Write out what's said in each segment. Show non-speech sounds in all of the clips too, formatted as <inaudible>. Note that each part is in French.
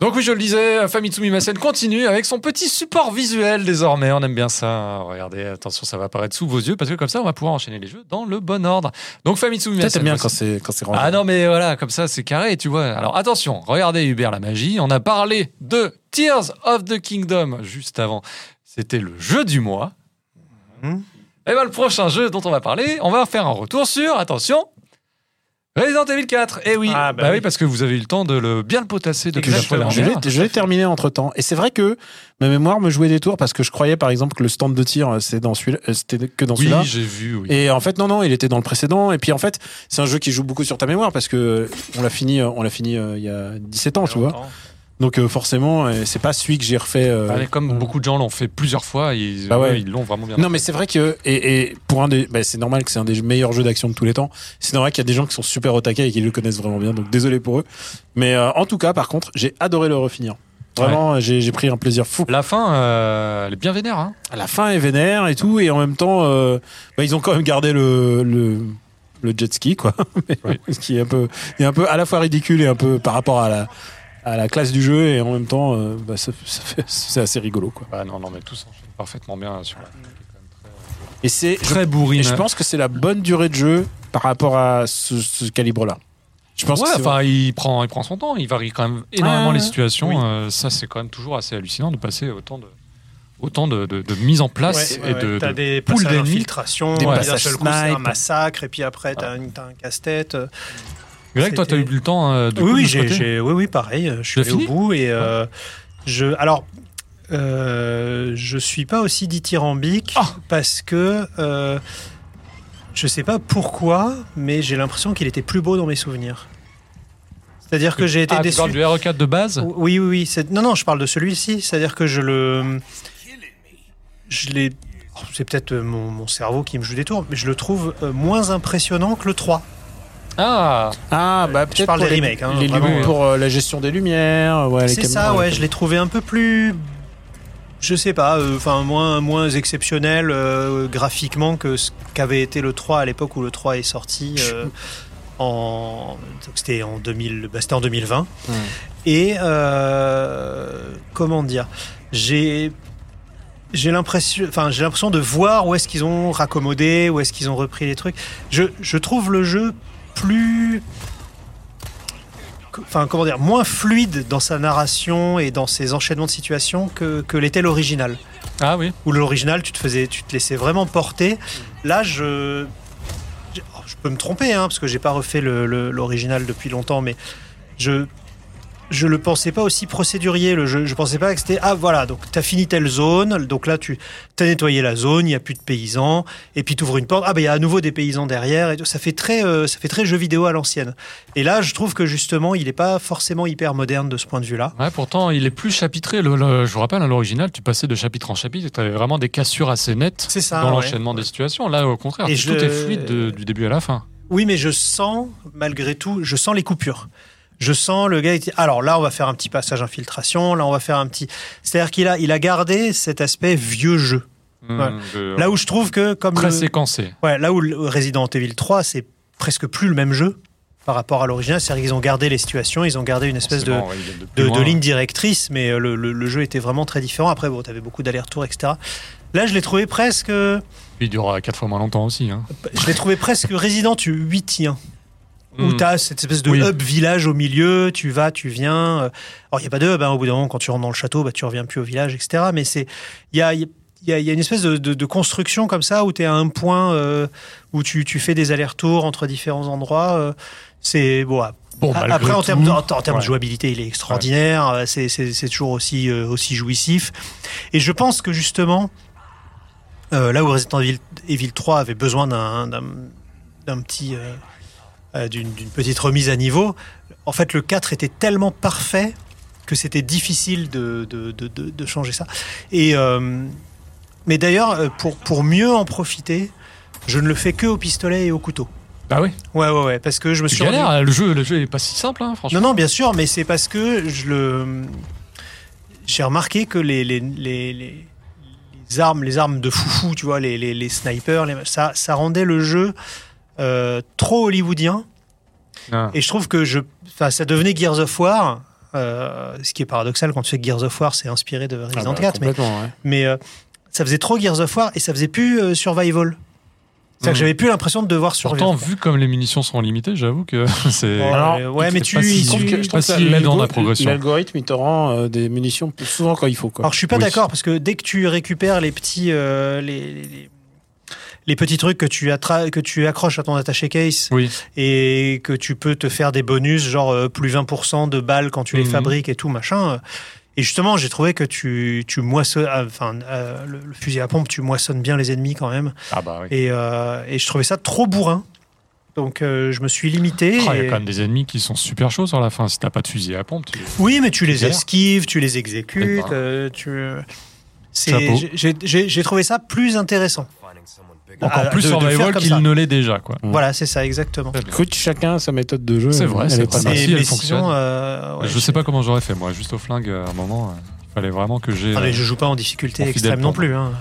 Donc oui, je le disais, Famitsumi Masen continue avec son petit support visuel désormais. On aime bien ça. Regardez, attention, ça va apparaître sous vos yeux parce que comme ça, on va pouvoir enchaîner les jeux dans le bon ordre. Donc Famitsumi Toi, Masen. t'aimes bien voici- quand c'est quand c'est rangé. Ah non, mais voilà, comme ça, c'est carré, tu vois. Alors attention, regardez Hubert la magie. On a parlé de Tears of the Kingdom juste avant. C'était le jeu du mois. Mhm. Et bien, le prochain jeu dont on va parler, on va faire un retour sur, attention, Resident Evil 4. Eh oui, Ah, bah, bah oui. oui. parce que vous avez eu le temps de le bien le potasser depuis la fois Exactement. Je dernière. l'ai- je l'ai terminé entre temps. Et c'est vrai que ma mémoire me jouait des tours parce que je croyais par exemple que le stand de tir euh, c'est dans celui c'était que dans Oui, celui-là. j'ai vu, oui. Et en fait non non il était dans le précédent et puis en fait c'est un jeu qui joue beaucoup sur ta mémoire parce que on l'a fini euh, on l'a fini euh, il y a 17 ans tu vois donc euh, forcément euh, c'est pas celui que j'ai refait euh, Ah, mais comme beaucoup de gens l'ont fait plusieurs fois, ils Bah ouais. ouais, ils l'ont vraiment bien. Non, mais c'est vrai que et, et pour un des, bah, c'est normal que c'est un des meilleurs jeux d'action de tous les temps. C'est normal qu'il y a des gens qui sont super au taquet et qui le connaissent vraiment bien. Donc désolé pour eux. Mais euh, en tout cas, par contre, j'ai adoré le refinir. Vraiment, j'ai j'ai pris un plaisir fou. La fin, euh, elle est bien vénère. Hein. La fin est vénère et tout, et en même temps, euh, bah, ils ont quand même gardé le, le, le jet ski, quoi. <laughs> Mais Oui. Ce qui est un peu, est un peu à la fois ridicule et un peu par rapport à la, à la classe du jeu, et en même temps, euh, bah, ça- ça fait- c'est assez rigolo, quoi. Bah non, non, mais tout s'enchaîne parfaitement bien sur la Et c'est, je Très bourrine. Et je pense que c'est la bonne durée de jeu par rapport à ce, ce calibre-là. Je pense Ouais, que c'est enfin, il prend, il prend son temps. Il varie quand même énormément Ah, les ouais. situations. Oui. Euh, ça, c'est quand même toujours assez hallucinant de passer autant de, autant de, de, de mise en place Ouais, et ouais, de. t'as de- des poules passages d'ennemis. d'infiltration, Des et d'un passages seul coup, c'est un snipe. massacre, et puis après, t'as une- t'as un casse-tête. Greg, toi, t'as eu c'était- le temps euh, de. Oui, oui, de j'ai, côté j'ai- oui, oui, pareil. euh, Je suis T'as allé au fini bout et euh, je. Alors, euh, je suis pas aussi dithyrambique Ah parce que euh, je sais pas pourquoi, mais j'ai l'impression qu'il était plus beau dans mes souvenirs. C'est-à-dire que j'ai été Ah, tu déçu. parles du RE4 de base. Oui, oui, oui. c'est- Non, non, je parle de celui-ci. C'est-à-dire que je le. Je l'ai. oh, C'est peut-être euh, mon, mon cerveau qui me joue des tours, mais je le trouve euh, moins impressionnant que le 3. Ah, Ah, bah peut-être parle pour des les- remakes, hein, les vraiment, limites euh. pour euh, la gestion des lumières, ouais, les C'est caméras, ça, les ouais. trucs. Je l'ai trouvé un peu plus. Je sais pas, euh, enfin moins, moins exceptionnel euh, graphiquement que ce qu'avait été le 3 à l'époque où le 3 est sorti. euh, en donc c'était en 2000 bah, c'était en 2020 Ouais. et euh, comment dire j'ai j'ai l'impression enfin j'ai l'impression de voir où est-ce qu'ils ont raccommodé où est-ce qu'ils ont repris les trucs je, je trouve le jeu plus enfin comment dire moins fluide dans sa narration et dans ses enchaînements de situations que, que l'était l'original ah oui. où l'original tu te faisais tu te laissais vraiment porter là je je oh, je peux me tromper hein, parce que j'ai pas refait le- le- l'original depuis longtemps mais je je le pensais pas aussi procédurier le jeu je pensais pas que c'était ah voilà donc t'as fini telle zone donc là tu t'as nettoyé la zone il y a plus de paysans et puis t'ouvres une porte ah bah il y a à nouveau des paysans derrière et tout. ça fait très euh, ça fait très jeu vidéo à l'ancienne et là je trouve que justement il est pas forcément hyper moderne de ce point de vue là Ouais, pourtant, il est plus chapitré. Le, le- je vous rappelle, à l'original, tu passais de chapitre en chapitre et tu avais vraiment des cassures assez nettes c'est ça dans ouais. l'enchaînement des situations. Là, au contraire, Et tout je- est fluide de- du début à la fin. Oui, mais je sens, malgré tout, je sens les coupures. Je sens le gars. il dit, Alors là, on va faire un petit passage infiltration. Là, on va faire un petit. C'est-à-dire qu'il a, il a gardé cet aspect vieux jeu. Ouais. Hum, de- Là où je trouve que, comme très le- séquencé. ouais, là où le Resident Evil 3, c'est presque plus le même jeu par rapport à l'original. C'est-à-dire qu'ils ont gardé les situations, ils ont gardé une espèce de, Forcément, ouais, il est plus de, de loin. ligne directrice, mais euh, le, le- le jeu était vraiment très différent. Après, bon, t'avais beaucoup d'allers-retours, etc. Là, je l'ai trouvé presque, je Il durera quatre fois moins longtemps aussi. hein. l'ai trouvé presque Resident hein. 8 où Hum. tu as cette espèce de Oui. hub village au milieu, tu vas, tu viens. euh, Alors, il n'y a pas de hub, hein, au bout d'un moment, quand tu rentres dans le château, bah, tu reviens plus au village, etc. Mais c'est il y a, il y a- il y a une espèce de, de- de construction comme ça, où tu es à un point euh, où tu, tu fais des allers-retours entre différents endroits. euh, c'est bon, ah, Bon, a- malgré après, en tout- termes, de, en termes Ouais. de jouabilité, il est extraordinaire. euh, C'est, c'est- c'est toujours aussi, euh, aussi jouissif. Et je pense que justement, euh, là où Resident Evil, Evil 3 avait besoin d'un, d'un, d'un petit, euh, euh, d'une, d'une petite remise à niveau, en fait, le 4 était tellement parfait que c'était difficile de, de, de- de- de changer ça. Et, euh, mais d'ailleurs, euh, pour, pour mieux en profiter, je ne le fais que au pistolet et au couteau. Bah oui, Ouais, ouais, ouais, parce que je me tu suis rendu galères. hein, Le jeu, le jeu est pas si simple, hein, franchement. non, non, bien sûr, mais c'est parce que je le. J'ai remarqué que les, les, les, les- les armes, les armes de foufou, tu vois, les, les, les snipers, les- ça, ça rendait le jeu euh, trop hollywoodien. Ah. Et je trouve que je, enfin, ça devenait Gears of War, euh, ce qui est paradoxal quand tu sais que Gears of War c'est inspiré de Ah Resident bah, 4, mais, complètement, ouais. mais euh, ça faisait trop Gears of War et ça faisait plus euh, Survival. C'est-à-dire Mhm. que j'avais plus l'impression de devoir survivre. Pourtant, vu comme les munitions sont limitées, j'avoue que <laughs> c'est. Ouais, Alors, mais- ouais, mais tu, pas si- Je trouve tu- que- je trouve Pas que si évident l'algo- la progression. L'algorithme, il te rend euh, des munitions plus souvent quand il faut. Quoi. Alors je suis pas Oui. d'accord parce que dès que tu récupères les petits euh, les, les- les- les petits trucs que tu attra- que tu accroches à ton attaché case Oui. et que tu peux te faire des bonus genre euh, plus 20% de balles quand tu les Mhm. fabriques et tout machin. euh, Et justement, j'ai trouvé que tu tu moissonnes ah, enfin euh, le, le fusil à pompe, tu moissonnes bien les ennemis quand même Ah bah oui. et, euh, et je trouvais ça trop bourrin. Donc euh, je me suis limité. Oh, Il y a et- quand même des ennemis qui sont super chauds sur la fin. Si t'as pas de fusil à pompe, tu- Oui, mais tu les Galère. esquives, tu les exécutes, Eh ben. euh, tu. c'est- Chapeau. j'ai- J'ai j'ai trouvé ça plus intéressant. encore Ah, plus de- de faire survival comme qu'il ça. ne l'est déjà, quoi. Mm. Voilà, c'est ça exactement. Très bien. Écoute, chacun a sa méthode de jeu. C'est vrai, Elle c'est est pas vrai. mal. bah, si, mais elle fonctionne. sinon, euh, ouais, je sais pas comment j'aurais fait, moi. Juste au flingue, euh, à un moment, euh, il fallait vraiment que j'ai. Attendez, euh, Ah, je joue pas en difficulté en fidèle extrême non pour plus. hein.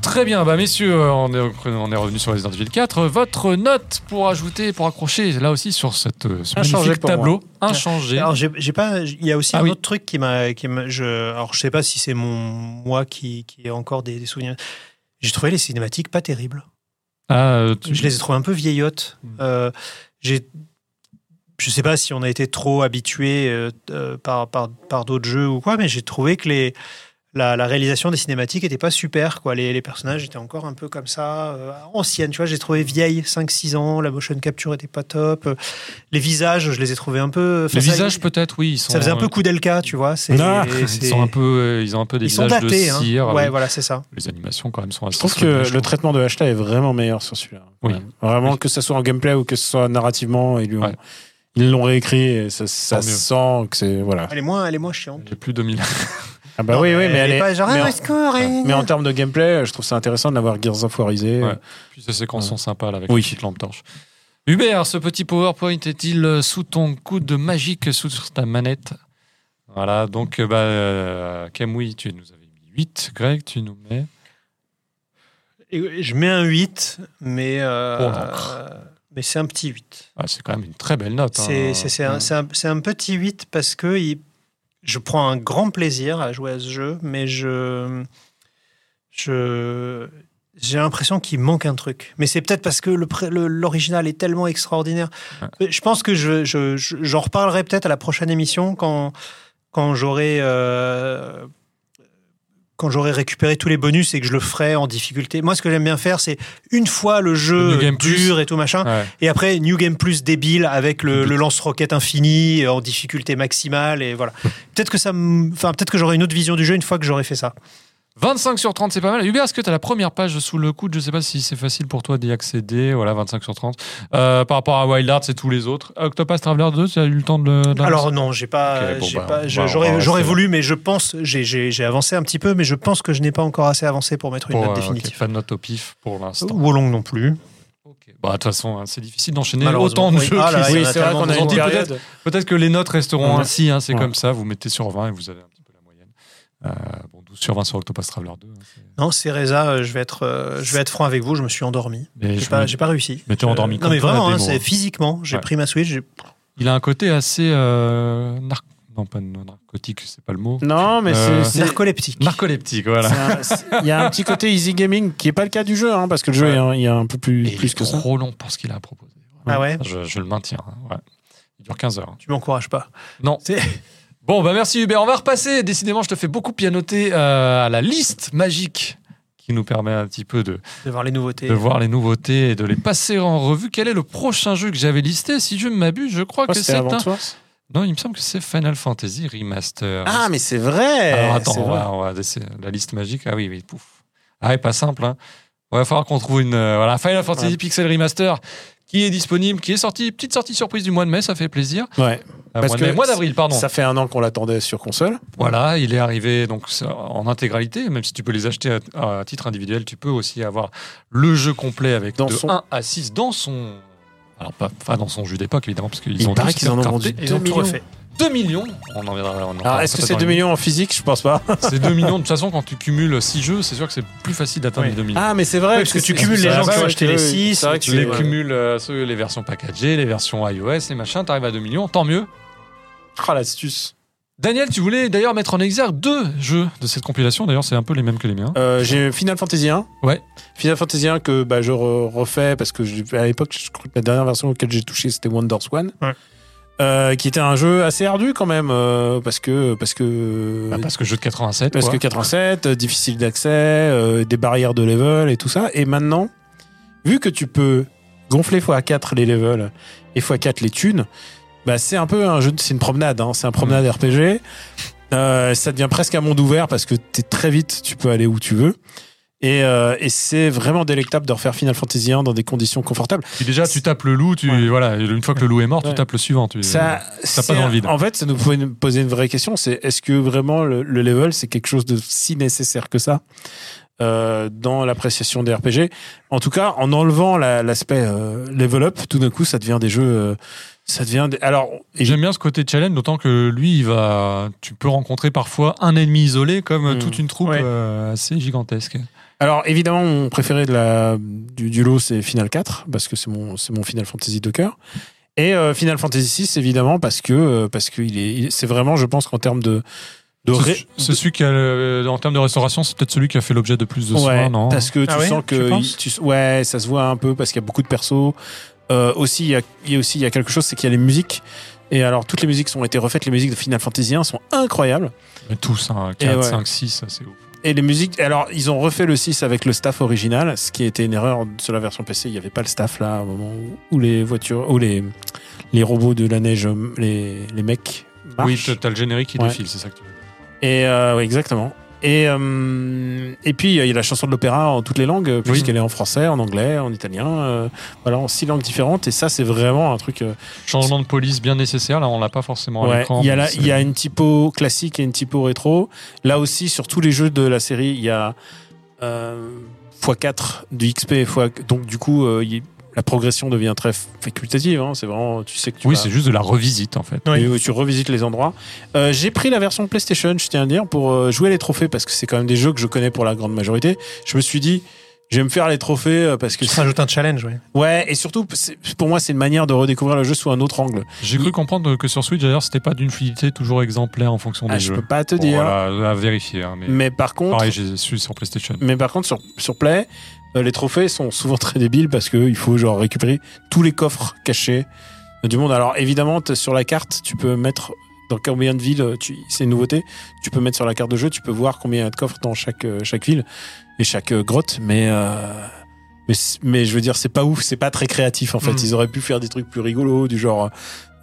Très bien, bah messieurs, euh, on est, re- on est revenu sur Resident Evil 4. Votre note pour ajouter, pour accrocher, là aussi sur cette, euh, ce Inchangé magnifique pour moi. tableau, inchangé. Alors, j'ai j'ai pas. Il y a aussi Ah un oui. autre truc qui m'a. qui m'a- Je, alors, je sais pas si c'est mon moi qui, qui ai encore des, des souvenirs. J'ai trouvé les cinématiques pas terribles. Ah, euh, tu- Je les ai trouvées un peu vieillottes. Euh, j'ai, je sais pas si on a été trop habitué euh, euh, par, par, par d'autres jeux ou quoi, mais j'ai trouvé que les, la, la réalisation des cinématiques était pas super. Quoi. Les, les personnages étaient encore un peu comme ça, euh, anciennes. Tu vois, j'ai trouvé vieilles, 5-6 ans, la motion capture était pas top. Euh, Les visages, je les ai trouvés un peu. enfin, les ça- visages peut-être, oui, ils sont. ça faisait un peu euh, coup d'Elka, tu vois. C'est, Ah, c'est- ils sont un peu, euh, ils ont un peu des ils sont visages datés. de hein. cire. Ah Ouais, oui. voilà, c'est ça. Les animations quand même sont assez. Je trouve solides, que je le trouve. traitement de Ashla est vraiment meilleur sur celui-là. Oui. Ouais. Vraiment, Oui. que ce soit en gameplay ou que ce soit narrativement, ils lui ont- Ouais. ils l'ont réécrit et ça, ça Tant mieux. sent que c'est. Voilà. Elle est moins, elle est moins chiante. J'ai plus de 2000. Ah bah Non, oui, oui, elle mais elle est est. pas genre, mais, Ah, en, au secours, hein. mais en termes de gameplay, je trouve ça intéressant de l'avoir Gears of Warisé. Ouais. Puis ces séquences sont sympas là, avec Oui. les petites lampes torches. Hubert, ce petit PowerPoint est-il euh, sous ton coude magique, sous ta manette Voilà, donc euh, bah, euh, Camouille, tu nous avais mis 8. Greg, tu nous mets. Et Je mets un 8, mais, euh, Oh, l'encre. mais c'est un petit 8. Ah, c'est quand même une très belle note. hein. C'est c'est- c'est un, c'est un- c'est un petit 8 parce que il- je prends un grand plaisir à jouer à ce jeu, mais je je- j'ai l'impression qu'il manque un truc. Mais c'est peut-être parce que le pré- le- l'original est tellement extraordinaire. Mais Je pense que j'en je, je- j'en reparlerai peut-être à la prochaine émission quand, quand j'aurai... euh, quand j'aurai récupéré tous les bonus et que je le ferai en difficulté. Moi, ce que j'aime bien faire, c'est une fois le Le jeu New Game dur et tout machin, Ouais. et après, New Game Plus débile avec le, le lance-roquette infini euh, en difficulté maximale <laughs> et voilà. Peut-être que ça, me- enfin peut-être que j'aurai une autre vision du jeu une fois que j'aurai fait ça. 25 sur 30, c'est pas mal. Hubert, est-ce que tu as la première page sous le coude Je sais pas si c'est facile pour toi d'y accéder. Voilà, 25 sur 30. Euh, par rapport à Wild Hearts et tous les autres. Octopus Traveler 2, tu as eu le temps de le. de Alors non, j'ai pas, Ok, bon, j'ai bah, on pas, va- je- on va j'aurais, rester j'aurais là. voulu, mais je pense, j'ai, j'ai, j'ai avancé un petit peu, mais je pense que je n'ai pas encore assez avancé pour mettre une Pour, note euh, définitive. ok, pas de note au pif pour l'instant. Wolong non plus. Ok. Bah, de toute façon, hein, c'est difficile d'enchaîner Malheureusement, autant de oui. jeux Ah qui là là, sont- il y en a tellement qu'on a de une gens. période- Peut-être que les notes resteront Ouais. ainsi, hein, c'est Ouais. comme ça, vous mettez sur 20 et vous avez un petit peu la moyenne. Euh, bon, 12 sur 20 sur Octopus Traveler 2. hein, c'est- Non, Cereza, euh, je vais être, euh, je vais être franc avec vous, je me suis endormi. Mais J'ai je pas, me- j'ai pas réussi. je m'étais Je- endormi Non comme mais toi, la vraiment, hein, démo. c'est physiquement, j'ai Ouais. pris ma Switch. j'ai- Il a un côté assez euh, nar- non pas non, narcotique, c'est pas le mot. Non, mais Euh, c'est- c'est. Narcoleptique. Narcoleptique, voilà. c'est un- Il y a un petit côté easy gaming qui est pas le cas du jeu, hein, parce que le jeu Ouais. est un- il y a un peu plus, Et plus il que est ça. trop long pour ce qu'il a à proposer. Ah ouais, Je, je le maintiens. hein, ouais. Il dure 15 heures. hein. tu m'encourages pas. Non. C'est- Bon, bah merci Hubert. On va repasser. Décidément, je te fais beaucoup pianoter euh, à la liste magique qui nous permet un petit peu de, De voir les nouveautés. de voir les nouveautés et de les passer en revue. Quel est le prochain jeu que j'avais listé Si je ne m'abuse, je crois Je crois que que c'est c'était un. avant toi. Non, il me semble que c'est Final Fantasy Remaster. Ah, mais c'est vrai Alors attends, c'est on vrai. va, on va laisser la liste magique. Ah oui, oui, pouf. Ah, ouais, pas simple. Hein. Ouais, Il va falloir qu'on trouve une. euh, voilà, Final Fantasy Ouais. Pixel Remaster qui est disponible, qui est sorti. Petite sortie surprise du mois de mai, ça fait plaisir. Ouais. Euh, Parce mois de que mai- mois d'avril, pardon. Ça fait un an qu'on l'attendait sur console. Voilà, il est arrivé donc ça, en intégralité, même si tu peux les acheter à, à titre individuel, tu peux aussi avoir le jeu complet avec Dans de son- 1 à 6 dans son alors pas, pas dans son jeu d'époque évidemment parce qu'ils Il ont paraît tous qu'ils en ont carté. vendu Ils ont 2 tout millions. refait. 2 millions. On en viendra. on en Alors, parlera est-ce que peut-être c'est dans 2 les- millions en physique Je pense pas. C'est 2 millions. De toute façon, quand tu cumules 6 jeux, c'est sûr que c'est plus facile d'atteindre Oui. les 2 millions. Ah, mais c'est vrai. Oui, parce que tu cumules c'est les vrai, gens qui ouais, ont acheté ouais, les ouais, 6. c'est vrai que tu tu- les ouais. cumules, euh, ceux- les versions packagées, les versions iOS et machin, t'arrives à 2 millions, tant mieux. Ah, l'astuce. Daniel, tu voulais d'ailleurs mettre en exergue deux jeux de cette compilation. D'ailleurs, c'est un peu les mêmes que les miens. Euh, J'ai Final Fantasy 1. Ouais. Final Fantasy 1 que bah, je re- refais parce que j'ai- à l'époque, je crois que la dernière version auquel j'ai touché, c'était Wonderswan. Ouais. Euh, qui était un jeu assez ardu quand même euh, parce que parce que Bah, parce que jeu de 87. Euh, Parce quoi. que 87, euh, difficile d'accès, euh, des barrières de level et tout ça. Et maintenant, vu que tu peux gonfler x4 les levels et x4 les thunes, bah c'est un peu un jeu, de- c'est une promenade, hein, c'est un Mm. promenade RPG. Euh, ça devient presque un monde ouvert parce que t'es très vite, tu peux aller où tu veux. Et, euh, et c'est vraiment délectable de refaire Final Fantasy 1 dans des conditions confortables. Puis déjà, tu tapes le loup, tu Ouais. voilà, et une fois que le loup est mort, Ouais. tu tapes le suivant. Tu, Ça, ça c'est pas dans le un- vide. En fait, ça nous fait une- poser une vraie question. C'est est-ce que vraiment le, le level, c'est quelque chose de si nécessaire que ça euh, dans l'appréciation des RPG En tout cas, en enlevant la- l'aspect euh, level up, tout d'un coup, ça devient des jeux. euh, ça devient. Des, alors, et- J'aime bien ce côté challenge, d'autant que lui, il va, tu peux rencontrer parfois un ennemi isolé comme euh, Hmm. toute une troupe Ouais. euh, assez gigantesque. alors, évidemment, mon préféré de la, du, du lot, c'est Final 4 parce que c'est mon, c'est mon Final Fantasy de cœur. Et euh, Final Fantasy 6 évidemment parce que euh, parce que il est il- c'est vraiment je pense qu'en termes de de C'est- ré- C'est celui qui, a, euh, en termes de restauration, c'est peut-être celui qui a fait l'objet de plus de soins, ouais, non Parce que tu Ah ouais, sens tu que penses tu- ouais, ça se voit un peu parce qu'il y a beaucoup de persos. Euh, aussi, il y a, il y a aussi il y a quelque chose, c'est qu'il y a les musiques. Et alors, toutes les musiques qui ont été refaites. Les musiques de Final Fantasy 1 sont incroyables. Mais tous, hein, Et 4, Eh ouais. 5, 6, ça, c'est ouf. Et les musiques, alors ils ont refait le 6 avec le staff original, ce qui était une erreur sur la version PC. Il n'y avait pas le staff là au moment où, où les voitures, où les les robots de la neige, euh, les, les mecs marchent. Oui, t'as- t'as le générique qui Ouais. défile, c'est ça que tu veux dire. Et euh, ouais, exactement. Et, euh, et puis, euh, il y a la chanson de l'opéra en toutes les langues, euh, puisqu'elle est en français, en anglais, en italien, euh, voilà, en six langues différentes. Et ça, c'est vraiment un truc. euh, Changement de police bien nécessaire, là, on l'a pas forcément à ouais. l'écran. il, y a mais la- Oh, c'est- il y a une typo classique et une typo rétro. Là aussi, sur tous les jeux de la série, il y a euh, x4 du XP. Fois, donc, du coup, euh, il- la progression devient très facultative. hein. c'est vraiment, tu sais que tu Oui, vas- c'est juste de la revisite, en fait. Oui. et où tu revisites les endroits. Euh, j'ai pris la version PlayStation, je tiens à dire, pour euh, jouer les trophées parce que c'est quand même des jeux que je connais pour la grande majorité. Je me suis dit, je vais me faire les trophées euh, parce que Tu te rajoutes un challenge, ouais. ouais, et surtout c'est- pour moi c'est une manière de redécouvrir le jeu sous un autre angle. J'ai cru comprendre que sur Switch, d'ailleurs, c'était pas d'une fluidité toujours exemplaire en fonction des Ah, je jeux. peux pas te Bon, dire, voilà, à vérifier. hein, mais mais par contre, pareil, j'ai su sur PlayStation. Mmh. mais par contre sur sur Play, euh, les trophées sont souvent <laughs> très débiles parce que il faut genre récupérer tous les coffres cachés euh, du monde. Alors évidemment t'es sur la carte, tu peux mettre dans combien de villes, tu- c'est une nouveauté, tu peux mettre sur la carte de jeu, tu peux voir combien il y a de coffres dans chaque, euh, chaque ville et chaque euh, grotte, mais, euh, mais, c- mais je veux dire, c'est pas ouf, c'est pas très créatif en fait. Mm. Ils auraient pu faire des trucs plus rigolos, du genre.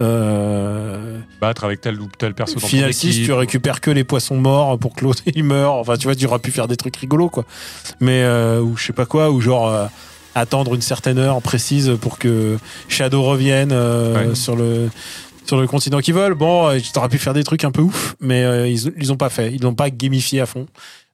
Euh, Battre avec tel ou tel perso dans ton Final 6, équipe. tu récupères que les poissons morts pour que l'autre <laughs> il meurt. Enfin, tu vois, tu aurais pu faire des trucs rigolos, quoi. Mais, euh, ou je sais pas quoi, ou genre euh, attendre une certaine heure précise pour que Shadow revienne euh, Ouais. sur le. Sur le continent qu'ils veulent, bon, euh, t'aurais pu faire des trucs un peu ouf, mais euh, ils, ils ont pas fait, ils l'ont pas gamifié à fond.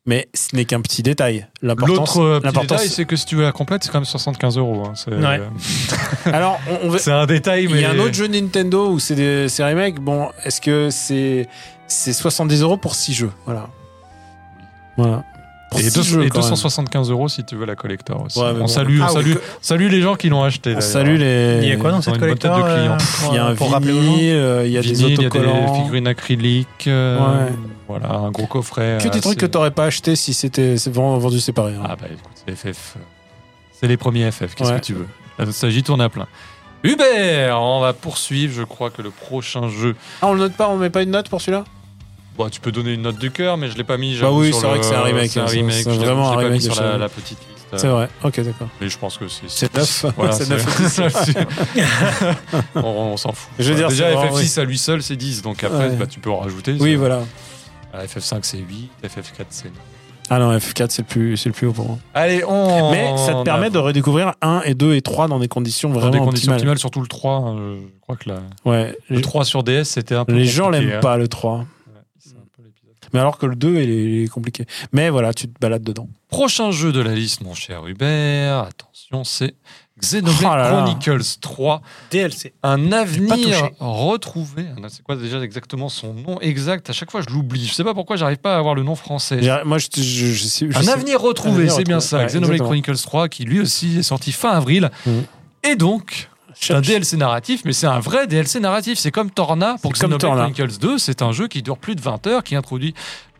Mais ce n'est qu'un petit détail. L'important, L'autre euh, petit l'important, détail, c'est que si tu veux la complète, c'est quand même 75 euros. hein, C'est Ouais. c'est- Alors, on, on va- c'est un détail, mais. Il y a un autre jeu Nintendo où c'est des c'est remake. Bon, est-ce que c'est c'est 70 euros pour 6 jeux Voilà. Voilà. Pour Et, six deux- jeux, et quand même. 275 euros si tu veux la collector aussi. Ouais, mais on bon. salue, on Ah, salue, oui, salue les gens qui l'ont acheté. On d'ailleurs. salue les. Il y a quoi dans cette une bonne collector tête de clients. euh, Il y a un pour rappeler aux gens vinyle, euh, il y a des Vinyle, il y a des autocollants. figurines acryliques. euh, Ouais. Voilà, un gros coffret. que des assez- trucs que t'aurais pas acheté si c'était c'est vraiment vendu séparé. hein. euh, Ah bah écoute, c'est FF. C'est les premiers FF, qu'est-ce Ouais. que tu veux La nostalgie tourne à plein. Hubert, on va poursuivre. Je crois que le prochain jeu. Ah, on le note pas, on met pas une note pour celui-là Bon, Bah, tu peux donner une note de cœur, mais je l'ai pas mis. j'avoue, Bah oui, sur c'est le- vrai que c'est un remake, C'est un hein, c'est- remake. c'est je l'avoue, vraiment je l'ai un pas mis remake de sur la, chez- la petite liste. C'est vrai. Ok, d'accord. Mais je pense que Euh. c'est. C'est <laughs> neuf. <laughs> Voilà, C'est c'est- neuf. <laughs> on on s'en fout. Je veux dire, Déjà, c'est vraiment, FF6 à lui seul, c'est 10. Donc après, Ouais. bah, tu peux en rajouter. Oui, ça- voilà. Ah, FF5, c'est 8. FF4, c'est 9. Ah non, F4 c'est le plus c'est le plus haut pour moi. Allez, on. Mais ça te permet de redécouvrir 1 et 2 et 3 dans des conditions Dans vraiment des conditions optimales. optimales, surtout le 3. hein, je crois que la- Ouais. le 3 sur DS, c'était un peu. Les gens compliqué, hein. l'aiment pas le 3. Ouais, c'est un peu l'épisode. Mais alors que le 2 il est, il est compliqué. Mais voilà, tu te balades dedans. Prochain jeu de la liste, mon cher Hubert, attention, c'est Xenoblade Oh là là. Chronicles 3, DLC. un avenir touché. retrouvé. Ah, C'est quoi déjà exactement son nom exact À chaque fois, je l'oublie. Je sais pas pourquoi j'arrive pas à avoir le nom français. J'ai- Moi, je, je, je, sais- je Un sais- avenir Un retrouvé, avenir c'est bien retrouvé, ça. ouais, Xenoblade exactement. Chronicles 3, qui lui aussi est sorti fin avril. Mhm. Et donc, c'est un DLC narratif, mais c'est un vrai DLC narratif. C'est comme Torna pour C'est comme Xenoblade Torna. Chronicles 2. C'est un jeu qui dure plus de 20 heures, qui introduit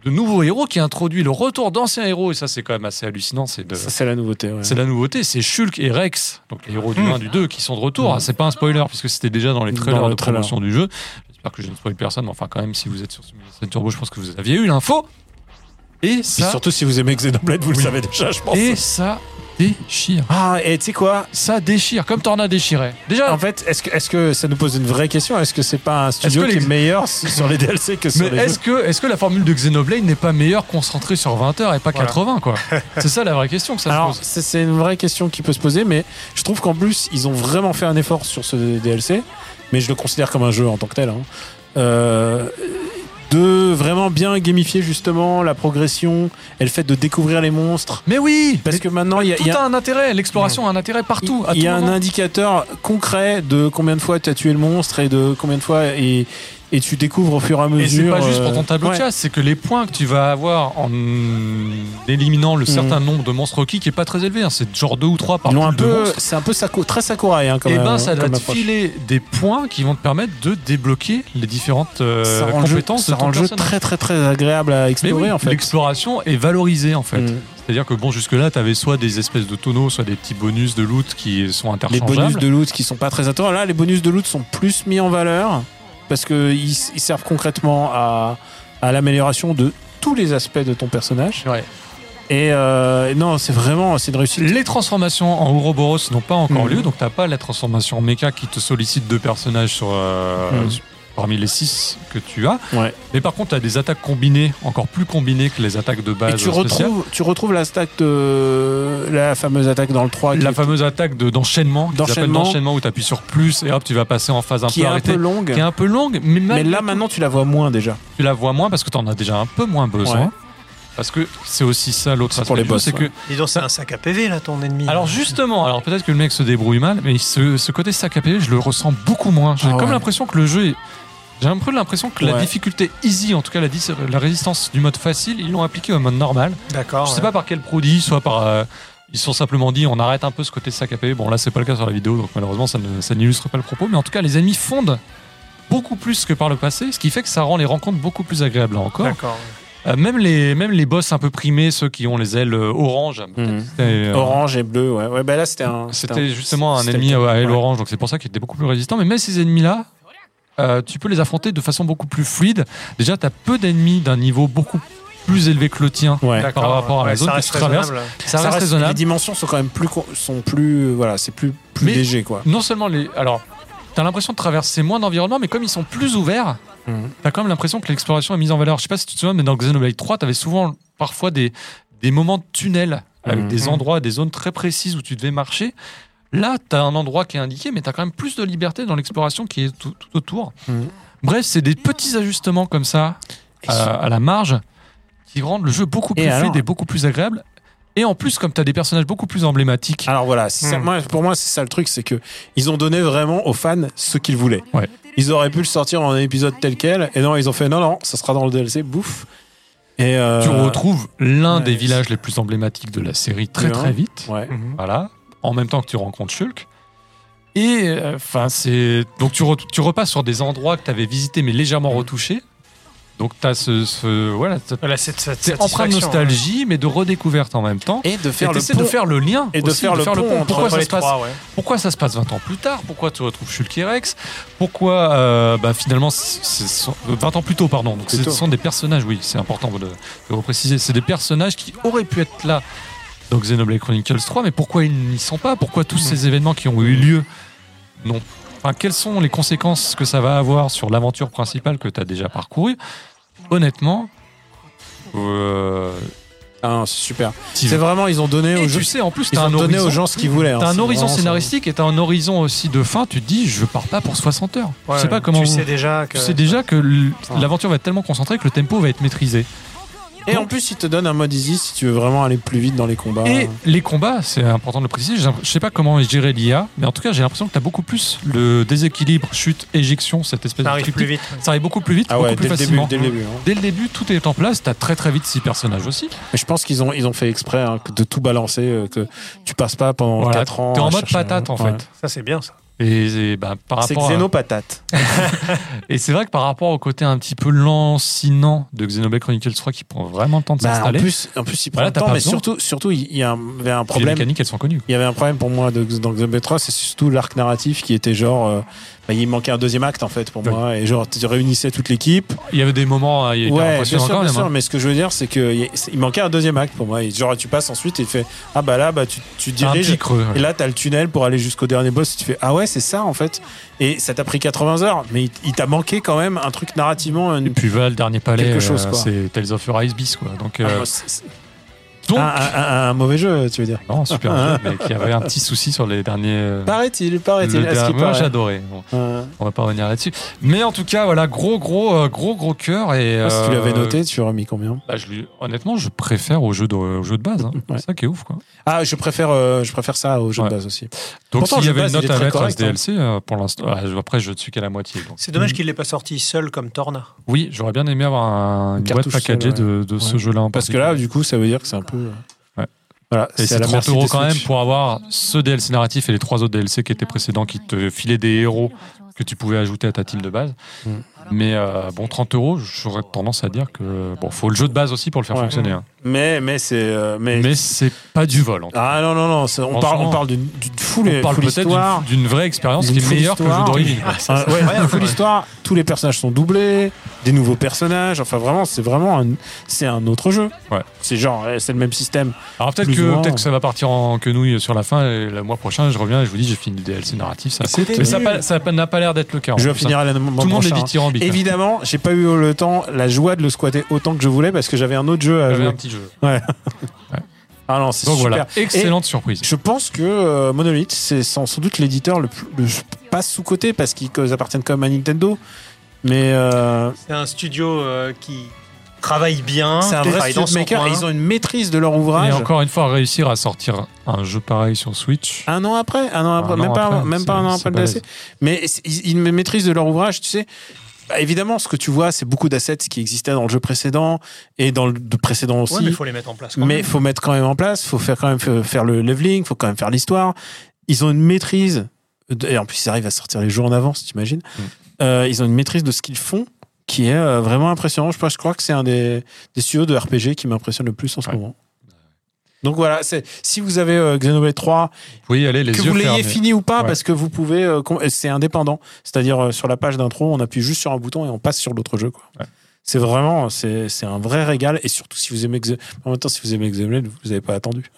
de nouveaux héros, qui introduit le retour d'anciens héros. Et ça, c'est quand même assez hallucinant. C'est de... Ça, c'est la nouveauté. ouais. C'est la nouveauté, c'est Shulk et Rex, donc les héros du 1 du 2 qui sont de retour. Mmh. C'est pas un spoiler puisque c'était déjà dans les Dans trailers le de trailer. promotion du jeu. J'espère que je ne spoil personne, mais enfin quand même si vous êtes sur cette turbo, je pense que vous aviez eu l'info. Et Puis ça, surtout si vous aimez Xenoblade, vous le Oui. savez déjà, je pense. et ça déchire. Ah, et tu sais quoi Ça déchire comme Torna déchirait. Déjà, En fait, est-ce que, est-ce que ça nous pose une vraie question Est-ce que c'est pas un studio que qui les- est meilleur s- sur les <laughs> DLC que sur mais les jeux est-ce que, est-ce que la formule de Xenoblade n'est pas meilleure concentrée sur 20 heures et pas Voilà. 80 <laughs> quoi C'est ça la vraie question que ça Alors, se pose. c'est c'est une vraie question qui peut se poser, mais je trouve qu'en plus, ils ont vraiment fait un effort sur ce DLC, mais je le considère comme un jeu en tant que tel. hein. Euh, de vraiment bien gamifier justement la progression et le fait de découvrir les monstres. Mais oui, Parce mais que maintenant, il y a- tout il y a Mmh. a un intérêt. L'exploration a un intérêt partout. à Il y tout a un moment. indicateur concret de combien de fois tu as tué le monstre et de combien de fois et, et tu découvres au fur et à Et c'est mesure. pas juste pour euh, ton tableau ouais. de chasse, c'est que les points que tu vas avoir en éliminant le certain nombre de monstres requis qui est pas très élevé, hein, c'est genre 2 ou 3 par Mhm. Ils l'ont un pool de peu, monstres. c'est un peu Saku- très Sakurai hein, comme, et ben euh, ça va comme te approche. filer des points qui vont te permettre de débloquer les différentes euh, Ça rend le jeu, compétences ça de ton rend le jeu personnage. très très très agréable à Mais explorer oui, en fait. l'exploration est valorisée en fait. Mm. C'est-à-dire que bon jusque-là tu avais soit des espèces de tonneaux, soit des petits bonus de loot qui sont Les interchangeables. bonus de loot qui sont pas très attendus. Là, les bonus de loot sont plus mis en valeur parce que ils, ils servent concrètement à, à l'amélioration de tous les aspects de ton personnage. Ouais. Et euh, non, c'est vraiment c'est une réussite. Les transformations en Ouroboros n'ont pas encore Mhm. lieu, donc t'as pas la transformation en méca qui te sollicite deux personnages sur, euh, Mhm. sur- parmi les six que tu as. Ouais. Mais par contre, t'as des attaques combinées, encore plus combinées que les attaques de base Et tu spéciales. retrouves, tu retrouves la stack de la fameuse attaque dans le 3 qui, La fameuse attaque de- d'enchaînement, qu'ils appellent D'enchaînement. d'enchaînement, où t'appuies sur plus et hop, tu vas passer en phase un qui peu est un arrêtée, peu longue. qui est un peu longue, mais, Mais malgré là tout, maintenant tu la vois moins déjà. tu la vois moins parce que t'en as déjà un peu moins besoin. Ouais. Parce que c'est aussi ça l'autre C'est aspect pour les du jeu, boss, c'est que ouais. Dis donc, c'est un sac à PV là, ton ennemi. Alors justement, alors peut-être que le mec se débrouille mal, mais ce, ce côté sac à PV, je le ressens beaucoup moins. J'ai Ah comme ouais. l'impression que le jeu est... J'ai un peu l'impression que la Ouais. difficulté easy, en tout cas la, dis- la résistance du mode facile, ils l'ont appliqué au mode normal. Ah D'accord. je sais ouais. pas par quel produit, soit par... euh, ils se sont simplement dit on arrête un peu ce côté sac à PV. Bon là c'est pas le cas sur la vidéo, donc malheureusement ça, ne- ça n'illustre pas le propos, mais en tout cas les ennemis fondent beaucoup plus que par le passé, ce qui fait que ça rend les rencontres beaucoup plus agréables là encore. D'accord. Euh, même, les, même les boss un peu primés, ceux qui ont les ailes euh, orange, Mhm. euh, Orange et bleu, ouais. Ouais, bah là c'était un. c'était justement un c'était ennemi le cas. à aile Ouais. orange, donc c'est pour ça qu'il était beaucoup plus résistant. Mais même ces ennemis-là, euh, tu peux les affronter de façon beaucoup plus fluide. Déjà, tu as peu d'ennemis d'un niveau beaucoup plus élevé que le tien. Ouais. Par rapport à la ouais, zone ça que reste tu traverses. raisonnable. Ça, Ça reste reste- Les raisonnable. dimensions sont quand même plus con- sont plus euh, voilà c'est plus plus Mais- léger quoi. Non seulement les. Alors, tu as l'impression de traverser moins d'environnement, mais comme ils sont plus ouverts, Mhm. tu as quand même l'impression que l'exploration est mise en valeur. Je sais pas si tu te souviens, mais dans Xenoblade 3, tu avais souvent parfois des, des moments de tunnel avec Mhm. des endroits, des zones très précises où tu devais marcher. Là, tu as un endroit qui est indiqué, mais tu as quand même plus de liberté dans l'exploration qui est tout, tout autour. Mhm. Bref, c'est des petits ajustements comme ça euh, à la marge qui rendent le jeu beaucoup plus Et alors fluide et beaucoup plus agréable. Et en plus, comme tu as des personnages beaucoup plus emblématiques, Alors voilà, c'est ça- Hmm. moi, pour moi c'est ça le truc, c'est que ils ont donné vraiment aux fans ce qu'ils voulaient. Ouais. Ils auraient pu le sortir en un épisode tel quel, et non ils ont fait non non, ça sera dans le DLC, bouffe. Et euh, tu retrouves l'un ouais, hein. des c'est- villages les plus emblématiques de la série très Du un. très vite. ouais. Mhm. Voilà. En même temps que tu rencontres Shulk. Et enfin, c'est donc tu, re- tu repasses sur des endroits que tu avais visités mais légèrement retouchés. Donc tu as ce, ce- voilà, t'as- Voilà, cette, cette c'est empreinte de satisfaction, hein. nostalgie mais de redécouverte en même temps. hein. Et de Et faire le t'essaies de pont. faire le lien et de aussi, faire le pont entre- Pourquoi entre ça les se passe trois, ouais. pourquoi ça se passe 20 ans plus tard Pourquoi tu retrouves Shulk et Rex Pourquoi euh, bah, finalement c- c- ce sont- euh, 20 ans plus tôt pardon Donc Plus ce tôt. sont des personnages oui c'est important de, de le préciser c'est des personnages qui auraient pu être là dans Xenoblade Chronicles 3 mais pourquoi ils n'y sont pas Pourquoi tous Hmm. ces événements qui ont eu lieu non Enfin, quelles sont les conséquences que ça va avoir sur l'aventure principale que tu as déjà parcourue Honnêtement, euh, Ah, non, c'est super. t'y C'est vas. vraiment ils ont donné Et aux tu gens, sais, en plus, ils t'as ont un donné aux horizon- gens ce qu'ils voulaient. hein. T'as un C'est horizon vraiment ça. scénaristique et t'as un horizon aussi de fin. Tu te dis, je pars pas pour 60 heures. Ouais, je sais pas comment. Tu vous- sais déjà que. tu sais déjà que l- l'aventure va être tellement concentrée que le tempo va être maîtrisé. Et en plus, il te donne un mode easy si tu veux vraiment aller plus vite dans les combats. Et les combats, c'est important de le préciser. j'ai l'imp- Je sais pas comment est gérée l'IA, mais en tout cas, j'ai l'impression que tu as beaucoup plus le déséquilibre, chute, éjection, cette espèce Ça de arrive triptyque. plus vite. Ça arrive beaucoup plus vite, ah beaucoup ouais, plus dès le, début, facilement. dès le début. hein. Dès le début, tout est en place. T'as très très vite six personnages aussi. Mais je pense qu'ils ont, ils ont fait exprès hein, que de tout balancer, euh, que tu passes pas pendant Voilà, 4 ans. T'es en à mode chercher un- patate en Ouais. fait. Ça, c'est bien, ça. Et, et, bah, par C'est rapport à- Xénopatate. et c'est vrai que par rapport au côté un petit peu lancinant de Xenoblade Chronicles 3 qui prend vraiment le temps de Bah, en s'installer, plus, en plus, il prend Voilà, le t'as temps, pas mais besoin. surtout, surtout, il il y avait un puis les problème. mécaniques elles sont connues. Il y avait un problème pour moi de- dans Xenoblade 3, c'est surtout l'arc narratif qui était genre, euh, bah, il manquait un deuxième acte en fait pour Oui. moi, et genre tu réunissais toute l'équipe. Il y avait des moments, hein, il y Ouais, bien avait sûr, encore bien même, sûr, hein. mais ce que je veux dire, c'est que il y a- c'est- il manquait un deuxième acte pour moi. Et genre tu passes ensuite et tu fais, ah bah là, bah tu, tu un diriges. petit creux. Et là, t'as le tunnel pour aller jusqu'au dernier boss. Tu fais Ah ouais, c'est ça en fait. Et ça t'a pris 80 heures, mais il, il t'a manqué quand même un truc narrativement. Et Une... puis va le dernier palais, Quelque chose, euh, quoi. c'est Tales of Arise bis quoi. Donc, euh, Ah, c'est- c'est- donc un, un- un- un mauvais jeu, tu veux dire non super jeu, ah. mais qui avait un petit souci sur les derniers. euh, Paraît-il, paraît-il. le à ce dernier- qu'il Moi paraît. j'adorais. Bon, Euh, on va pas revenir là-dessus. Mais en tout cas voilà gros gros euh, gros gros cœur et. si tu euh, l'avais noté, tu aurais mis combien bah, je lui- Honnêtement je préfère au jeu de, au jeu de base. hein. Ouais. C'est ça qui est ouf quoi. Ah, je préfère, euh, je préfère ça au jeu Ouais. de base aussi. Donc Pourtant, s'il y je avait une passe, il note est à très mettre à ce correct, DLC, hein. euh, pour l'instant, ah, je- après je ne suis qu'à la moitié. donc. C'est dommage qu'il ne l'ait pas sorti seul comme Torna. Oui, j'aurais bien aimé avoir un, une boîte Cartouche packagée seule, de, de ce Ouais. jeu-là en Parce que particulier. là, du coup, ça veut dire que c'est un peu. euh, Ouais. Voilà, Et à c'est la 30 merci euros des quand même Switch. pour avoir ce DLC narratif et les trois autres DLC qui étaient précédents qui te filaient des héros que tu pouvais ajouter à ta team de base. Mm. Mais euh, bon, 30 euros, j'aurais tendance à dire que bon, faut le jeu de base aussi pour le faire Ouais. fonctionner. hein. Mais, mais c'est. euh, mais... Mais c'est pas du vol. En tout cas. Ah non, non, non, c'est- on parle, on parle d'une d'une foule, On parle foule peut-être histoire. d'une- d'une vraie expérience qui D'une est meilleure que le jeu histoire. d'origine. Ah, ouais, une full histoire, tous les personnages sont doublés, des nouveaux personnages, enfin vraiment, c'est vraiment un, c'est un autre jeu. Ouais. C'est genre, eh, c'est le même système. Alors peut-être Plus ou que, moins. peut que ça va partir en quenouille sur la fin et le mois prochain je reviens et je vous dis j'ai fini le DLC narratif. Ça, C'est mais ça nul. n'a pas- ça n'a pas l'air d'être le cas. en euh, Je vais fait. finir à la Tout Tout le monde est dithyrambique. hein. Évidemment, j'ai pas eu le temps, la joie de le squatter autant que je voulais parce que j'avais un autre jeu à J'avais jouer. un petit jeu. Ah non, c'est Donc super. voilà, excellente surprise. Je pense que euh, Monolith, c'est sans, sans doute l'éditeur le, plus- le- pas sous côté parce qu'ils appartiennent quand même à Nintendo. Mais euh, C'est un studio euh, qui travaille Hein, bien, c'est un qui vrai travaille dans son maker coin. et ils ont une maîtrise de leur Et ouvrage. encore une fois, réussir à sortir un jeu pareil sur Switch. Un an après, un an après, Un même, an pas, un- après, même pas un an c'est- après le c'est DLC. Mais c'est- ils, ils maîtrisent de leur ouvrage, tu sais. Bah, évidemment, ce que tu vois, c'est beaucoup d'assets qui existaient dans le jeu précédent et dans le de précédent aussi. Ouais, mais il faut les mettre en place. quand mais même. faut mettre quand même en place, faut faire quand même f- faire le leveling, faut quand même faire l'histoire. Ils ont une maîtrise. de- Et en plus, ils arrivent à sortir les jours en avance, t'imagines. Mm. Euh, ils ont une maîtrise de ce qu'ils font qui est euh, vraiment impressionnant. Je, pense- je crois que c'est un des, des studios de RPG qui m'impressionne le plus en ce Ouais. moment. Donc voilà, c'est- si vous avez euh, Xenoblade 3 Oui, allez, les que yeux vous l'ayez fermés. fini ou pas, Ouais. parce que vous pouvez, euh, com- euh, c'est indépendant. C'est-à-dire euh, sur la page d'intro, on appuie juste sur un bouton et on passe sur l'autre jeu. quoi. Ouais. C'est vraiment, c'est c'est un vrai régal. Et surtout, si vous aimez, Xe- en même temps, si vous aimez Xenoblade, vous n'avez pas attendu.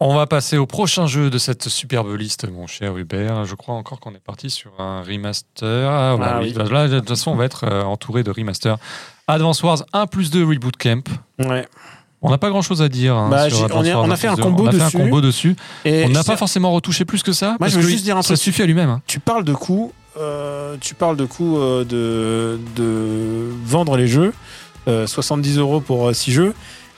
On va passer au prochain jeu de cette superbe liste, mon cher Hubert. Je crois encore qu'on est parti sur un remaster. Ah, bah Ah oui. oui. Bah, là, de toute façon, on va être euh, entouré de remaster. Advance Wars 1 plus 2 Reboot Camp. Ouais. On n'a pas grand chose à dire. hein, Bah, sur j'ai- Advance on est- Wars on a 1 fait plus un 2. combo on a fait dessus. un combo dessus. Et on n'a c'est- pas forcément retouché plus que ça. parce je veux que juste dire un Ça truc. suffit à lui-même. hein. Tu parles de coups, euh, tu parles de coups euh, de, de vendre les jeux, euh, 70 euros pour 6 jeux.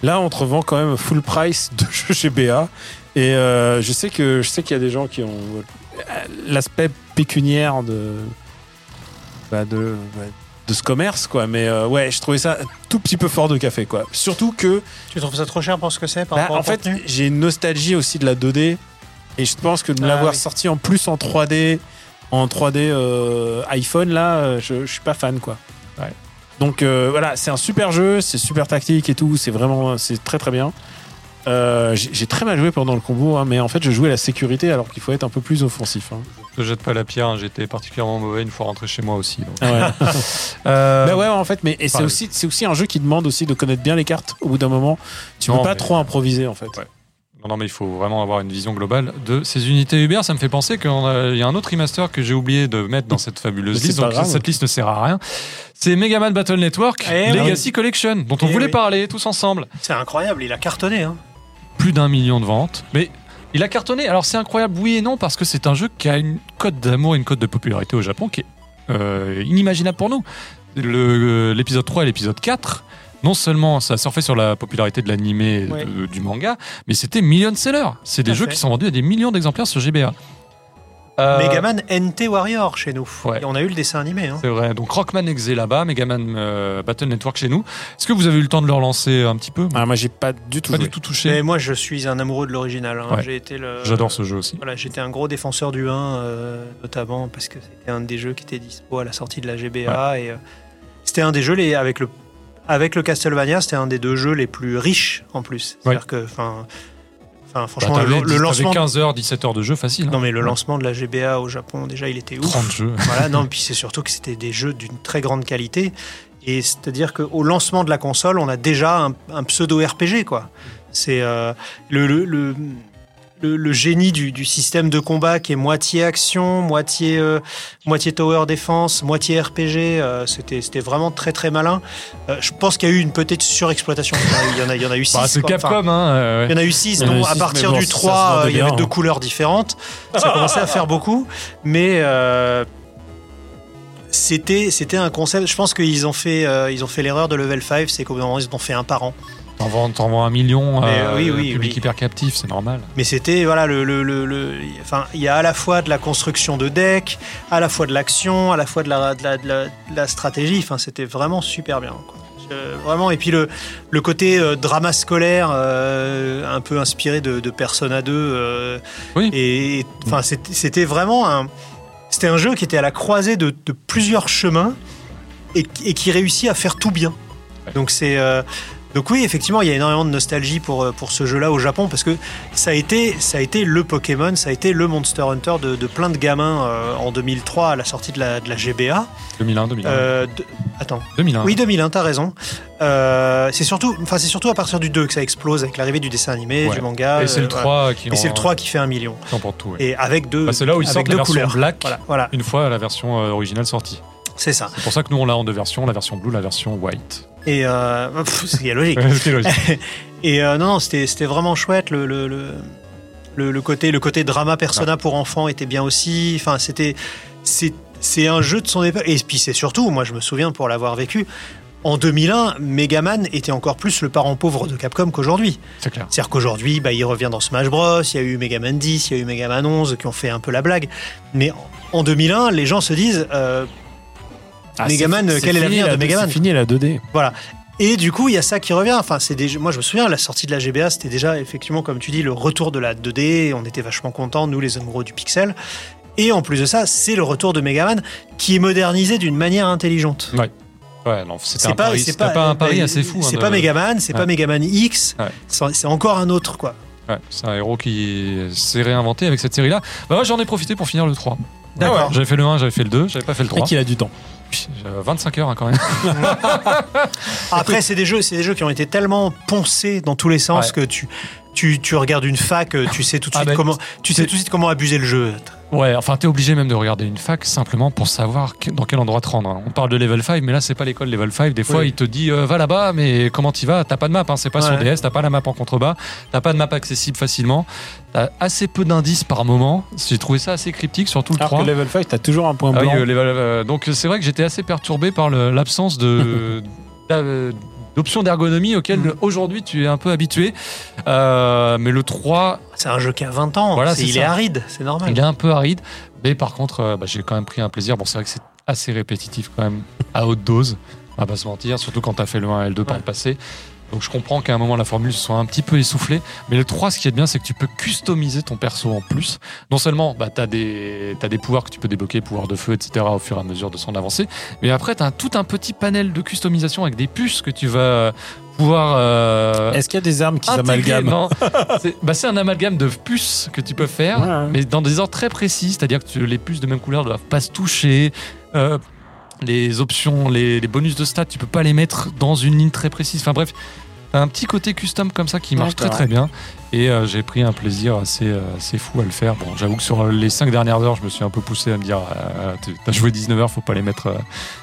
Là, on te revend quand même full price de <laughs> jeux GBA. Et euh, je sais que je sais qu'il y a des gens qui ont euh, l'aspect pécuniaire de bah, de ouais, de ce commerce quoi. Mais euh, ouais, je trouvais ça un tout petit peu fort de café quoi. Surtout que Tu trouves ça trop cher pour ce que c'est par bah, rapport en au fait, contenu j'ai une nostalgie aussi de la 2D. Et je pense que de Ah l'avoir oui. sorti en plus en 3D, en 3D euh, iPhone, là, euh, je, je suis pas fan, quoi. Ouais. Donc euh, voilà, c'est un super jeu, c'est super tactique et tout, c'est vraiment, c'est très très bien. Euh, j'ai j'ai très mal joué pendant le combo, hein, mais en fait, je jouais la sécurité alors qu'il faut être un peu plus offensif. hein. Je te jette pas la pierre. hein, J'étais particulièrement mauvais une fois rentré chez moi aussi. donc. Euh, Euh, <laughs> bah ouais, en fait, mais et c'est Enfin, aussi, c'est aussi un jeu qui demande aussi de connaître bien les cartes. Au bout d'un moment, tu Non, peux pas mais- trop improviser, en fait. Ouais. Non, non, mais il faut vraiment avoir une vision globale de ces unités Uber. Ça me fait penser qu'il y a un autre remaster que j'ai oublié de mettre dans cette fabuleuse Mais c'est liste. pas Donc grave. cette liste ne sert à rien. C'est Mega Man Battle Network Eh Legacy Collection, dont on Eh voulait oui. parler tous ensemble. C'est incroyable, il a cartonné. hein. Plus d'un million de ventes. Mais il a cartonné. Alors c'est incroyable, oui et non, parce que c'est un jeu qui a une cote d'amour et une cote de popularité au Japon qui est euh, inimaginable pour nous. Le- euh, L'épisode 3 et l'épisode 4 non seulement ça surfait sur la popularité de l'anime et de- Ouais. du manga, mais c'était million seller. C'est des Tout à jeux fait. qui sont vendus à des millions d'exemplaires sur GBA. Euh, Megaman NT Warrior chez nous. Ouais. Et on a eu le dessin animé. hein. C'est vrai. Donc Rockman Exe là-bas, Megaman euh, Battle Network chez nous. Est-ce que vous avez eu le temps de leur lancer un petit peu Ah, moi, j'ai pas du tout. Pas joué. du tout touché. Mais moi, je suis un amoureux de l'original. hein. Ouais. J'ai été le. J'adore ce jeu aussi. Voilà, j'étais un gros défenseur du 1, euh, notamment parce que c'était un des jeux qui était dispo à la sortie de la GBA. Et, euh, c'était un des jeux, les, avec, le, avec le Castlevania, c'était un des deux jeux les plus riches en plus. C'est-à-dire que, enfin, enfin, franchement, Bah, t'avais le, le 10 lancement. t'avais 15 heures, 17 heures de jeu facile. hein. Non, mais le lancement de la GBA au Japon, déjà, il était ouf. 30 <laughs> jeux. Bah, Voilà, non, puis c'est surtout que c'était des jeux d'une très grande qualité. Et c'est-à-dire qu'au lancement de la console, on a déjà un, un pseudo-RPG, quoi. C'est euh, le, le, le, le- le génie du, du système de combat qui est moitié action, moitié, euh, moitié tower défense, moitié RPG. euh, c'était, c'était vraiment très très malin. Euh, je pense qu'il y a eu une petite surexploitation. Il y en a, il y en a eu six. Bah, c'est quoi. Enfin, Capcom, hein. euh, ouais. il y en a eu 6, Il y en a eu donc à six, partir mais bon, du ça se 3, vendait il y avait bien, deux hein. couleurs différentes. Ça commençait à faire beaucoup, mais euh, c'était c'était un concept. Je pense qu'ils ont fait euh, ils ont fait l'erreur de level 5, c'est qu'au bout d'un moment, ils en ont fait un par an. T'en vends, t'en vends un million Mais, euh, à oui, un oui, public oui. hyper captif, c'est normal. Mais c'était voilà le, le, le- le- enfin il y a à la fois de la construction de deck, à la fois de l'action, à la fois de la de la, de la- de la stratégie. Enfin c'était vraiment super bien. quoi. Je- vraiment et puis le le côté euh, drama scolaire euh, un peu inspiré de, de Persona 2. euh, Oui. Et et- enfin c'était c'était vraiment un c'était un jeu qui était à la croisée de, de plusieurs chemins et, qui- et qui réussit à faire tout bien. Ouais. Donc c'est euh, donc oui, effectivement, il y a énormément de nostalgie pour, euh, pour ce jeu-là au Japon parce que ça a été, ça a été le Pokémon, ça a été le Monster Hunter de, de plein de gamins euh, en 2003 à la sortie de la, de la GBA. 2001, 2001. Euh, de- Attends, 2001. oui 2001, t'as raison. Euh, c'est surtout, enfin c'est surtout à partir du 2 que ça explose avec l'arrivée du dessin animé, Ouais. du manga. Et c'est le euh, voilà. 3 qui Et c'est le en- 3 qui fait un million. qui emporte tout. ouais. Et avec deux, Bah, c'est là où ils avec sortent la deux version couleurs. black Voilà, voilà, une fois la version euh, originale sortie. c'est ça. C'est pour ça que nous on l'a en deux versions, la version blue, la version <laughs> white. Et euh, pff, c'est logique. Ouais, c'est <laughs> logique. Et euh, non, non, c'était c'était vraiment chouette. Le, le, le, le- le côté, le côté drama Persona pour enfants était bien aussi. Enfin, c'était. C'est c'est un jeu de son époque. Et puis, c'est surtout, moi, je me souviens pour l'avoir vécu. En 2001, Megaman était encore plus le parent pauvre de Capcom qu'aujourd'hui. C'est clair. C'est-à-dire qu'aujourd'hui, bah, il revient dans Smash Bros, il y a eu Megaman 10, il y a eu Megaman 11 qui ont fait un peu la blague. Mais en- en 2001, les gens se disent, euh, Ah, Megaman, c'est- quel c'est est l'avenir fini, de la- Megaman C'est fini la 2D. Et du coup, il y a ça qui revient. Enfin, c'est des... jeux- Moi, je me souviens, la sortie de la GBA, c'était déjà, effectivement, comme tu dis, le retour de la 2D. On était vachement contents, nous, les amoureux du pixel. Et en plus de ça, c'est le retour de Megaman qui est modernisé d'une manière intelligente. Ouais, non, c'était un pari, c'était pas, un pari bah, assez fou. hein, C'est de- pas Megaman, c'est Ouais. pas Megaman X. Ouais. C'est c'est encore un autre, quoi. Ouais, c'est un héros qui s'est réinventé avec cette série-là. Bah moi j'en ai profité pour finir le 3. D'accord. J'avais fait le 1, j'avais fait le 2, j'avais pas fait le Et 3. qu'il a du temps. Puis, euh, 25 heures hein, quand même. Après, c'est des jeux, c'est des jeux qui ont été tellement poncés dans tous les sens Ouais. que tu, tu, tu regardes une fac, euh, tu sais tout de Ah suite bah, comment, tu sais c'est- tout de suite comment abuser le jeu. Ouais, enfin t'es obligé même de regarder une fac simplement pour savoir que- dans quel endroit te rendre. hein. On parle de level 5, mais là c'est pas l'école level 5. Des fois Oui. il te dit euh, va là-bas, mais comment t'y vas T'as pas de map, hein, c'est pas sur Ouais. DS, t'as pas la map en contrebas, t'as pas de map accessible facilement, t'as assez peu d'indices par moment. J'ai trouvé ça assez cryptique, surtout le Alors 3. que level 5, t'as toujours un point Ah oui, blanc. euh, les valeurs, euh, donc c'est vrai que j'étais assez perturbé par le- l'absence <laughs> de d'a- euh, d'options d'ergonomie auxquelles Mm. aujourd'hui tu es un peu habitué. Euh, mais le 3, C'est un jeu qui a 20 ans. Voilà, c'est- c'est il ça. est aride, c'est normal. il est un peu aride. Mais par contre, euh, bah, j'ai quand même pris un plaisir. Bon, c'est vrai que c'est assez répétitif quand même à haute dose. On va pas se mentir, surtout quand t'as fait le 1 et le 2 par Ouais. le passé. Donc je comprends qu'à un moment la formule soit un petit peu essoufflée, mais le 3 ce qui est bien c'est que tu peux customiser ton perso en plus. Non seulement bah, tu as, des pouvoirs que tu peux débloquer, pouvoirs de feu, etc. au fur et à mesure de son avancée, mais après tu as tout un petit panel de customisation avec des puces que tu vas pouvoir... euh, Est-ce qu'il y a des armes qui intégrer <laughs> s'amalgament dans- C'est bah, c'est un amalgame de puces que tu peux faire, Ouais. mais dans des ordres très précis, c'est-à-dire que tu- les puces de même couleur ne doivent pas se toucher. euh, les options, les, les bonus de stats, tu peux pas les mettre dans une ligne très précise. Enfin bref, t'as un petit côté custom comme ça qui marche très D'accord. très bien. Et euh, j'ai pris un plaisir assez, euh, assez fou à le faire. Bon, j'avoue que sur les 5 dernières heures, je me suis un peu poussé à me dire euh, t'es- t'as joué 19 heures, faut pas les mettre euh,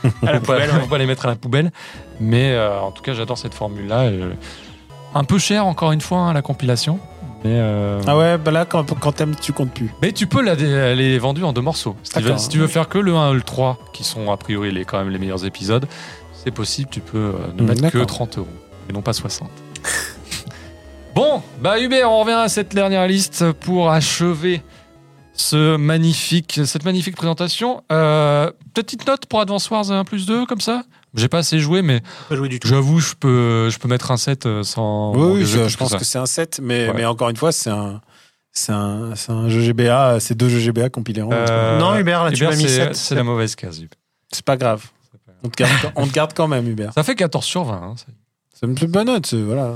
<laughs> À la faut pas- poubelle, faut pas les mettre à la poubelle. Mais euh, en tout cas, j'adore cette formule-là. Et, euh, un peu cher, encore une fois, hein, la compilation. Mais, euh, Ah ouais, bah là, quand, quand t'aimes, tu comptes plus. mais tu peux la, elle est vendue en deux morceaux. Si tu veux, D'accord. si tu veux faire que le 1 et le 3, qui sont a priori les, quand même les meilleurs épisodes, c'est possible, tu peux euh, ne Mm, mettre que d'accord. 30 euros et non pas 60. <laughs> bon, bah Hubert, on revient à cette dernière liste pour achever ce magnifique, cette magnifique présentation. Euh, petite note pour Advance Wars 1 plus 2, comme ça J'ai pas assez joué, mais Pas joué du tout. j'avoue, je peux, je peux mettre un 7 euh, sans. Oui, oui, m'engager je, plus je pense ça. que c'est un 7, mais, Ouais. mais encore une fois, c'est un, c'est un, c'est un jeu GBA, c'est deux jeux GBA compilés en un. Euh, non, Hubert, Ah, là, tu Hubert, m'as mis c'est- 7. C'est la mauvaise case, Hubert. C'est pas grave. On te, garde, on te garde quand même, Hubert. Ça fait 14 sur 20. hein, ça C'est une bonne note, c'est- voilà.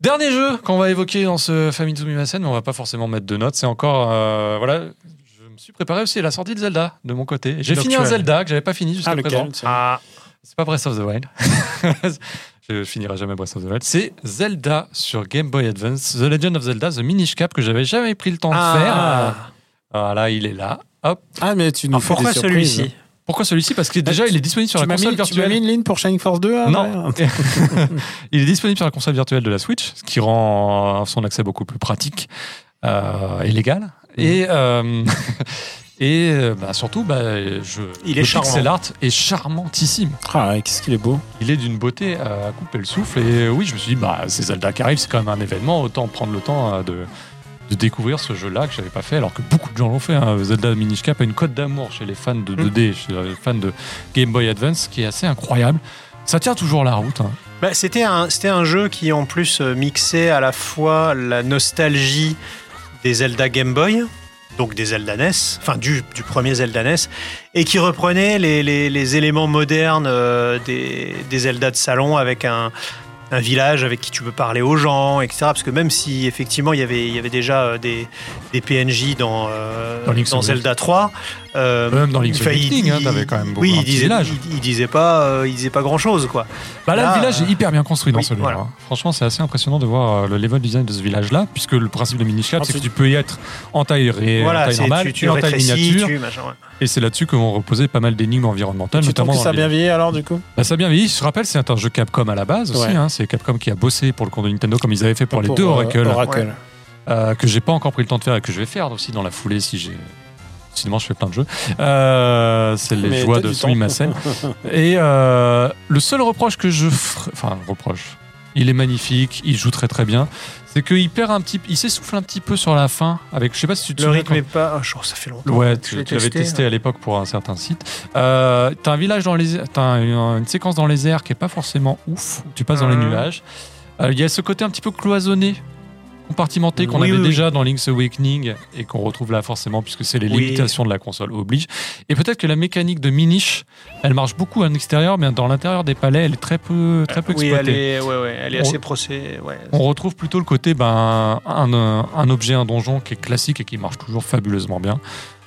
Dernier jeu qu'on va évoquer dans ce Famitsu Mimasen, mais on va pas forcément mettre de notes. C'est encore. euh, voilà, je me suis préparé aussi à la sortie de Zelda de mon côté. J'ai fini un Nocturne. Zelda que j'avais pas fini jusqu'à Ah, lequel, présent. tiens Ah, c'est pas Breath of the Wild. <laughs> je finirai jamais Breath of the Wild. C'est Zelda sur Game Boy Advance, The Legend of Zelda, The Minish Cap que j'avais jamais pris le temps de faire. Ah, Voilà, il est là. Hop. Ah, mais tu nous fais pourquoi des surprises. celui-ci Pourquoi celui-ci Parce que déjà, Ah, tu- il est disponible sur Tu la m'as console mis, tu m'as virtuelle. mis une ligne pour Shining Force 2 hein, Non. ouais. Il est disponible sur la console virtuelle de la Switch, ce qui rend euh, son accès beaucoup plus pratique euh, et légal. Mm. Et, euh, <laughs> et euh, bah, surtout, bah, je, Il est le charmant. pixel art est charmantissime. Ah, ouais, qu'est-ce qu'il est beau. Il est d'une beauté euh, à couper le souffle. Et oui, je me suis dit, bah, c'est Zelda qui arrive, c'est quand même un événement, autant prendre le temps euh, de, de découvrir ce jeu-là que j'avais pas fait, alors que beaucoup de gens l'ont fait. hein. Zelda Minish Cap a une cote d'amour chez les fans Mm. de 2D, chez les fans de Game Boy Advance, qui est assez incroyable. Ça tient toujours la route. hein. Bah, c'était un c'était un jeu qui en plus euh, mixait à la fois la nostalgie des Zelda Game Boy donc des Zelda NES, enfin du, du premier Zelda NES, et qui reprenait les, les- les éléments modernes euh, des, des Zelda de salon avec un, un village avec qui tu peux parler aux gens, etc. Parce que même si effectivement il y avait, il y avait déjà euh, des, des PNJ dans, euh, Dans dans, Link's Awakening. Zelda 3, euh, Même dans Link's enfin, il- Awakening, hein, il- t'avais quand même beaucoup Oui, un il petit disait, village. il- il disait pas, euh, il disait pas grand chose quoi. Bah là, Là, le village euh, est hyper bien construit dans oui, celui-là. voilà. hein. Franchement, c'est assez impressionnant de voir euh, le level design de ce village-là, puisque le principe de Minishcap, c'est que Ensuite- tu peux y être en taille, ré- en Voilà, taille c'est- normale, tu, tu et en taille rétrécis, miniature. tu machin, ouais. Et c'est là-dessus que vont reposer pas mal d'énigmes environnementales, Tu trouves notamment. que dans ça a le bien village. vieilli alors, du coup Bah, ça a bien vieilli. Je rappelle, c'est un jeu Capcom à la base aussi. Ouais. hein. C'est Capcom qui a bossé pour le compte de Nintendo, comme ils avaient fait pour, les deux euh, Oracle, Oracle. Ouais. euh, que j'ai pas encore pris le temps de faire et que je vais faire aussi dans la foulée si j'ai. Sinon, je fais plein de jeux. Euh, c'est les Mais joies de t'as du temps. <laughs> Sumimasen. Et euh, le seul reproche que je ferai, enfin reproche, il est magnifique, il joue très très bien, c'est qu'il perd un petit, il s'essouffle un petit peu sur la fin. Avec, je sais pas si tu te Le souviens rythme est pas. Ah, je- ça fait longtemps. quand- Ouais, Je tu, l'ai tu l'avais testé, hein. testé à l'époque pour un certain site. Euh, t'as un village dans les, airs- t'as une, une séquence dans les airs qui est pas forcément ouf. où Tu passes dans les Mhm. nuages. Euh, Il y a ce côté un petit peu cloisonné, compartimenté qu'on Oui, avait oui, oui. déjà dans Link's Awakening et qu'on retrouve là forcément puisque c'est les Oui. limitations de la console oblige. Et peut-être que la mécanique de Minish, elle marche beaucoup à l'extérieur, mais dans l'intérieur des palais, elle est très peu, très peu Oui, exploitée. elle est, ouais, ouais, elle est On- assez procès. Ouais. On retrouve plutôt le côté ben, un, euh, un objet, un donjon qui est classique et qui marche toujours fabuleusement bien.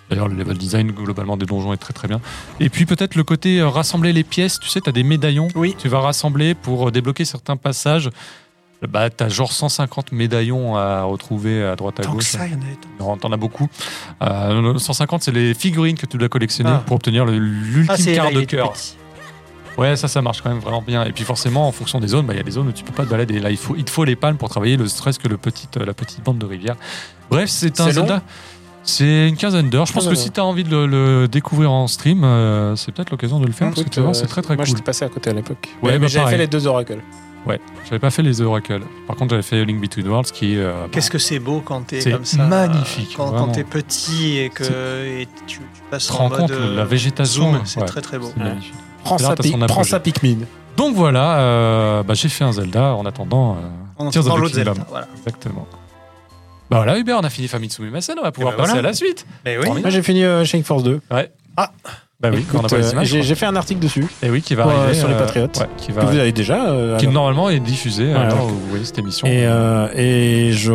D'ailleurs, le level design globalement des donjons est très très bien. Et puis peut-être le côté euh, rassembler les pièces, tu sais, tu as des médaillons, Oui. tu vas rassembler pour euh, débloquer certains passages. Bah, tu as genre 150 médaillons à retrouver à droite à Tant que gauche. ça, il y en avait tant. Non, T'en as beaucoup. Euh, 150, c'est les figurines que tu dois collectionner Ah. pour obtenir le- Ah, l'ultime c'est quart là, il de est tout cœur. petit. Ouais, ça, ça marche quand même vraiment bien. Et puis forcément, en fonction des zones, bah, il y a des zones où tu peux pas te balader. Là, il, faut, il te faut les palmes pour travailler le stress que le petite, euh, la petite bande de rivière. Bref, c'est un C'est long Zelda. C'est une quinzaine d'heures. Je pense Ah, que ouais. si tu as envie de le, le découvrir en stream, euh, c'est peut-être l'occasion de le faire. parce que Écoute, tu vas voir, euh, c'est très très Moi, cool. j'étais passé à côté à l'époque. Ouais, mais bah, j'avais pareil. fait les deux Oracle. J'avais pas fait les Oracle. Par contre, j'avais fait Link Between Worlds qui. euh, Qu'est-ce que c'est beau quand t'es C'est comme ça. magnifique, Quand, quand vraiment. t'es petit et que et tu, tu passes te en rend mode compte euh, de la végétation. zoom, c'est Ouais, très très beau. c'est magnifique. Prends C'est là, sa, t'as son pic, prends apogée. sa Pikmin. Donc voilà, euh, bah, j'ai fait un Zelda en attendant. euh, On Tears of entend the l'autre Kingdom. Zelda, voilà. Exactement. Bah voilà, Hubert, on a fini Famitsu Mimasen, on va pouvoir ben passer voilà. à la suite. Mais oui. Moi, j'ai fini euh, Shining Force 2. Bah oui, Écoute, on a pas les euh, images, j'ai quoi. j'ai fait un article dessus. Et oui, qui va Pour, euh, arriver sur les Patriotes. ouais, qui va que vous avez déjà. euh, qui alors. normalement est diffusé Ouais, alors ouais. vous voyez cette émission. Et, euh, et je,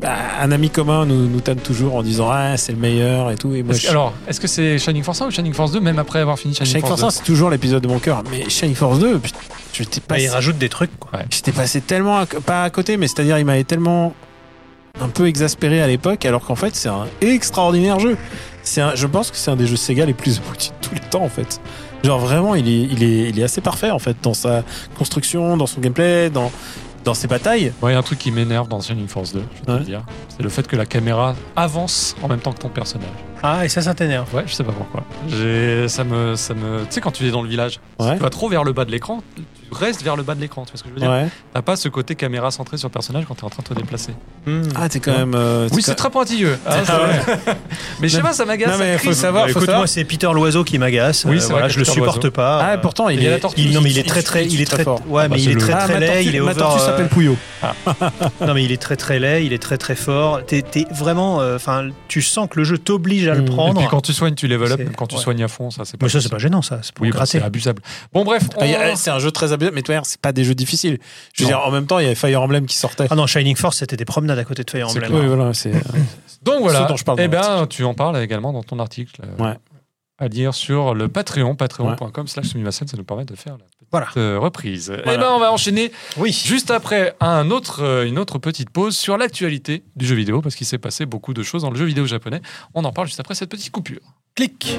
bah, un ami commun nous, nous tanne toujours en disant ah c'est le meilleur et tout. Et moi, Est-ce que- bah, je, alors, est-ce que c'est Shining Force 1 ou Shining Force 2 même après avoir fini Shining, Shining Force 1 c'est toujours l'épisode de mon cœur. Mais Shining Force 2, putain, Ah, j'étais Bah, passé, il rajoute des trucs. Quoi. j'étais passé tellement à co- pas à côté, mais c'est-à-dire il m'avait tellement un peu exaspéré à l'époque, alors qu'en fait c'est un extraordinaire jeu. C'est un, je pense que c'est un des jeux Sega les plus aboutis de tous les temps en fait. Genre vraiment il est, il est, il est assez parfait en fait dans sa construction, dans son gameplay, dans dans ses batailles. Ouais, il y a un truc qui m'énerve dans Shining Force 2, je vais te Ouais. le dire. C'est le fait que la caméra avance en même temps que ton personnage. Ah, et ça, ça t'énerve. Ouais, je sais pas pourquoi. J'ai- Ça me, ça me... Tu sais, quand tu es dans le village, Ouais. tu vas trop vers le bas de l'écran, tu restes vers le bas de l'écran, tu vois ce que je veux dire Ouais. T'as pas ce côté caméra centrée sur le personnage quand t'es en train de te déplacer. Hmm. Ah, t'es quand même. euh, Oui, t'es c'est quand- très pointilleux. Ah, <laughs> c'est vrai. mais je sais pas, ça m'agace. Non, ça me mais crie. faut savoir. Bah, faut écoute, savoir. moi, c'est Peter L'Oiseau qui m'agace. Oui, Euh, c'est voilà, vrai que je le Peter supporte L'Oiseau. pas. Ah, Euh, pourtant, il il y a la est. tortue. il- non, mais il il- est très il- très, il- il il est est très, très fort. bah, ouais, mais c'est il est le- très Ah, très ma laid, tortue- il est Ma over, tortue euh, s'appelle Pouillot. Non, mais il est très très laid, il est très très fort. T'es t'es vraiment, euh, enfin, tu sens que le jeu t'oblige à le Mm. Et Mmh, Et puis prendre. quand tu soignes, tu level up, C'est- même quand tu ouais. soignes à fond, ça c'est pas. Mais ça, c'est pas gênant, ça. C'est pour Oui, bah, gratter. c'est abusable. Bon, bref, on- Ah, il y a- C'est un jeu très abusé, mais toi, c'est pas des jeux difficiles. Je veux Non. dire, en même temps, il y avait Fire Emblem qui sortait. Ah non, Shining Force, c'était des promenades à côté de Fire C'est Emblem. clair. Oui, voilà, c'est. euh, donc voilà. ce dont je parle eh dans ben, l'article. tu en parles également dans ton article. euh, Ouais. À dire sur le Patreon, patreon.com/slash ça nous permet de faire la petite Voilà. euh, reprise. Eh Voilà. ben, on va enchaîner Oui. Juste après, un autre, euh, une autre petite pause sur l'actualité du jeu vidéo, parce qu'il s'est passé beaucoup de choses dans le jeu vidéo japonais. On en parle juste après cette petite coupure. Clic.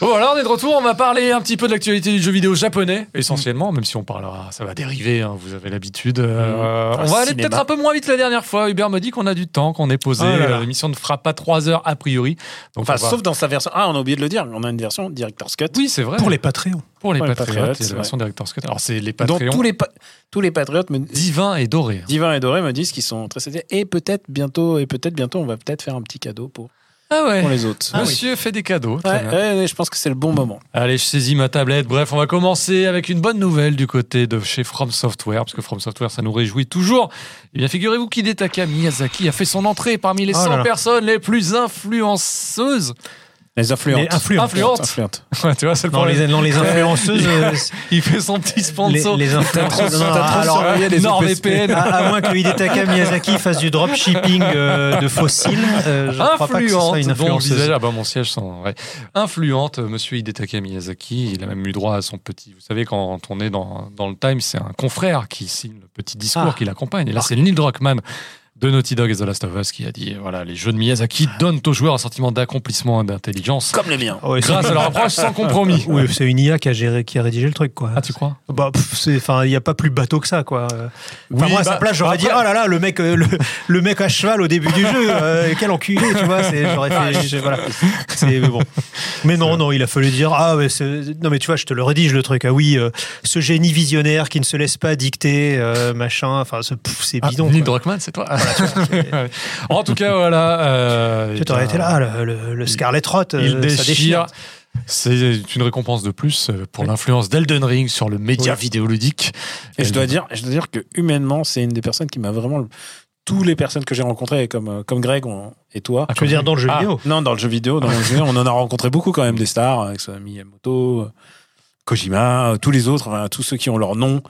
Bon, alors on est de retour, on va parler un petit peu de l'actualité du jeu vidéo japonais, essentiellement, même si on parlera, ça va dériver, hein, vous avez l'habitude. Euh, Ah, on va aller cinéma. peut-être un peu moins vite la dernière fois. Hubert me dit qu'on a du temps, qu'on est posé. Oh là là. Euh, L'émission ne fera pas trois heures a priori. Donc Enfin, on va- sauf dans sa version. Ah, on a oublié de le dire, on a une version Director's Cut. Oui, c'est vrai. Pour les Patreons. pour les pour les patriotes, Patriotes, il y a la ouais. version Director's Cut. Alors c'est les dont patriotes tous les, pa- tous les patriotes me divins et dorés. hein. Divin et Doré me disent qu'ils sont très satisfaits. Et peut-être bientôt, et peut-être bientôt, on va peut-être faire un petit cadeau pour, Ah ouais. pour les autres. Monsieur fait des cadeaux. Ouais, très bien. ouais, ouais, je pense que c'est le bon moment. Allez, je saisis ma tablette. Bref, on va commencer avec une bonne nouvelle du côté de chez From Software, parce que From Software, ça nous réjouit toujours. Eh bien, figurez-vous qu'Hidetaka Miyazaki a fait son entrée parmi les Oh là 100 là. personnes les plus influenceuses. Les Les influents. Influents. Influentes. <laughs> Influentes. Ouais, tu vois, c'est le Non, problème. les, non, les influenceuses. euh, Il fait son petit sponsor. Les, les influenceuses. non, non, alors, surveillé les NordVPN. à, à moins que Hidetaka Miyazaki fasse du dropshipping euh, de fossiles, euh, je ne crois pas que ce soit influente, une dont influenceuse. disais, ah bah, mon siège sent ouais. influente, euh, monsieur Hidetaka Miyazaki, il a même eu droit à son petit, vous savez quand on est dans, dans le Time, c'est un confrère qui signe le petit discours Ah. qui l'accompagne, et là c'est Neil Druckmann de Naughty Dog et The Last of Us qui a dit, voilà, les jeux de Miyazaki donnent aux joueurs un sentiment d'accomplissement et d'intelligence Comme les miens. Ah ouais, c'est- grâce à leur approche sans <laughs> compromis. Oui, c'est une IA qui a, géré, qui a rédigé le truc, quoi. Ah tu crois Bah, pff, c'est, enfin, il n'y a pas plus bateau que ça, quoi. Euh, Enfin, Oui, moi, à sa bah, place, j'aurais dit, oh là là, le mec, euh, le, le mec à cheval au début du jeu, euh, quel enculé, tu vois. C'est, j'aurais fait, Ah, je- <laughs> voilà. C'est, mais bon. Mais non, non, il a fallu dire, ah, mais c'est- non, mais tu vois, je te le rédige le truc. Ah oui, euh, ce génie visionnaire qui ne se laisse pas dicter, euh, machin. Enfin, ce- pff, c'est Ah, bidon. Neil quoi. Druckmann, c'est toi <laughs> Ouais. En tout cas, voilà. euh, Tu vois, t'aurais eh été bien, là, ah, le, le- le Scarlet Rot, euh, Il ça déchire. déchire. C'est une récompense de plus euh, pour l'influence d'Elden Ring sur le média Oui. vidéoludique. Et je dois dire, je dois dire que humainement, c'est une des personnes qui m'a vraiment. le- Tous les personnes que j'ai rencontrées, comme, euh, comme Greg on- et toi. Ah, Tu veux dire dans le jeu Ah, vidéo? Non, dans le jeu <laughs> vidéo, dans le jeu, on en a rencontré beaucoup quand même des stars, euh, avec son ami Miyamoto, euh, Kojima, euh, tous les autres, enfin, tous ceux qui ont leur nom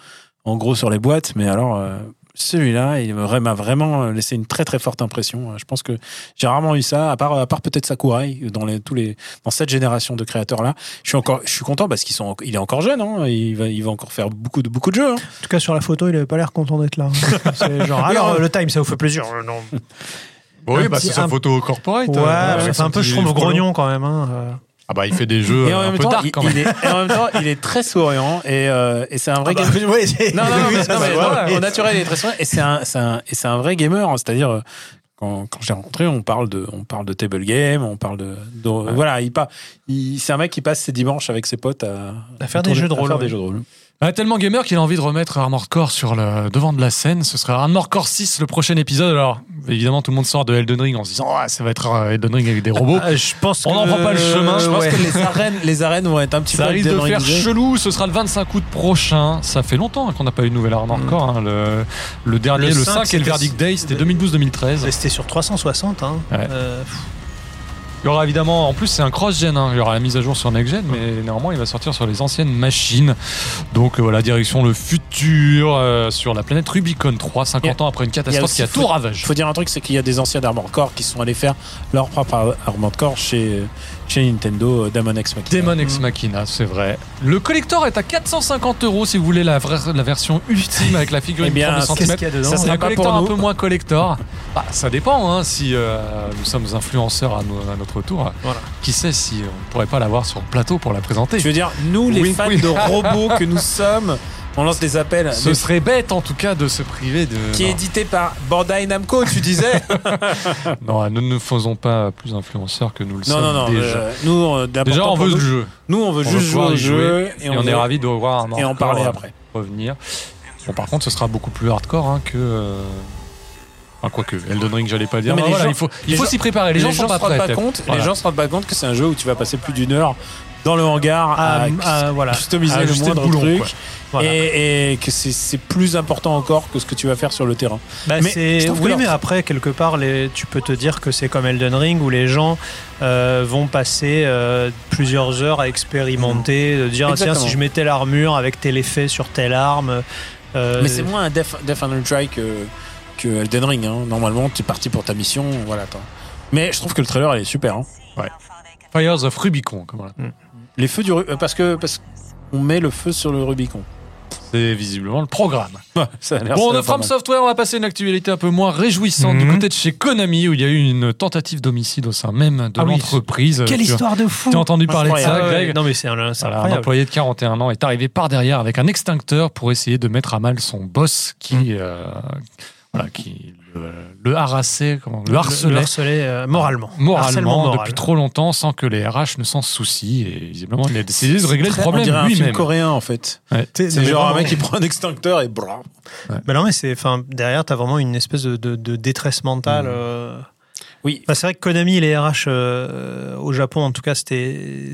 en gros sur les boîtes. Mais alors, euh, celui-là, il me- m'a vraiment euh, laissé une très très forte impression. Euh, Je pense que j'ai rarement eu ça, à part, à part peut-être Sakurai euh, dans les, tous les dans cette génération de créateurs là. Je suis encore, je suis content parce qu'ils sont, en- il est encore jeune, hein, il va, il va encore faire beaucoup de beaucoup de jeux. hein. En tout cas, sur la photo, il avait pas l'air content d'être là. hein. <laughs> C'est genre, alors, euh, le time, ça vous fait plaisir. Euh, Non. Bon, oui, Un bah, petit- c'est sa un- photo corporate. Ouais, euh, mais avec c'est son un peu petit chevron polo. grognon quand même. hein, euh. Ah bah, il fait des jeux Et en euh, un même peu temps, dark il, quand même. il est, et en même temps, il est très souriant et, euh, et c'est un vrai Ah bah, gamin. <laughs> ouais, <laughs> c'est- Non, non, non, oui, mais- ça non, se mais voit. non, Et- au naturel, il est très souriant. Et c'est un, c'est un, et c'est un vrai gamer. hein. C'est-à-dire, euh, quand, quand je l'ai rencontré, on parle, de, on parle de table game, on parle de. de- Voilà, il, pas- il- c'est un mec qui passe ses dimanches avec ses potes à, À faire des jeux de à rôle, faire ouais. des jeux de rôle. Ah, tellement gamer qu'il a envie de remettre Armored Core sur le devant de la scène. Ce sera Armored Core 6 le prochain épisode. Alors, évidemment, tout le monde sort de Elden Ring en se disant Ah, ça va être euh, Elden Ring avec des robots. Ah, je pense On que- n'en euh, prend pas le chemin, Je pense ouais. que les arènes, les arènes vont être un petit Ça peu risque de faire démoralisées. chelou, ce sera le 25 août prochain. Ça fait longtemps hein, qu'on n'a pas eu de nouvelle arme encore. hein. Le, le dernier, le, Mm. Le 5, et 5, le c'était- Verdict Day, c'était 2012-2013. C'était sur 360. Hein. Ouais. Euh, pff, Il y aura évidemment, en plus c'est un cross-gen, hein. il y aura la mise à jour sur next-gen, mais néanmoins il va sortir sur les anciennes machines. Donc euh, voilà, direction le futur, euh, sur la planète Rubicon 3, 50 ans après une il y a catastrophe aussi qui a faut- tout ravage. Il faut dire un truc, c'est qu'il y a des anciens d'Armored Corps qui sont allés faire leur propre Armored Corps chez, chez Nintendo, euh, Damon X Machina. Demon Ex Machina, c'est vrai. Le collector est à 450 euros si vous voulez la, vraie- la version ultime avec la figurine Eh bien, de 30 qu'est-ce cm. qu'il y a dedans Ça C'est sera un pas collector pour un nous. peu moins collector. Bah, ça dépend hein, si euh, nous sommes influenceurs à, no- à notre tour. Voilà. Qui sait si on pourrait pas l'avoir sur le plateau pour la présenter. Tu veux dire, nous, les Wink, fans wink. de robots que nous sommes, on lance des appels. Ce Euh, Mais- serait bête en tout cas de se priver de. Qui est non. édité par Bandai Namco, tu disais Non, nous ne faisons pas plus influenceurs que nous le <laughs> Non, sommes non, non. déjà. euh, nous, euh, d'important Déjà, on pour veut ce nous, jeu. Nous, on veut On juste veut jouer pouvoir au y jeu Et on, est ravis de voir et en encore, parler euh, après. revenir. Bon, par contre, ce sera beaucoup plus hardcore hein, que. euh, Enfin, quoique, Elden Ring, j'allais pas le dire. Non, mais mais les voilà, gens- il faut, il les faut gens- s'y préparer. Les, Les, gens gens sont ne se pas rendent prêts. pas peut-être. compte. Voilà. Les gens se rendent pas compte que c'est un jeu où tu vas passer plus d'une heure dans le hangar à, Ah, cus- ah, voilà. customiser à le ajuster le moindre boulon, truc. quoi. Voilà. Et, et que c'est- c'est plus important encore que ce que tu vas faire sur le terrain. Bah, Mais c'est- je trouve que oui, leur- mais après, quelque part, les- tu peux te dire que c'est comme Elden Ring où les gens euh, vont passer euh, plusieurs heures à expérimenter, de dire ah, tiens, Exactement. si je mettais l'armure avec tel effet sur telle arme. euh, Mais c'est moins un Death, Death and Try que, que Elden Ring. hein. Normalement, tu es parti pour ta mission. Voilà, attends. Mais je trouve que le trailer, il est super. hein. Fires of Rubicon, comme on Mm. l'appelle. Les feux du. Ru- euh, Parce que. Parce qu'on met le feu sur le Rubicon. c'est visiblement le programme. Ça a l'air- Bon, ça a de l'air pas From mal. Software, on va passer à une actualité un peu moins réjouissante du Mm. Mhm. côté de chez Konami, où il y a eu une tentative d'homicide au sein même de Ah oui. l'entreprise. Quelle Tu as- histoire de fou Tu as entendu parler de ça, Ah ouais, Greg Non, mais c'est un, c'est Voilà, un incroyable. employé de 41 ans est arrivé par derrière avec un extincteur pour essayer de mettre à mal son boss qui, Mm. euh, voilà, qui le, le harassait, comment, le harcelait Le harcelait, euh, moralement. Harcèlement moralement moral. depuis trop longtemps sans que les RH ne s'en soucient. Et visiblement, il a décidé de régler le Très- on problème dirait un film lui-même. coréen en fait. Ouais. C'est mais genre un vraiment. mec qui prend un extincteur et bra. Bah non, mais c'est, enfin, derrière, t'as vraiment une espèce de, de- de détresse mentale. Mm. euh. Oui. Enfin, c'est vrai que Konami et les RH euh, au Japon, en tout cas, c'était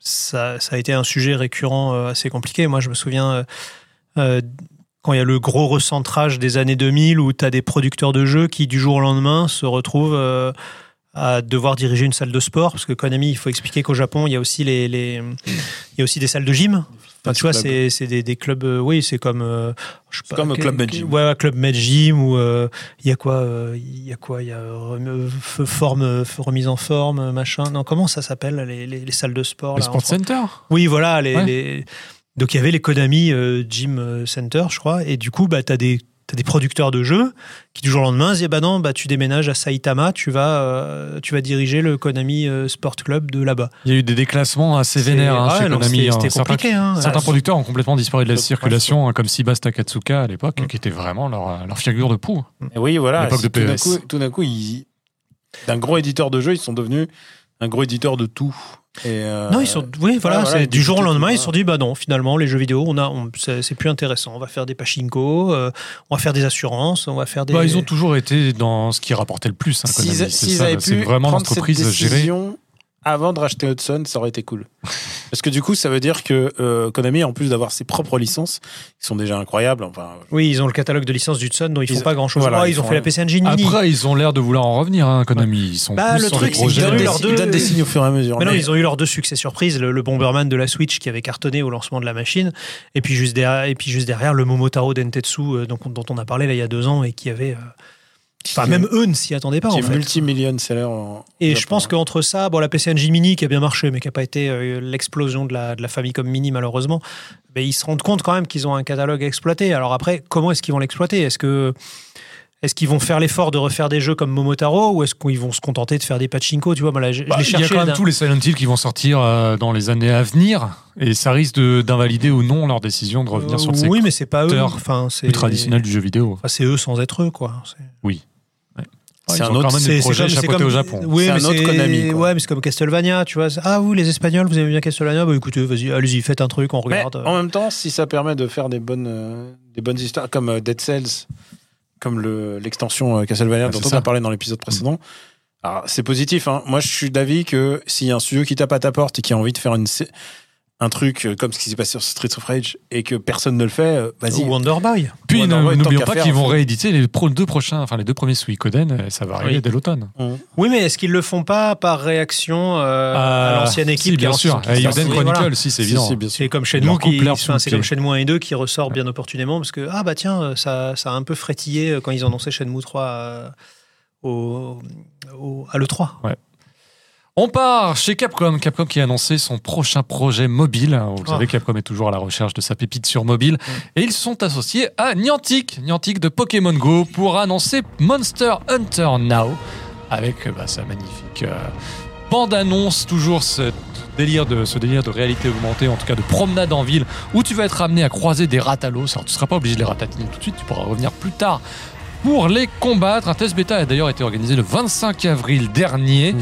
ça, ça a été un sujet récurrent euh, assez compliqué. Moi, je me souviens euh, euh, quand il y a le gros recentrage des années 2000 où t'as des producteurs de jeux qui, du jour au lendemain, se retrouvent euh, à devoir diriger une salle de sport. Parce que Konami, il faut expliquer qu'au Japon, il y a aussi, les, les- il y a aussi des salles de gym. Enfin, tu vois, Club. c'est c'est des, des clubs. euh, oui, c'est comme. euh, je sais pas, comme que- Club Med que- Gym. Ouais, ouais, Club Med Gym ou euh, il y a quoi euh, Il y a quoi Il y a rem- euh, f- forme, euh, f- remise en forme, euh, machin. Non, comment ça s'appelle les, les- les salles de sport Le là, en Sports France Center Oui, voilà. Les, Ouais. les- Donc il y avait les Konami euh, Gym euh, Center, je crois. Et du coup, bah, tu as des t'as des producteurs de jeux qui du jour au lendemain se disent bah non bah tu déménages à Saitama tu vas euh, tu vas diriger le Konami euh, Sport Club de là-bas Il y a eu des déclassements assez C'est- vénères hein, Ah chez ouais, non, Konami. c'était- hein. c'était Certains- compliqué hein. Certains Ah, producteurs ont complètement disparu de la Le circulation, hein, comme Sibas Takatsuka à l'époque, Mm. qui était vraiment leur, leur figure de proue. Et oui, voilà. L'époque c'est de Tout d'un PES. coup, tout d'un coup, ils- d'un gros éditeur de jeux, ils sont devenus un gros éditeur de tout. Et, euh, Non, ils sont. Oui, voilà, voilà, c'est ils du jour au discutent, lendemain, ils voilà. se sont dit bah non, finalement, les jeux vidéo, on a, on- c'est c'est plus intéressant. On va faire des pachinko, euh, on va faire des assurances, on va faire des. Bah, ils ont toujours été dans ce qui rapportait le plus. hein, S'ils Konami. C'est s'ils ça, avaient c'est pu vraiment prendre cette l'entreprise gérée. décision avant de racheter Hudson, ça aurait été cool. <laughs> Parce que du coup, ça veut dire que euh, Konami, en plus d'avoir ses propres licences, qui sont déjà incroyables, enfin, Oui, ils ont le catalogue de licences d'Hudson, dont ils font Ils- pas grand chose. voilà, ils, ils ont font fait la rien. PC Engine Mini. Après, ils ont l'air de vouloir en revenir, hein, Konami. Ils sont Bah, plus le sur truc, des c'est qu'ils projets. donnent donnent leur des- deux- ils donnent des signes au fur et à mesure. mais non, mais- ils ont eu leur deux succès surprises, le, le Bomberman de la Switch qui avait cartonné au lancement de la machine, et puis juste derrière, et puis juste derrière le Momotaro Dentetsu euh, donc, dont on a parlé là il y a deux ans et qui avait. euh, Enfin, même eux ne s'y attendaient pas qui en est fait. multimillion seller. en- au Et je Japon. hein. pense qu'entre ça, bon, la PC Engine Mini qui a bien marché, mais qui n'a pas été euh, l'explosion de la, de la Famicom Mini malheureusement, ben, ils se rendent compte quand même qu'ils ont un catalogue à exploiter. Alors après, comment est-ce qu'ils vont l'exploiter Est-ce que est-ce qu'ils vont faire l'effort de refaire des jeux comme Momotaro ou est-ce qu'ils vont se contenter de faire des pachinko Tu vois, moi, là, je, je Bah, les il y a cherchais. quand même d'un- tous les Silent Hill qui vont sortir euh, dans les années à venir et ça risque de- d'invalider ou non leur décision de revenir sur le secteur Euh, oui, mais c'est pas eux. secteurs Enfin, c'est plus traditionnel du jeu vidéo. Enfin, c'est eux sans être eux, quoi. C'est- C'est ils un ont autre- quand même C'est- des c'est projets comme- c'est chapeautés comme- au Japon. Oui, C'est mais un autre Konami, quoi. Ouais, mais c'est comme Castlevania, tu vois. Ah, vous, les Espagnols, vous aimez bien Castlevania Bah écoutez, vas-y, allez-y, faites un truc, on Mais regarde. en même temps, si ça permet de faire des bonnes, euh, des bonnes histoires, comme euh, Dead Cells, comme le- l'extension euh, Castlevania Ah, dont c'est on ça. a parlé dans l'épisode précédent, alors, c'est positif. hein. Moi, je suis d'avis que s'il y a un studio qui tape à ta porte et qui a envie de faire une, sé- un truc euh, comme ce qui s'est passé sur Streets of Rage et que personne ne le fait, euh, vas-y. Ou Wonder Boy. Puis Ouais, non, n- ouais, tant n'oublions qu'à pas faire, qu'ils en hein. vont fait. rééditer les pro- deux prochains, enfin les deux premiers Suikoden, et ça va arriver Ah Oui. dès l'automne. On- Oui, mais est-ce qu'ils le font pas par réaction euh, à Euh, l'ancienne équipe si, qui bien lance- sûr. qui Et lance- Elden voilà. Chronicle, si c'est Si, évident. si, bien sûr. C'est comme Ils Shenmue leur qui, coupent l'herbe sous enfin, le c'est pied. comme Shenmue 1 et 2 qui ressort bien opportunément parce que ah bah tiens ça, ça a un peu frétillé euh, quand ils ont annoncé Shenmue 3 euh, au, au- à l'E3. On part chez Capcom. Capcom qui a annoncé son prochain projet mobile. Vous le Ah. savez, Capcom est toujours à la recherche de sa pépite sur mobile. Et ils sont associés à Niantic, Niantic de Pokémon Go, pour annoncer Monster Hunter Now, avec euh, bah, sa magnifique euh, bande-annonce, toujours ce délire, de, ce délire de réalité augmentée, en tout cas de promenade en ville, où tu vas être amené à croiser des ratalos. Alors tu ne seras pas obligé de les ratatiner tout de suite, tu pourras revenir plus tard pour les combattre. Un test bêta a d'ailleurs été organisé le 25 avril dernier. Bon,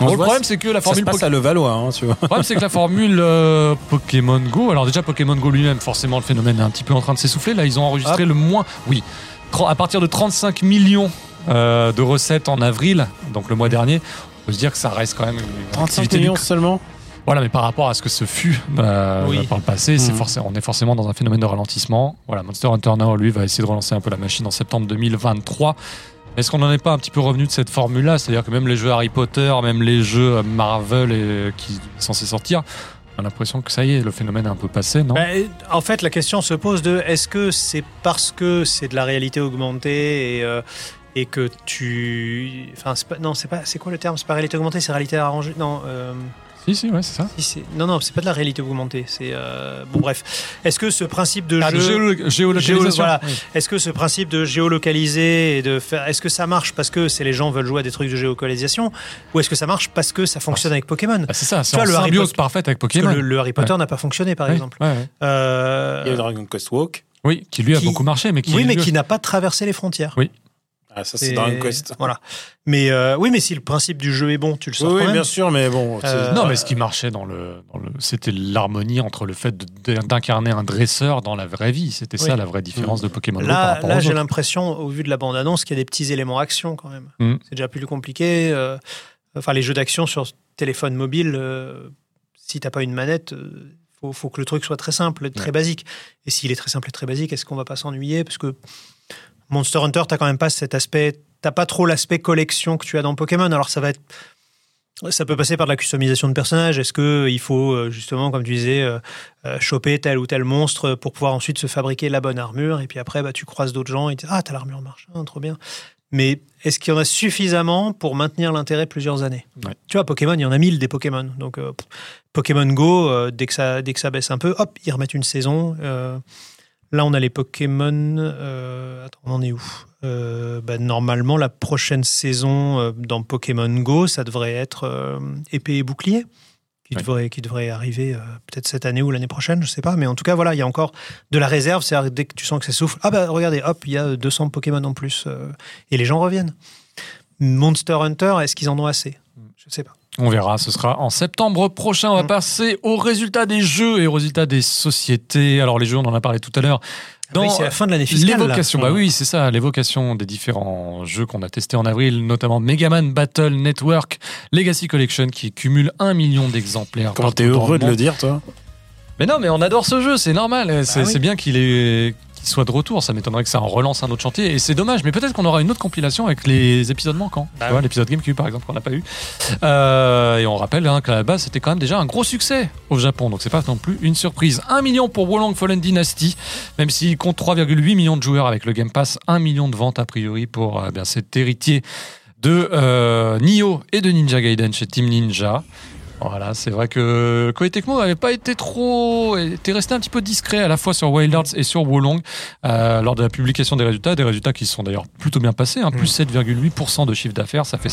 Mmh. On le voit, problème, c'est que la Ça se formule passe à Levallois, hein, tu vois. le problème, c'est que la formule euh, Pokémon Go, alors déjà Pokémon Go lui-même, forcément, le phénomène est un petit peu en train de s'essouffler. Là, ils ont enregistré le moins, oui, Tro- à partir de 35 millions euh, de recettes en avril, donc le mois dernier. On peut se dire que ça reste quand même une 35 <laughs> activité millions lucre- seulement Voilà, mais par rapport à ce que ce fut euh, Oui. Mm. par le passé, c'est Mhm. forcé- on est forcément dans un phénomène de ralentissement. Voilà, Monster Hunter Now, lui, va essayer de relancer un peu la machine en septembre 2023. Est-ce qu'on n'en est pas un petit peu revenu de cette formule-là C'est-à-dire que même les jeux Harry Potter, même les jeux Marvel et, euh, qui sont censés sortir, on a l'impression que ça y est, le phénomène est un peu passé, non Ben, en fait, la question se pose de est-ce que c'est parce que c'est de la réalité augmentée et, euh, et que tu. Enfin, c'est pas- non, c'est pas. C'est quoi le terme C'est pas réalité augmentée, c'est réalité arrangée Non. euh, Si, si, ouais, c'est ça. si, c'est- non, non, c'est pas de la réalité augmentée. C'est euh, bon, bref. Est-ce que ce principe de Ah, de jeu, géolo- géolocalisation. géolo- voilà. Oui. est-ce que ce principe de géolocaliser et de faire, est-ce que ça marche parce que c'est les gens veulent jouer à des trucs de géolocalisation, ou est-ce que ça marche parce que ça fonctionne avec Pokémon Bah, c'est ça, c'est Tu vois, en le Harry symbiose Potter- parfaite avec Parce que Pokémon. le, le Harry Potter n'a pas fonctionné, par Oui, exemple. ouais, ouais. Euh, Il y a Dragon Quest Walk. Oui, qui lui a Qui- beaucoup marché, mais qui. oui, mais lui- qui n'a pas traversé les frontières. Ah, ça, Et- c'est Dragon Quest. Voilà. Mais euh, oui, mais si le principe du jeu est bon, tu le Oui, sors oui, quand même. bien sûr, mais bon. c'est- Euh, Non, mais ce qui marchait dans le, dans le- c'était l'harmonie entre le fait de- d'incarner un dresseur dans la vraie vie. C'était Oui. ça la vraie différence de Pokémon Go par Là, rapport là aux j'ai autres. l'impression, au vu de la bande-annonce, qu'il y a des petits éléments action quand même. Mm. C'est déjà plus compliqué. euh, enfin, les jeux d'action sur téléphone mobile, euh, si t'as pas une manette, euh, faut, faut que le truc soit très simple, et très Ouais. basique. Et s'il est très simple et très basique, est-ce qu'on va pas s'ennuyer Parce que Monster Hunter, t'as quand même pas cet aspect, t'as pas trop l'aspect collection que tu as dans Pokémon. Alors ça va être ça peut passer par de la customisation de personnages. Est-ce que il faut euh, justement, comme tu disais, euh, euh, choper tel ou tel monstre pour pouvoir ensuite se fabriquer la bonne armure. Et puis après, bah, tu croises d'autres gens et tu dis Ah, t'as l'armure marchand, trop bien. Mais est-ce qu'il y en a suffisamment pour maintenir l'intérêt plusieurs années Ouais. Tu vois, Pokémon, il y en a mille des Pokémon. Donc, euh, pff, Pokémon Go, euh, dès, que ça, dès que ça baisse un peu, hop, ils remettent une saison. Euh, là, on a les Pokémon. euh, attends, on en est où Euh, bah, Normalement, la prochaine saison euh, dans Pokémon Go, ça devrait être euh, épée et bouclier qui, Ouais. devrait, qui devrait arriver euh, peut-être cette année ou l'année prochaine, je sais pas. Mais en tout cas, voilà, il y a encore de la réserve. C'est-à-dire que dès que tu sens que ça souffle, ah bah regardez, hop, il y a 200 Pokémon en plus. euh, et les gens reviennent. Monster Hunter, est-ce qu'ils en ont assez Je sais pas. On verra, ce sera en septembre prochain. On va Mm. passer aux résultats des jeux et aux résultats des sociétés. Alors, les jeux, on en a parlé tout à l'heure. Dans Ah Oui, c'est la fin de l'année fiscale. là. Mm. l'évocation, bah oui, c'est ça, l'évocation des différents jeux qu'on a testés en avril, notamment Mega Man Battle Network Legacy Collection qui cumule un million d'exemplaires. Comment t'es partout dans heureux de monde. le dire, toi Mais non, mais on adore ce jeu, c'est normal. C'est oui. c'est bien qu'il est qu'il soit de retour. Ça m'étonnerait que ça en relance un autre chantier. Et c'est dommage, mais peut-être qu'on aura une autre compilation avec les épisodes manquants. Tu vois, L'épisode GameCube, par exemple, qu'on n'a pas eu. Euh, et on rappelle hein, qu'à la base, c'était quand même déjà un gros succès au Japon. Donc c'est pas non plus une surprise. 1 million pour Wolong Fallen Dynasty, même s'il compte 3,8 millions de joueurs avec le Game Pass. 1 million de ventes, a priori, pour euh, bien, cet héritier de euh, Nioh et de Ninja Gaiden chez Team Ninja. Voilà, c'est vrai que Koei Tecmo n'avait pas été trop, était resté un petit peu discret à la fois sur Wild Arts et sur Wolong euh, lors de la publication des résultats, des résultats qui se sont d'ailleurs plutôt bien passés, Mm. hein, plus 7,8% de chiffre d'affaires, ça fait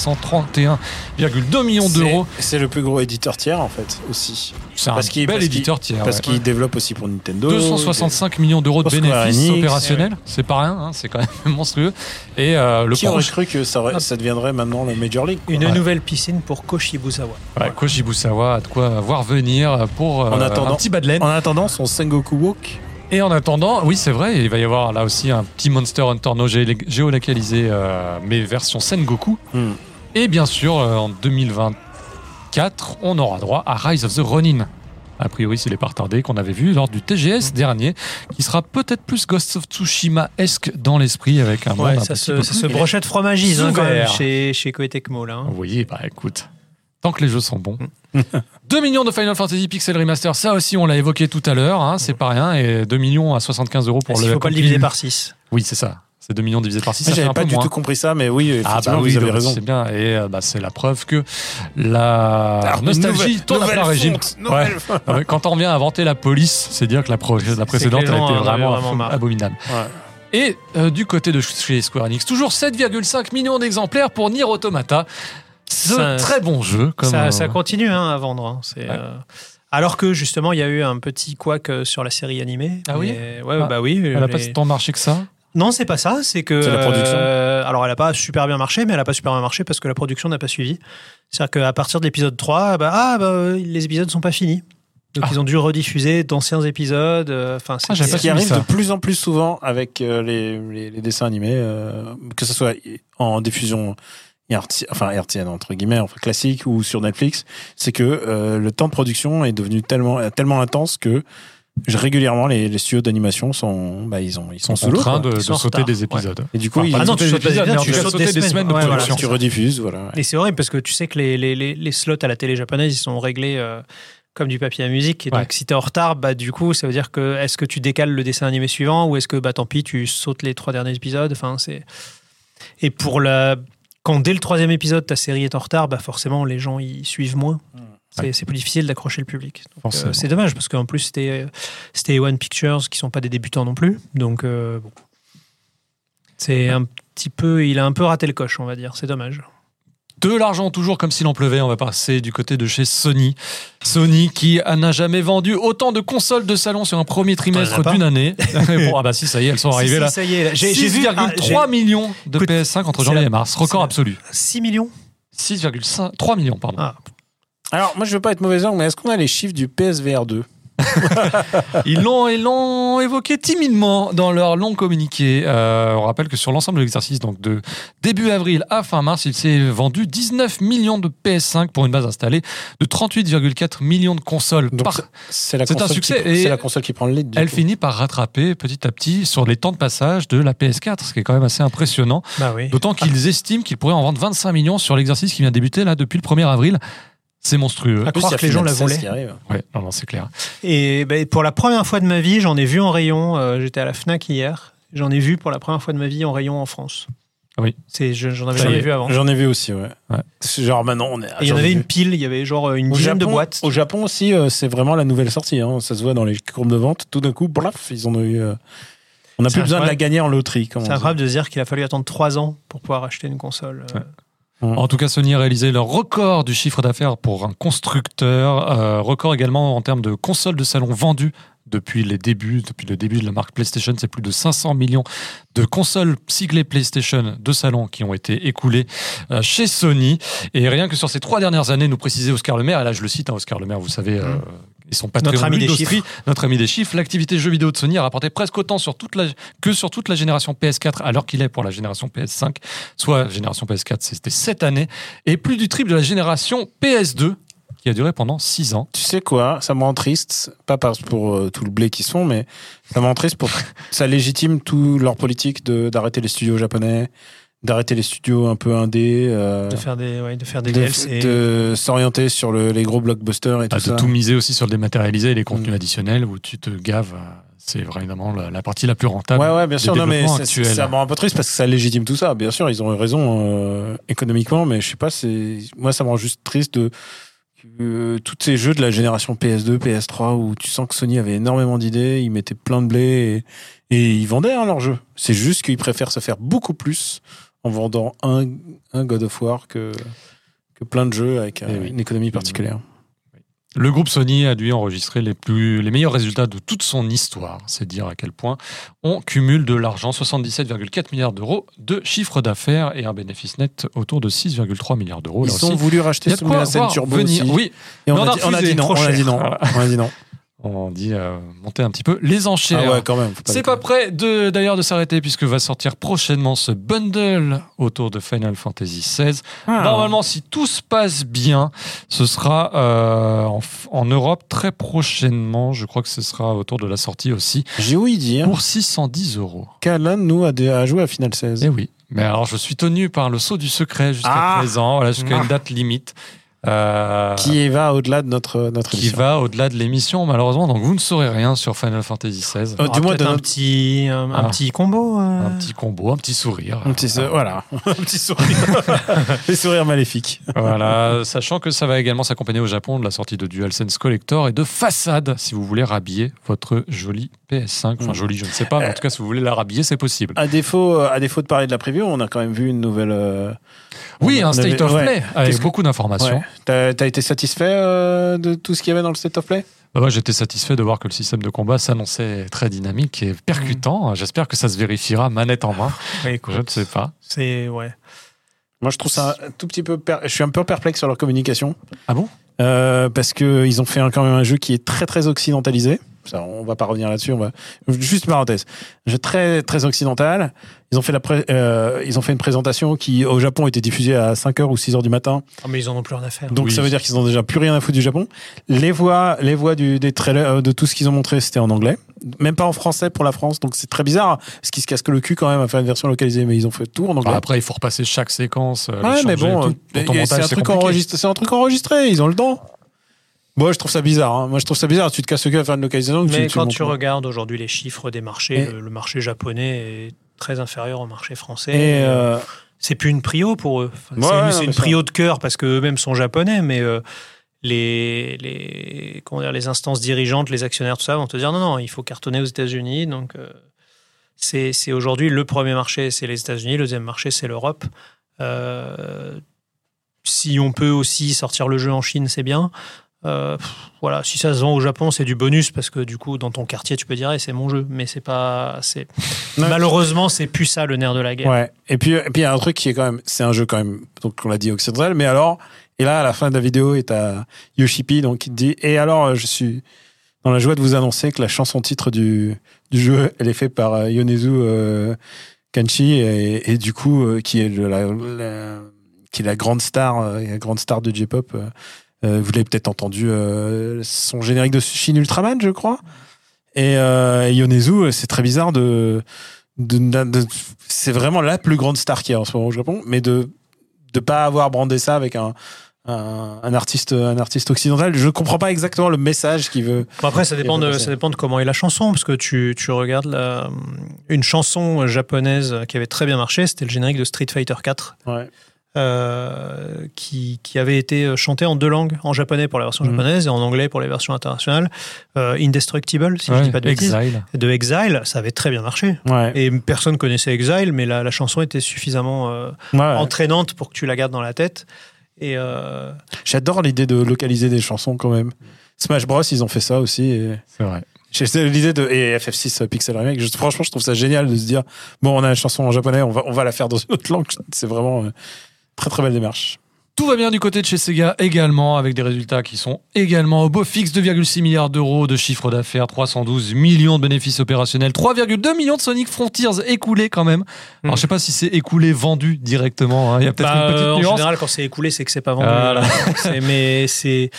131,2 millions C'est- d'euros. C'est le plus gros éditeur tiers, en fait, aussi. C'est un parce qu'il- bel parce qu'il- éditeur tiers. Parce ouais. qu'il développe aussi pour Nintendo. 265 millions d'euros de Pour Square bénéfices Enix, opérationnels, c'est pas rien, hein, c'est quand même <laughs> monstrueux. Et euh, le Qui aurait proche, cru que ça, aurait- ça deviendrait maintenant le Major League quoi. Une Ouais. nouvelle piscine pour Koshibusawa. ouais, Koshibusawa a de quoi voir venir pour euh, En attendant- un petit bas de laine. En attendant, son Sengoku Walk. Et en attendant, oui, c'est vrai, il va y avoir là aussi un petit Monster Hunter no gé- géolocalisé, euh, mais version Sengoku. Hmm. Et bien sûr, euh, en 2024, on aura droit à Rise of the Ronin. A priori, c'est les pas retardés qu'on avait vu lors du TGS dernier, qui sera peut-être plus Ghost of Tsushima-esque dans l'esprit avec un monde Ouais, un ça petit se, peu ça plus- se brochait de fromagise hein, quand même, Ouvert. chez, chez Koei Tecmo, là. hein. Oui, bah écoute, tant que les jeux sont bons. <laughs> 2 millions de Final Fantasy Pixel Remaster, ça aussi on l'a évoqué tout à l'heure, hein, c'est pas rien, et 2 millions à 75 euros pour Est-ce qu'il le. faut pas le copie- diviser par 6 Oui, c'est ça. C'est 2 millions divisé par 6, ça fait Ah, J'avais un pas peu du moins. tout compris ça, mais oui, Ah effectivement, bah oui, vous avez donc raison. c'est bien. Et euh, bah, c'est la preuve que la Alors, nostalgie nouvelle- tourne à nouvelle plein régime. fonte, nouvelle Ah Ouais. Non, mais quand on revient à inventer la police, c'est dire que la, pro- la précédente elle que les gens était en avaient vraiment, vraiment marre. abominable. Et euh, du côté de chez Square Enix, toujours 7,5 millions d'exemplaires pour Nier Automata. C'est un Ça- très bon jeu. Comme, ça, euh, ça continue hein, à vendre. hein. C'est, Ouais. euh, Alors que justement, il y a eu un petit couac euh, sur la série animée. Ah oui Mais- ouais, Ah, bah oui. elle n'a pas les- tant marché que ça. Non, c'est pas ça. C'est que. C'est la production. euh, alors, elle n'a pas super bien marché, mais elle n'a pas super bien marché parce que la production n'a pas suivi. C'est-à-dire qu'à partir de l'épisode 3, bah, ah, bah, euh, les épisodes sont pas finis. Donc, Ah. ils ont dû rediffuser d'anciens épisodes. euh, Enfin, c'est- Ah, j'avais Ce pas qui suivi arrive ça. de plus en plus souvent avec euh, les, les- les dessins animés, euh, que ce soit en diffusion RT, enfin RTN entre guillemets, enfin classique ou sur Netflix, c'est que euh, le temps de production est devenu tellement euh, tellement intense que je- régulièrement les, les studios d'animation sont bah, ils ont ils sont Ils sous sont en l'eau train de, quoi. de Ils sont en sauter retard, des ouais. épisodes. et du coup ils, Ah non, sautent tu sautes des mais en épisodes, tout tu cas, sautes sauter des semaines. de Ouais, voilà, production. tu rediffuses voilà. ouais. Et c'est horrible parce que tu sais que les, les, les, les slots à la télé japonaise, ils sont réglés euh, comme du papier à musique. Et Ouais. donc, si t'es en retard, bah, du coup, ça veut dire que est-ce que tu décales le dessin animé suivant ou est-ce que, bah, tant pis, tu sautes les trois derniers épisodes. Enfin, c'est. Et pour la. Quand dès le troisième épisode, ta série est en retard, bah forcément, les gens y suivent moins. C'est c'est plus difficile d'accrocher le public. Donc, euh, Mmh. Forcément. C'est dommage parce qu'en plus, c'était c'était One Pictures qui sont pas des débutants non plus. Donc, euh, bon. C'est un petit peu. Il a un peu raté le coche, on va dire. C'est dommage. de l'argent toujours comme s'il en pleuvait. On va passer du côté de chez Sony. Sony qui n'a jamais vendu autant de consoles de salon sur un premier trimestre T'en as pas d'une <laughs> année. <laughs> bon, ah bah si, ça y est, elles sont Si, arrivées si, là. Ça y est, là. J'ai j'ai vu ah, j'ai- 6,3 millions de Écoute, PS5 entre c'est janvier la- et mars. Record c'est la- absolu. 6 ah, millions. 6,5 3 millions, pardon. Ah. Alors moi je veux pas être mauvais langue mais est-ce qu'on a les chiffres du PSVR 2 Ils l'ont, ils l'ont évoqué timidement dans leur long communiqué. Euh, on rappelle que sur l'ensemble de l'exercice, donc de début avril à fin mars, il s'est vendu 19 millions de PS5 pour une base installée de 38,4 millions de consoles Donc, par C'est la C'est un console qui- succès et c'est la console qui prend le lead. du Elle coup. finit par rattraper petit à petit sur les temps de passage de la PS4, ce qui est quand même assez impressionnant. Bah oui. D'autant qu'ils estiment qu'ils pourraient en vendre 25 millions sur l'exercice qui vient de débuter là depuis le 1er avril. C'est monstrueux. À En plus, croire il y a que les gens Final la 16 voulaient. qui arrive. Ouais, non, non, c'est clair. Et ben, pour la première fois de ma vie, j'en ai vu en rayon. euh, J'étais à la Fnac hier. J'en ai vu pour la première fois de ma vie en rayon en France. Ah oui. C'est je- j'en avais J'en jamais ai vu avant. J'en ai vu aussi, ouais. Ouais. C'est Genre maintenant, on est. Et il y j'en en ai avait vu. une pile. Il y avait genre euh, une Au dizaine Japon, de boîtes. Au Japon aussi, euh, c'est vraiment la nouvelle sortie. hein. Ça se voit dans les courbes de vente. Tout d'un coup, bref, ils en ont eu. euh, On n'a C'est plus besoin de la incroyable. gagner en loterie. comme on C'est dit. incroyable de se dire qu'il a fallu attendre 3 ans pour pouvoir acheter une console. euh, Ouais. En tout cas, Sony a réalisé leur record du chiffre d'affaires pour un constructeur, euh, record également en termes de consoles de salon vendues depuis les débuts, depuis le début de la marque PlayStation. C'est plus de 500 millions de consoles siglées PlayStation de salon qui ont été écoulées euh, chez Sony. Et rien que sur ces trois dernières années, nous précisait Oscar Lemaire, et là je le cite, hein, Oscar Lemaire, vous savez, euh, Mm. ils sont pas très Notre ami rudes des d'Austrie, notre ami des chiffres, l'activité jeux vidéo de Sony a rapporté presque autant sur toute la, que sur toute la génération PS4 alors qu'il est pour la génération PS5, soit génération PS4 c'était cette année, et plus du triple de la génération PS2 qui a duré pendant 6 ans. Tu sais quoi Ça me rend triste. Pas parce pour euh, tout le blé qu'ils sont, mais ça me rend triste <laughs> pour. ça légitime tout leur politique de- d'arrêter les studios japonais, d'arrêter les studios un peu indés. euh, De faire des, ouais, de faire des Bah, DLC. de de s'orienter sur le- les gros blockbusters et tout Ah, ça. de tout miser aussi sur le dématérialisé et les contenus Mm. additionnels où tu te gaves, euh, c'est vraiment la, la partie la plus rentable. Ouais, ouais, Ah, des bien sûr. Non, mais développements ça, ça- actuels. ça me rend un peu triste parce que ça légitime tout ça. Bien sûr, ils ont eu raison euh, économiquement, mais je sais pas, c'est moi, ça me rend juste triste de que euh, tous ces jeux de la génération PS2, PS3 où tu sens que Sony avait énormément d'idées, ils mettaient plein de blé et, et ils vendaient hein, leurs jeux. C'est juste qu'ils préfèrent se faire beaucoup plus en vendant un, un God of War que que plein de jeux avec euh, Eh oui. une économie particulière. Le groupe Sony a dû enregistrer les, plus, les meilleurs résultats de toute son histoire. C'est dire à quel point on cumule de l'argent, 77,4 milliards d'euros de chiffre d'affaires et un bénéfice net autour de 6,3 milliards d'euros. Ils Oh, Là ont aussi, voulu il y racheter a de quoi Sega Saturn voir Turbo venir. aussi. Oui, Et Mais on, on a a dit, on a refusé, dit non, trop on a dit cher. non, on a <laughs> dit non. on dit euh, monter un petit peu les enchères. Ah ouais, quand même. faut C'est pas déconner. prêt de- d'ailleurs de, s'arrêter puisque va sortir prochainement ce bundle autour de Final Fantasy XVI. Ah. Normalement, si tout se passe bien, ce sera euh, en, f- en Europe très prochainement. Je crois que ce sera autour de la sortie aussi J'ai ouï dire pour 610 euros. qu'Alan, nous, a, dé- a joué à Final 16. Eh oui. Mais alors, je suis tenu par le sceau du secret jusqu'à Ah. présent, voilà, jusqu'à Ah. une date limite. euh, Qui va au-delà de notre, notre qui émission. va au-delà de l'émission, malheureusement. Donc vous ne saurez rien sur Final Fantasy XVI. Euh, On aura dis-moi peut-être d'un- un petit, un, un Oh, Ah. petit combo. euh. Un <laughs> petit combo, un petit sourire. Un petit, sou- voilà, un petit sourire. Les sourires maléfiques. Voilà, sachant que ça va également s'accompagner au Japon de la sortie de DualSense Collector et de Façade, si vous voulez rhabiller votre jolie PS5. Enfin, Mm. jolie, je ne sais pas, mais en tout cas, si vous voulez la rhabiller, c'est possible. À défaut, euh, à défaut de parler de la preview, on a quand même vu une nouvelle. euh, Oui, on un avait- State of ouais. Play avec Qu'est-ce que- beaucoup d'informations. Ouais. T'as t'as été satisfait euh, de tout ce qu'il y avait dans le state of play Bah ouais, J'étais satisfait de voir que le système de combat s'annonçait très dynamique et Hmm. percutant. J'espère que ça se vérifiera manette en main. Ouais, écoute, Je ne sais pas. C'est ouais. Moi, je trouve ça un tout petit peu. per- Je suis un peu perplexe sur leur communication Ah bon euh, parce que ils ont fait un- quand même un jeu qui est très très occidentalisé. Ça, on va pas revenir là-dessus. On va juste parenthèse. Un jeu très très occidental. Ils ont fait la pré- euh, ils ont fait une présentation qui au Japon était diffusée à 5 h ou 6 h du matin. Ah, mais ils en ont plus rien à faire. Donc Oui. ça veut dire qu'ils n'ont déjà plus rien à foutre du Japon. Les voix, les voix du, des trailers, euh, de tout ce qu'ils ont montré, c'était en anglais. Même pas en français pour la France, donc c'est très bizarre. Parce qu'ils se cassent que le cul quand même à faire une version localisée, mais ils ont fait tout en anglais. Bah, Après, il faut repasser chaque séquence. euh, ouais, le changer mais bon, et euh, tout. Pour ton et montage, c'est un, truc compliqué. enregistré- c'est un truc enregistré, ils ont le temps. Moi, je trouve ça bizarre. hein. Moi, je trouve ça bizarre. Tu te casses le cul à faire une localisation. que Mais tu, quand montres tu pas. regardes aujourd'hui les chiffres des marchés, Et- le, le marché japonais est très inférieur au marché français. Et euh, C'est plus une prio pour eux. Enfin, Ouais, c'est une, ouais, c'est non, une mais ça- prio de cœur parce qu'eux-mêmes sont japonais, mais euh, les, les, comment dire, les instances dirigeantes, les actionnaires, tout ça, vont te dire non, non, il faut cartonner aux États-Unis. Donc, euh, c'est c'est aujourd'hui le premier marché, c'est les États-Unis, le deuxième marché, c'est l'Europe. Euh, si on peut aussi sortir le jeu en Chine, c'est bien. Euh, pff, voilà, si ça se vend au Japon, c'est du bonus parce que du coup, dans ton quartier, tu peux dire, Eh, c'est mon jeu, mais c'est pas, c'est Non. malheureusement, c'est plus ça le nerf de la guerre. Ouais. Et puis, et puis, il y a un truc qui est quand même, c'est un jeu quand même, donc on l'a dit occidental, mais alors, et là, à la fin de la vidéo, est à Yoshipi, donc il te dit, et alors, euh, je suis dans la joie de vous annoncer que la chanson titre du, du jeu, elle est faite par euh, Yonezu euh, Kanchi, et, et du coup, euh, qui est le- la, la- qui est la grande star, euh, la grande star de J-pop. euh, euh, vous l'avez peut-être entendu, euh, son générique de Shin Ultraman, je crois. Et euh, Yonezu, euh, c'est très bizarre de, de- de- de- c'est vraiment la plus grande star qu'il y a en ce moment au Japon, mais de ne pas avoir brandé ça avec un, un, un artiste, un artiste occidental, je comprends pas exactement le message qu'il veut. Bon, après, ça Il dépend, faut de, passer. ça dépend de comment est la chanson, parce que tu, tu regardes la- une chanson euh, japonaise qui avait très bien marché, c'était le générique de Street Fighter 4, euh, qui, qui avait été euh, chanté en deux langues, en japonais pour la version Mhm. japonaise et en anglais pour les versions internationales. Euh, Indestructible, si je dis Ouais, pas de bêtises, Exile. de Exile, ça avait très bien marché. Ouais. Et personne connaissait Exile, mais la, la chanson était suffisamment euh, Ouais. entraînante pour que tu la gardes dans la tête. Et euh, J'adore l'idée de localiser des chansons quand même. Smash Bros, ils ont fait ça aussi. Et... C'est vrai. J'ai- <laughs> c'est l'idée de et FF6 euh, Pixel Remake. je- franchement, je trouve ça génial de se dire bon, on a la chanson en japonais, on va, on va la faire dans une autre langue. C'est vraiment euh, très très belle démarche. Tout va bien du côté de chez Sega également, avec des résultats qui sont également au beau fixe 2,6 milliards d'euros de chiffre d'affaires, 312 millions de bénéfices opérationnels, 3,2 millions de Sonic Frontiers écoulés quand Mmh. même. Mm. Alors je sais pas si c'est écoulé vendu directement, hein. il y a peut-être Bah, une euh, petite En nuance. général, quand c'est écoulé, c'est que c'est pas vendu. Voilà. <laughs> C'est- mais c'est.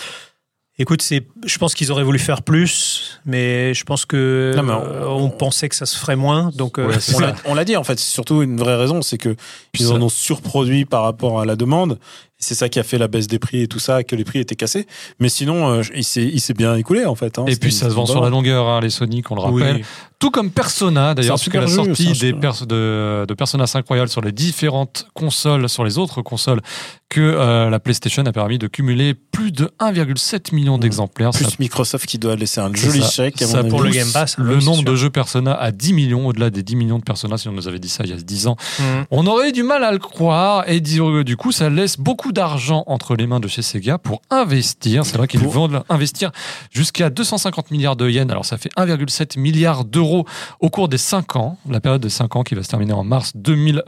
Écoute, c'est. Je pense qu'ils auraient voulu faire plus, mais je pense que Non, mais on- euh, on, pensait que ça se ferait moins, donc euh, Ouais, c'est on On l'a- l'a- On l'a dit en fait, c'est surtout une vraie raison, c'est que Puis ils ça- en ont surproduit par rapport à la demande. C'est ça qui a fait la baisse des prix et tout ça, que les prix étaient cassés. Mais sinon, euh, il s'est il s'est bien écoulé en fait. hein. Et C'était puis une- ça se vend c'était sur la une longueur, hein, les Sonic, on le bonne- rappelle. Tout comme Persona, d'ailleurs, C'est un puisque la super jeu, sortie c'est un des super- pers- de, de Persona 5 Royal sur les différentes consoles, sur les autres consoles, que euh, la PlayStation a permis de cumuler plus de 1,7 million d'exemplaires. Ça Mmh. Plus Microsoft qui doit laisser un C'est joli ça. chèque. à Ça mon pour avis. le Game Pass, le oui, c'est nombre sûr. de jeux Persona à 10 millions, au-delà des 10 millions de Persona, si on nous avait dit ça il y a 10 ans. Mm. On aurait eu du mal à le croire, et dis- du coup, ça laisse beaucoup d'argent entre les mains de chez Sega pour investir. C'est vrai qu'ils Pour- vont investir jusqu'à 250 milliards de yens, alors ça fait 1,7 milliard d'euros au cours des 5 ans, la période de 5 ans qui va se terminer en mars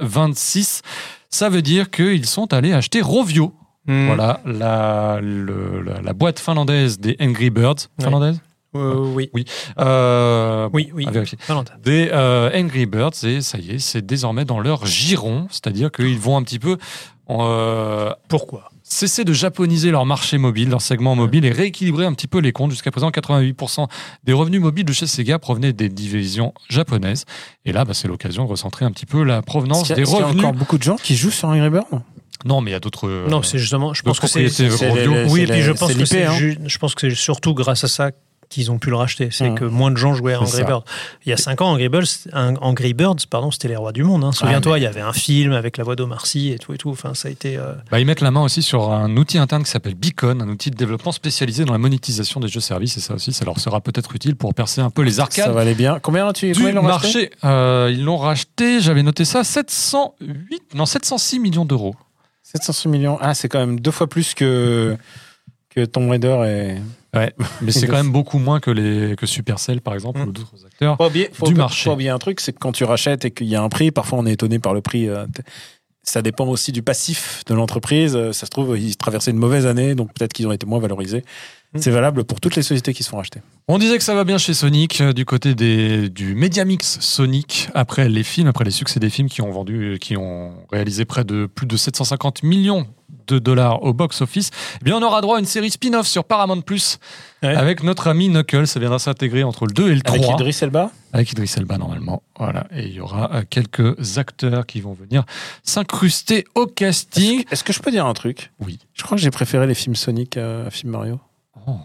2026. Ça veut dire qu'ils sont allés acheter Rovio, Mm. voilà, la, le- la, la boîte finlandaise des Angry Birds, Ouais. finlandaise Euh, oui, Euh, oui, oui. à vérifier. Valentin. Des euh, Angry Birds, et ça y est, c'est désormais dans leur giron, c'est-à-dire qu'ils vont un petit peu euh, Pourquoi cesser de japoniser leur marché mobile, leur segment mobile, et rééquilibrer un petit peu les comptes. Jusqu'à présent, 88% des revenus mobiles de chez Sega provenaient des divisions japonaises, et là, bah, c'est l'occasion de recentrer un petit peu la provenance Est-ce qu'il y a- des est-ce qu'il y a revenus. encore beaucoup de gens qui jouent sur Angry Birds Non, mais il y a d'autres. euh, non, c'est justement. Je pense d'autres que c'est. propriétés c'est radio. les- Oui, c'est et puis la- je pense c'est que c'est l'IP, hein. ju- je pense que c'est surtout grâce à ça qu'ils ont pu le racheter. C'est Mmh. Mhm. que moins de gens jouaient à C'est Angry ça. Birds. Il y a 5 ans, Angry Birds, un- Angry Birds, pardon, c'était les rois du Ah, monde. hein. Souviens-toi, il y avait un film avec la voix d'Omar Sy et tout et tout. Enfin, ça a été. euh, Bah, ils mettent la main aussi sur un outil interne qui s'appelle Beacon, un outil de développement spécialisé dans la monétisation des jeux services. Et ça aussi, ça leur sera peut-être utile pour percer un peu les Ah, Ça arcades valait bien. Combien tu du marché. Euh, ils l'ont racheté, j'avais noté ça, 708, non 706 millions d'euros. 706 millions. Ah, c'est quand même deux fois plus que, que Tomb Raider et. Mais c'est quand même beaucoup moins que les que Supercell par exemple Mm. ou d'autres acteurs. Faut oublier, faut Du pas- marché. faut oublier un truc, c'est que quand tu rachètes et qu'il y a un prix, parfois on est étonné par le prix. euh, t- Ça dépend aussi du passif de l'entreprise. Euh, Ça se trouve, ils traversaient une mauvaise année, donc peut-être qu'ils ont été moins valorisés. Mm. Hmm. C'est valable pour toutes les sociétés qui se font racheter. On disait que ça va bien chez Sonic euh, du côté des du Media Mix Sonic après les films, après les succès des films qui ont vendu qui ont réalisé près de plus de 750 millions de dollars au box office. Eh bien on aura droit à une série spin-off sur Paramount Plus Ouais. avec notre ami Knuckles, ça viendra s'intégrer entre le 2 et le 3 Avec Idris Elba avec Idris Elba normalement. Voilà, et il y aura euh, quelques acteurs qui vont venir s'incruster au casting. Est-ce que je peux dire un truc Oui. Je crois que j'ai préféré les films Sonic euh, à film Mario. Oh.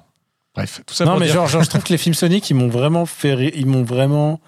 Bref, tout ça non, pour mais dire- genre, genre, je trouve que les films Sonic, ils m'ont vraiment fait, ri- ils m'ont vraiment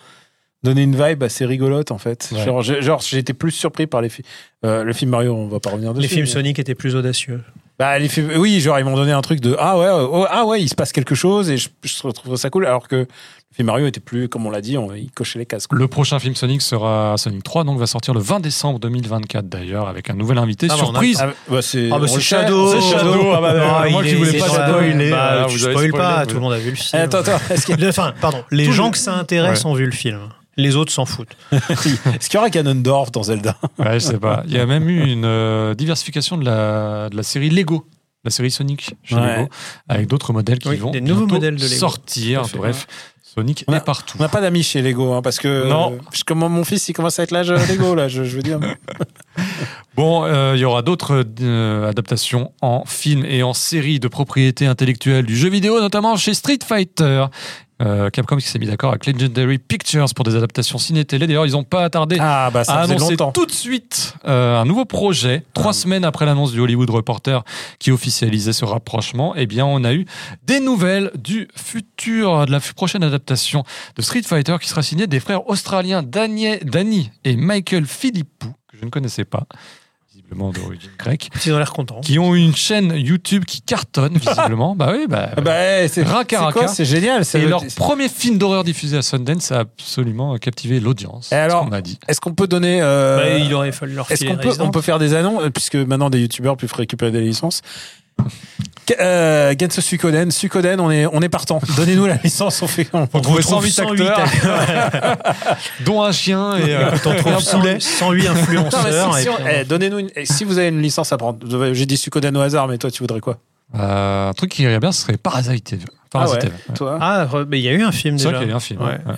donné une vibe assez rigolote en fait. Ouais. Genre, j'ai- genre, j'étais plus surpris par les films. le film Mario, on va pas revenir dessus. les films mais- Sonic étaient plus audacieux. Bah, les films- oui, genre ils m'ont donné un truc de ah ouais, oh, ah ouais, il se passe quelque chose et je, je trouve ça cool. Alors que le film Mario était plus, comme on l'a dit, on, il cochait les cases. quoi. Le prochain film Sonic sera Sonic 3, donc va sortir le 20 décembre 2024 d'ailleurs, avec un nouvel invité Ah, bah, on a- surprise. Ah, bah, c'est Ah, on bah c'est le sait, Shadow c'est Shadow. Ah, bah, bah, Ah, moi il qui est- voulais c'est pas dans la- spoiler. spoiler. Bah, tu vous avez spoil pas, spoilé, tout le monde a vu le film. Eh, Attends, attends, est-ce qu'il Enfin, pardon, les Tout gens le- que ça intéresse ont vu le film. Les autres s'en foutent. est-ce qu'il y aura Ganondorf dans Zelda Ouais, je sais pas. Il y a même eu une euh, diversification de la, de la série Lego, la série Sonic chez Ouais. Lego, avec d'autres modèles qui Oui, vont des nouveaux bientôt modèles de Lego. sortir. Tout à fait, Bref, Sonic On a- est partout. On n'a pas d'amis chez Lego, hein, parce que Non. euh, je- comment mon fils il commence à être l'âge euh, Lego là, je, je veux dire. Bon, euh, il y aura d'autres euh, adaptations en film et en série de propriété intellectuelle du jeu vidéo, notamment chez Street Fighter. Euh, Capcom qui s'est mis d'accord avec Legendary Pictures pour des adaptations ciné-télé. D'ailleurs, ils n'ont pas attardé <laughs> Ah bah ça a faisait annoncé longtemps. Ah. tout de suite euh, un nouveau projet. Trois semaines après l'annonce du Hollywood Reporter qui officialisait ce rapprochement, eh bien, on a eu des nouvelles du futur, de la f- prochaine adaptation de Street Fighter qui sera signée des frères australiens Daniel, Danny et Michael Philippou, que je ne connaissais pas, visiblement d'origine grecque, Ils ont l'air contents. qui ont une chaîne YouTube qui cartonne, <laughs> visiblement. bah oui, bah. Ah, Bah, eh, c'est Raka, c'est Raka. quoi C'est génial. c'est et le- leur premier film d'horreur diffusé à Sundance a absolument captivé l'audience. Et c'est ce alors- qu'on a dit. Est-ce qu'on peut donner euh, Bah, il aurait fallu leur Est-ce filer qu'on peut, on Resident. peut faire des annonces, euh, puisque maintenant des youtubeurs peuvent récupérer des licences G- euh, Genso Suikoden, Suikoden, on est, on est partant. Donnez-nous la licence, on fait. On, On trouvait trouve 108 108 acteurs, dont un chien <laughs> et euh, Écoute, on trouve 100 108 Non, mais si- influenceurs. et si, on- puis on- eh, donnez-nous une- eh, si vous avez une licence à prendre. J'ai dit Suikoden au hasard, mais toi, tu voudrais quoi Euh, un truc qui irait bien, ce serait Parasite. Eve. Parasite Eve, ouais. Toi Ah, re- mais il y a eu un film C'est vrai déjà. qu'il y a eu un film. hein. Ouais. ouais.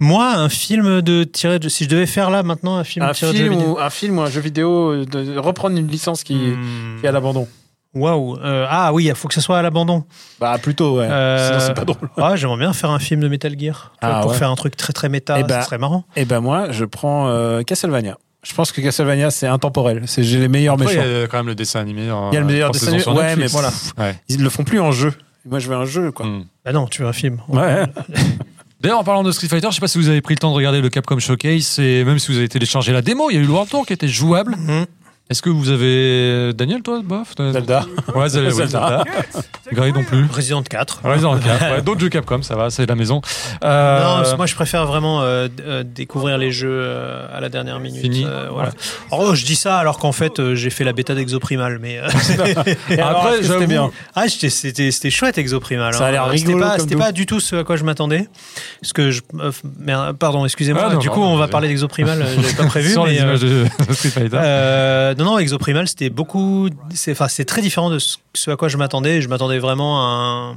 Moi, un film de tiré de. Si je devais faire là maintenant un film un, tiré de. film jeux vidéo. ou, un film ou un jeu vidéo, euh, de, de reprendre une licence qui, Hmm. qui est à l'abandon. Waouh. Euh, Ah oui, il faut que ça soit à l'abandon. Bah, plutôt, ouais. Euh, Sinon, c'est pas drôle. Ah, j'aimerais bien faire un film de Metal Gear tu vois, Ah, pour ouais. faire un truc très très méta. Eh Ce ben, serait marrant. Et ben, moi, je prends euh, Castlevania. Je pense que Castlevania, c'est intemporel. C'est j'ai les meilleurs Après, il y méchants. a quand même le dessin animé. en- Il y a le meilleur en dessin saison animé. sur Ouais, Netflix. mais voilà. Ouais. Ils le font plus en jeu. Moi, je veux un jeu, quoi. Mm. Bah non, tu veux un film. Ouais. D'ailleurs, en parlant de Street Fighter, je sais pas si vous avez pris le temps de regarder le Capcom Showcase et même si vous avez téléchargé la démo, il y a eu le World Tour qui était jouable. Mhm. Est-ce que vous avez. Daniel, toi, bof t'as- Zelda. Ouais, Zelda. oui, Zelda. Zelda. Gary non plus. Resident 4. Resident 4. ouais, D'autres jeux Capcom, ça va, c'est de la maison. Euh, Non, parce que moi je préfère vraiment euh, d- euh, découvrir les jeux euh, à la dernière minute. Fini. euh, voilà. Oh, je dis ça alors qu'en fait euh, j'ai fait la bêta d'Exoprimal, mais euh, Et alors, Après, est-ce que <laughs> c'était <laughs> j'avoue- bien. ah, j'étais- c'était c'était chouette Exoprimal. Ça a l'air Euh, c'était rigolo pas- comme C'était tout. pas du tout ce à quoi je m'attendais. Parce que je, euh, merde, pardon, excusez-moi. Ah, non, du non, coup, non, on va vas-y. parler d'Exoprimal. euh, <laughs> J'avais pas prévu. <laughs> Sans mais, les euh, images de Street Fighter. euh, non, non, Exoprimal, c'était beaucoup. C'est enfin, c'est très différent de ce, ce à quoi je m'attendais. Je m'attendais vraiment à un,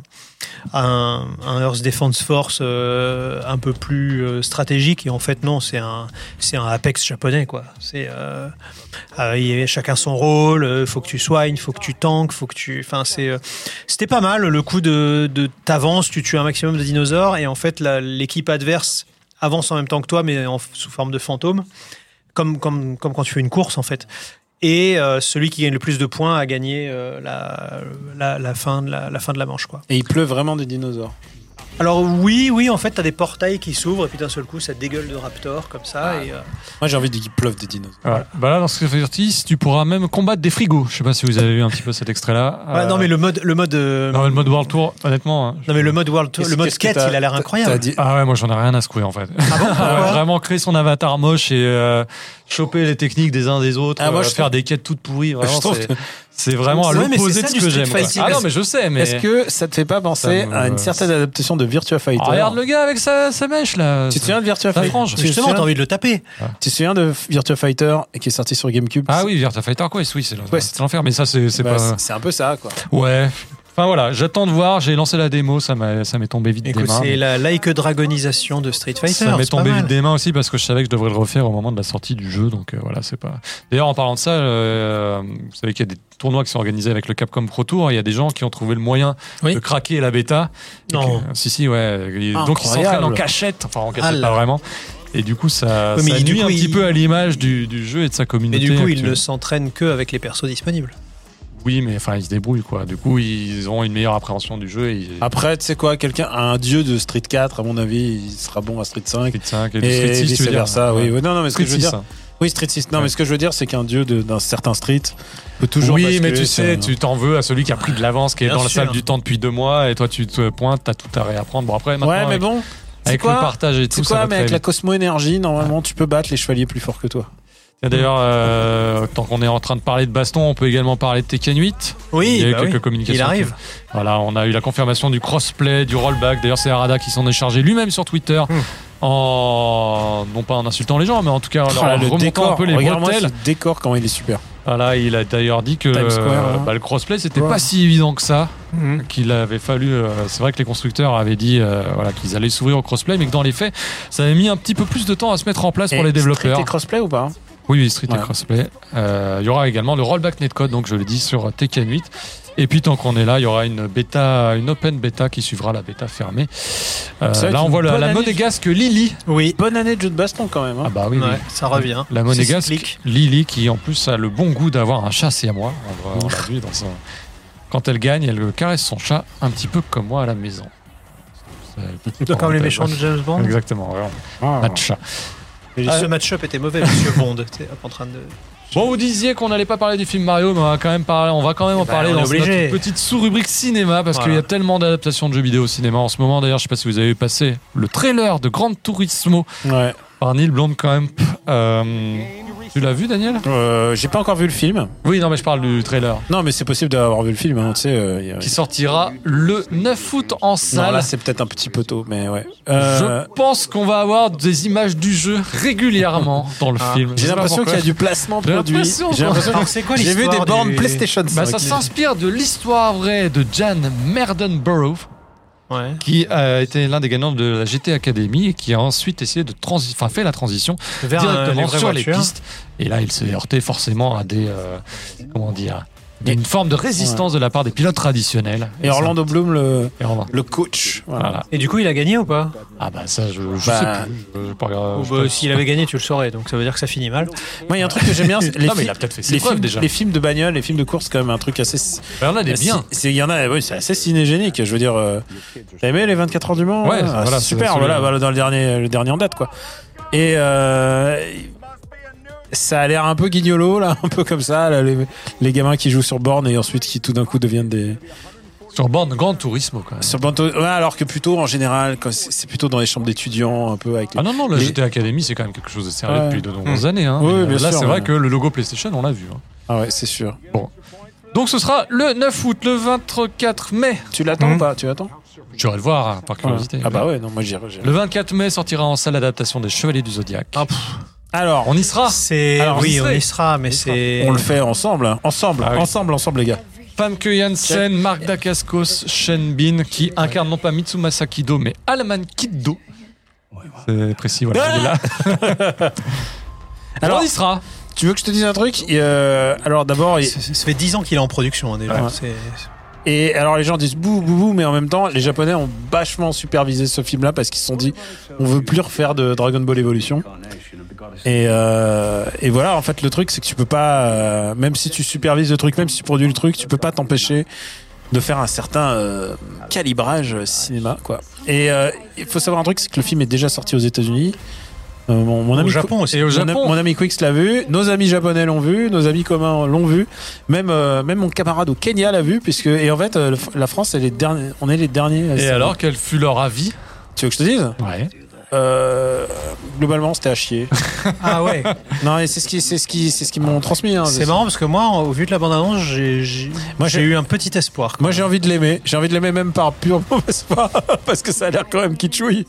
à un, un Earth Defense Force euh, un peu plus euh, stratégique. Et en fait, non, c'est un, c'est un Apex japonais, quoi. C'est. euh, euh, il y a chacun son rôle. euh, faut que tu soignes, faut que tu tankes, faut que tu. Enfin, c'est. euh, c'était pas mal le coup de, de t'avances, tu tues un maximum de dinosaures et en fait la- l'équipe adverse avance en même temps que toi mais en, sous forme de fantôme, comme, comme, comme quand tu fais une course en fait. Et euh, celui qui gagne le plus de points a gagné euh, la, la, la fin de la, la fin de la manche. Quoi. Et il pleut vraiment des dinosaures. Alors oui, oui, en fait, t'as des portails qui s'ouvrent et puis d'un seul coup, ça dégueule de raptor comme ça. Ah. et, euh, Moi, j'ai envie de dire qu'il pleuve des dinosaures. Voilà. Bah là, dans Street Fighter 10, tu pourras même combattre des frigos. Je sais pas si vous avez vu un petit peu cet extrait-là. ouais, Euh, Bah non mais le mode, le mode, euh, non, mais le mode World Tour, honnêtement. hein, je- non, mais le mode world, Tour- Qu'est-ce- le mode qu'est-ce que quête, t'as- il a l'air t'as- incroyable. t'as dit- Ah ouais, moi j'en ai rien à secouer en fait. <laughs> Euh, vraiment créer son avatar moche et euh, choper les techniques des uns des autres, Ah, moi, euh, je faire des quêtes toutes pourries. Vraiment, Je trouve c'est- que- c'est vraiment à Ouais, mais c'est l'opposé de ça ce du que Street j'aime. quoi. Fighting. Ah non, mais je sais, mais. Est-ce que ça te fait pas penser Ça me- à une certaine adaptation de Virtua Fighter Ah, regarde le gars avec sa, sa mèche là. Tu te souviens de Virtua La Fighter frange. Tu te Justement, souviens- t'as envie de le taper. Tu te souviens de Virtua Fighter qui est sorti sur GameCube Ah oui, Virtua Fighter Quest, oui, c'est Ouais, c'est l'enfer, mais ça c'est c'est Bah, pas. c'est- C'est un peu ça, quoi. Ouais. Enfin voilà, j'attends de voir, j'ai lancé la démo, ça m'a- ça m'est tombé vite Écoute, des mains. c'est la like dragonisation de Street Fighter. Ça m'est c'est pas tombé mal. vite des mains aussi parce que je savais que je devrais le refaire au moment de la sortie du jeu. Donc euh, voilà, c'est pas. D'ailleurs, en parlant de ça, euh, vous savez qu'il y a des tournois qui sont organisés avec le Capcom Pro Tour. Il y a des gens qui ont trouvé le moyen Oui. de craquer la bêta. Et Non. que- si, si, ouais. Et Donc ils Incroyable. s'entraînent en cachette. Enfin, en cachette, Ah là. pas vraiment. Et du coup, ça, Oui, mais ça du nuit coup, un petit il- peu à l'image du, du jeu et de sa Mais communauté. du coup, ils actuelle. ne s'entraînent que avec les persos disponibles. Oui, mais enfin, ils se débrouillent, quoi. Du coup, ils ont une meilleure appréhension du jeu. Et ils... Ah, Après, tu sais quoi, quelqu'un, un dieu de Street 4, à mon avis, il sera bon à Street 5. Street 5 et, du Street Et 6, tu veux dire. ça, oui. Ouais. oui. Non, non, mais ce Street que je veux 6, dire, hein. Oui, Street 6. Non, Ouais. mais ce que je veux dire, c'est qu'un dieu de- d'un certain street peut toujours. oui, basculer mais tu sur sais, un- tu t'en veux à celui qui a pris de l'avance, qui est Bien dans la sûr. salle du temps depuis deux mois, et toi tu te pointes, t'as tout à réapprendre. Bon après, maintenant, Ouais, mais avec, bon. avec C'est le quoi partage et tout, C'est quoi, ça va mais très avec la vite. cosmo-énergie, normalement, tu peux battre les chevaliers plus forts que toi. Oh, Et D'ailleurs, euh, tant qu'on est en train de parler de baston, on peut également parler de Tekken 8. Oui, il y a eu bah quelques oui. communications. Il arrive. Voilà, on a eu la confirmation du crossplay, du rollback. D'ailleurs, c'est Arada qui s'en est chargé lui-même sur Twitter. Hmm. En, non pas en insultant les gens, mais en tout cas en Ah, leur remontant un peu les Regarde-moi ce bretelles. décor, comment il est super. Voilà, il a d'ailleurs dit que Times Square, euh, hein. bah, le crossplay c'était Ouais. pas si évident que ça. qu'il avait fallu. euh, c'est vrai que les constructeurs avaient dit euh, voilà, qu'ils allaient s'ouvrir au crossplay, mais que dans les faits, ça avait mis un petit peu plus de temps à se mettre en place pour Et les Street développeurs. et crossplay ou pas Oui, oui, Street et Ouais. crossplay. Euh, Il y aura également le rollback netcode, donc je le dis sur Tekken 8. Et puis tant qu'on est là, il y aura une bêta, une open bêta qui suivra la bêta fermée. Euh, Ça va être là, on une voit la, bonne la année. monégasque Lily. Oui, Bonne année de jeu de baston quand même. hein. Ah bah oui, oui. Ouais, ça revient. La C'est monégasque cyclique. Lily qui en plus a le bon goût d'avoir un chat c'est à moi. On l'a- on l'a vu dans son- quand elle gagne, elle caresse son chat un petit peu comme moi à la maison. C'est- Comme les méchants Ah, de James Bond. Exactement, ouais, on Ah, a de chat. Et Ah. Ce match-up était mauvais, Monsieur Bond. T'es en train de. Bon, vous disiez qu'on n'allait pas parler du film Mario, mais on va quand même parler. On va quand même en ben, parler on est dans obligé. notre petite sous-rubrique cinéma parce Voilà. qu'il y a tellement d'adaptations de jeux vidéo au cinéma en ce moment. D'ailleurs, je sais pas si vous avez passé le trailer de Gran Turismo Ouais. par Neil Blomkamp. Euh, tu l'as vu, Daniel Euh, J'ai pas encore vu le film. Oui, non, mais je parle du trailer. Non, mais c'est possible d'avoir vu le film. hein, Tu sais, euh, y a- qui sortira le 9 août en non, salle. là c'est peut-être un petit peu tôt, mais ouais. Euh, Je pense qu'on va avoir des images du jeu <laughs> régulièrement dans le Ah. film. Je J'ai sais pas l'impression qu'il y a pourquoi. du placement J'ai produit. l'impression, J'ai quoi. l'impression Alors, c'est quoi J'ai vu des l'histoire bornes du- PlayStation. Bah, ça cinq. s'inspire de l'histoire vraie de Jan Merdenborough, Ouais. qui a été l'un des gagnants de la GT Academy et qui a ensuite essayé de transi enfin, fait la transition Vers euh, directement les vraies sur les voitures. pistes. Et là, il s'est heurté forcément à des. euh, comment dire à une forme de résistance de la part des pilotes traditionnels. Et Orlando Bloom, le, Et Orlando. le coach. Voilà. Voilà. Et du coup, il a gagné ou pas Ah bah ça, je, je Bah, sais plus. Je- je pas, euh, Ou je bah, pas- S'il avait gagné, tu le saurais. Donc ça veut dire que ça finit mal. Moi, il y a un truc que j'aime bien. <laughs> c'est Les Non, mais il films- a peut-être fait ses les preuves films, déjà. les films de bagnole, les films de course, c'est quand même un truc assez. Bah, on a des biens. c'est- Il y en a, oui, c'est assez cinégénique. Je veux dire, euh, t'as aimé les 24 heures du Mans Ouais, hein voilà, c'est c'est super. celui-là. Voilà, voilà, dans le dernier, le dernier en date, quoi. Et euh, ça a l'air un peu guignolo, là, <laughs> un peu comme ça, là, les, les gamins qui jouent sur borne et ensuite qui tout d'un coup deviennent des. Sur borne Grand Turismo quand même. Sur Banto- ouais, alors que plutôt en général, quand c'est c'est plutôt dans les chambres d'étudiants, un peu avec. les- Ah non, non, la Les- GT Academy, c'est quand même quelque chose de sérieux Ouais. depuis de nombreuses années. hein. Oui, Euh, bien Là, sûr, c'est ouais. vrai que le logo PlayStation, on l'a vu. hein. Ah ouais, c'est sûr. Donc ce sera le 9 août, le 24 mai. Tu l'attends Mhm. ou pas Tu l'attends J'irai le voir hein, par curiosité. Ah bah ouais, non, moi j'irai. j'irai. Le 24 mai sortira en salle d'adaptation des Chevaliers du Zodiaque. Ah, pff. Alors, on y sera. C'est Ah. Alors, oui, on on sait. y sera, mais c'est on le fait ensemble, hein. ensemble, Ah oui. ensemble, ensemble, les gars. Famke Janssen, Marc Dacascos, Shen Bin, qui incarne non pas Mitsumasa Kido, mais Alman Kido. C'est précis, voilà, il est là. <laughs> Alors, on y Ah. sera. tu veux que je te dise un truc Et, euh, Alors d'abord, et, Ça ça fait 10 ans qu'il est en production hein, déjà. Ouais. C'est- et alors les gens disent bouh bouh bouh, mais en même temps, les Japonais ont vachement supervisé ce film-là parce qu'ils se sont dit, on veut plus refaire de Dragon Ball Evolution. Et, euh, et voilà, en fait, le truc, c'est que tu peux pas, euh, même si tu supervises le truc, même si tu produis le truc, tu peux pas t'empêcher de faire un certain euh, calibrage cinéma, quoi. Et euh, il faut savoir un truc, c'est que le film est déjà sorti aux États-Unis. Euh, mon, mon ami Japon aussi. Et au mon am- Japon, Mon, ami Quix l'a vu, nos amis japonais l'ont vu, nos amis communs l'ont vu, même euh, même mon camarade au Kenya l'a vu, puisque et en fait euh, le- la France elle est dernier, on est les derniers. à Et ce- alors, quel fut leur avis Tu veux que je te dise Ouais. Euh, Globalement c'était à <laughs> chier. Ah ouais. non et c'est ce qui c'est ce qui c'est ce qu'ils m'ont transmis. hein, C'est marrant parce que moi, au vu de la bande-annonce, j'ai j'ai- Moi, j'ai j'ai- eu un petit espoir. Moi j'ai envie de l'aimer, j'ai envie de l'aimer même par pur <laughs> mauvaise foi parce que ça a l'air quand même kitschouille.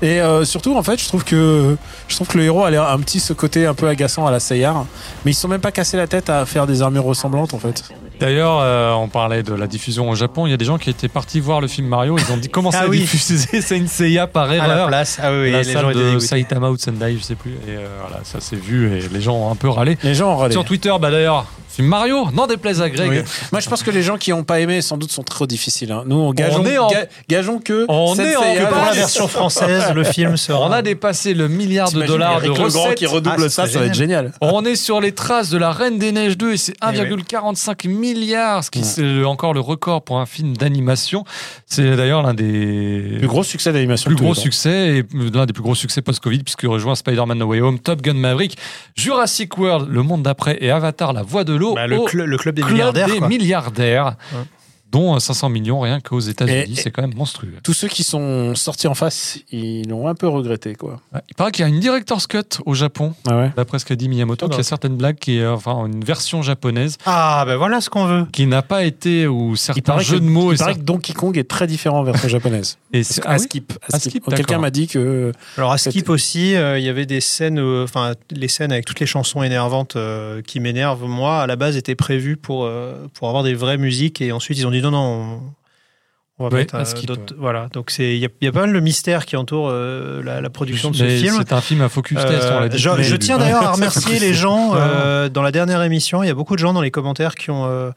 Et euh, surtout en fait je trouve que je trouve que le héros a l'air un petit ce côté un peu agaçant à la Seyar, mais ils se sont même pas cassé la tête à faire des armures ressemblantes en fait. D'ailleurs, euh, on parlait de la diffusion au Japon. Il y a des gens qui étaient partis voir le film Mario. Ils ont dit commencé Ah à <laughs> oui. diffuser Saint Seiya par à la erreur. place. Ah oui, la les salle gens étaient de dégoûtés. Saitama ou de Sendai, je sais plus. Et euh, voilà, ça s'est vu et les gens ont un peu râlé. Les gens ont râlé. Sur Twitter, bah d'ailleurs, film Mario, n'en déplaise à Greg. Oui. Moi je pense que les gens qui ont pas aimé sans doute sont trop difficiles. hein. Nous on gageons, est en- ga- gageons que On est en- Senseiya- que Pour la Ah, version française, le film sera. On a dépassé le milliard de T'imagines dollars de Eric Legrand recettes. qui redouble Ah, ça, c'est ça va être génial. On est sur les traces de la Reine des Neiges 2 et c'est Eh oui. 1,45 milliard, ce qui c'est le- encore le record pour un film d'animation. C'est d'ailleurs l'un des Le gros succès d'animation. plus de tous gros les temps. succès et l'un des plus gros succès post-Covid puisque rejoint Spider-Man No Way Home, Top Gun Maverick, Jurassic World, Le Monde d'après et Avatar La Voie de l'eau Bah, le, au cl- le club des club milliardaires. des quoi. milliardaires, Ouais. dont euh, 500 millions rien qu'aux États-Unis, Et- c'est quand même monstrueux. Tous ceux qui sont sortis en face, ils l'ont un peu regretté quoi. Ouais. Il paraît qu'il y a une director's cut au Japon, Ah ouais. d'après ce qu'a dit Miyamoto, Ah bah. qu'il y a certaines blagues qui est euh, enfin une version japonaise Ah ben voilà ce qu'on veut. qui n'a pas été ou certains paraît jeux que- de mots Il et, paraît cer- que Donkey Kong est très différent en version <laughs> japonaise. et Parce c'est- que- ah à oui skip, à À skip. skip, Quelqu'un d'accord. m'a dit que Alors à Skip C'était- aussi, euh, il y avait des scènes, euh, enfin les scènes avec toutes les chansons énervantes euh, qui m'énervent. Moi, à la base, étaient prévues pour euh, pour avoir des vraies musiques et ensuite ils ont dit non non. On... On va Ouais, mettre, à euh, Skip, d'autres- Voilà, donc c'est il y, a- il y a pas mal le mystère qui entoure euh, la, la production de ce mais film. c'est un film à focus test, on Euh, l'a dit je, depuis le je début. <laughs> tiens d'ailleurs à remercier les gens Ouais. euh, dans la dernière émission. Il y a beaucoup de gens dans les commentaires qui ont euh,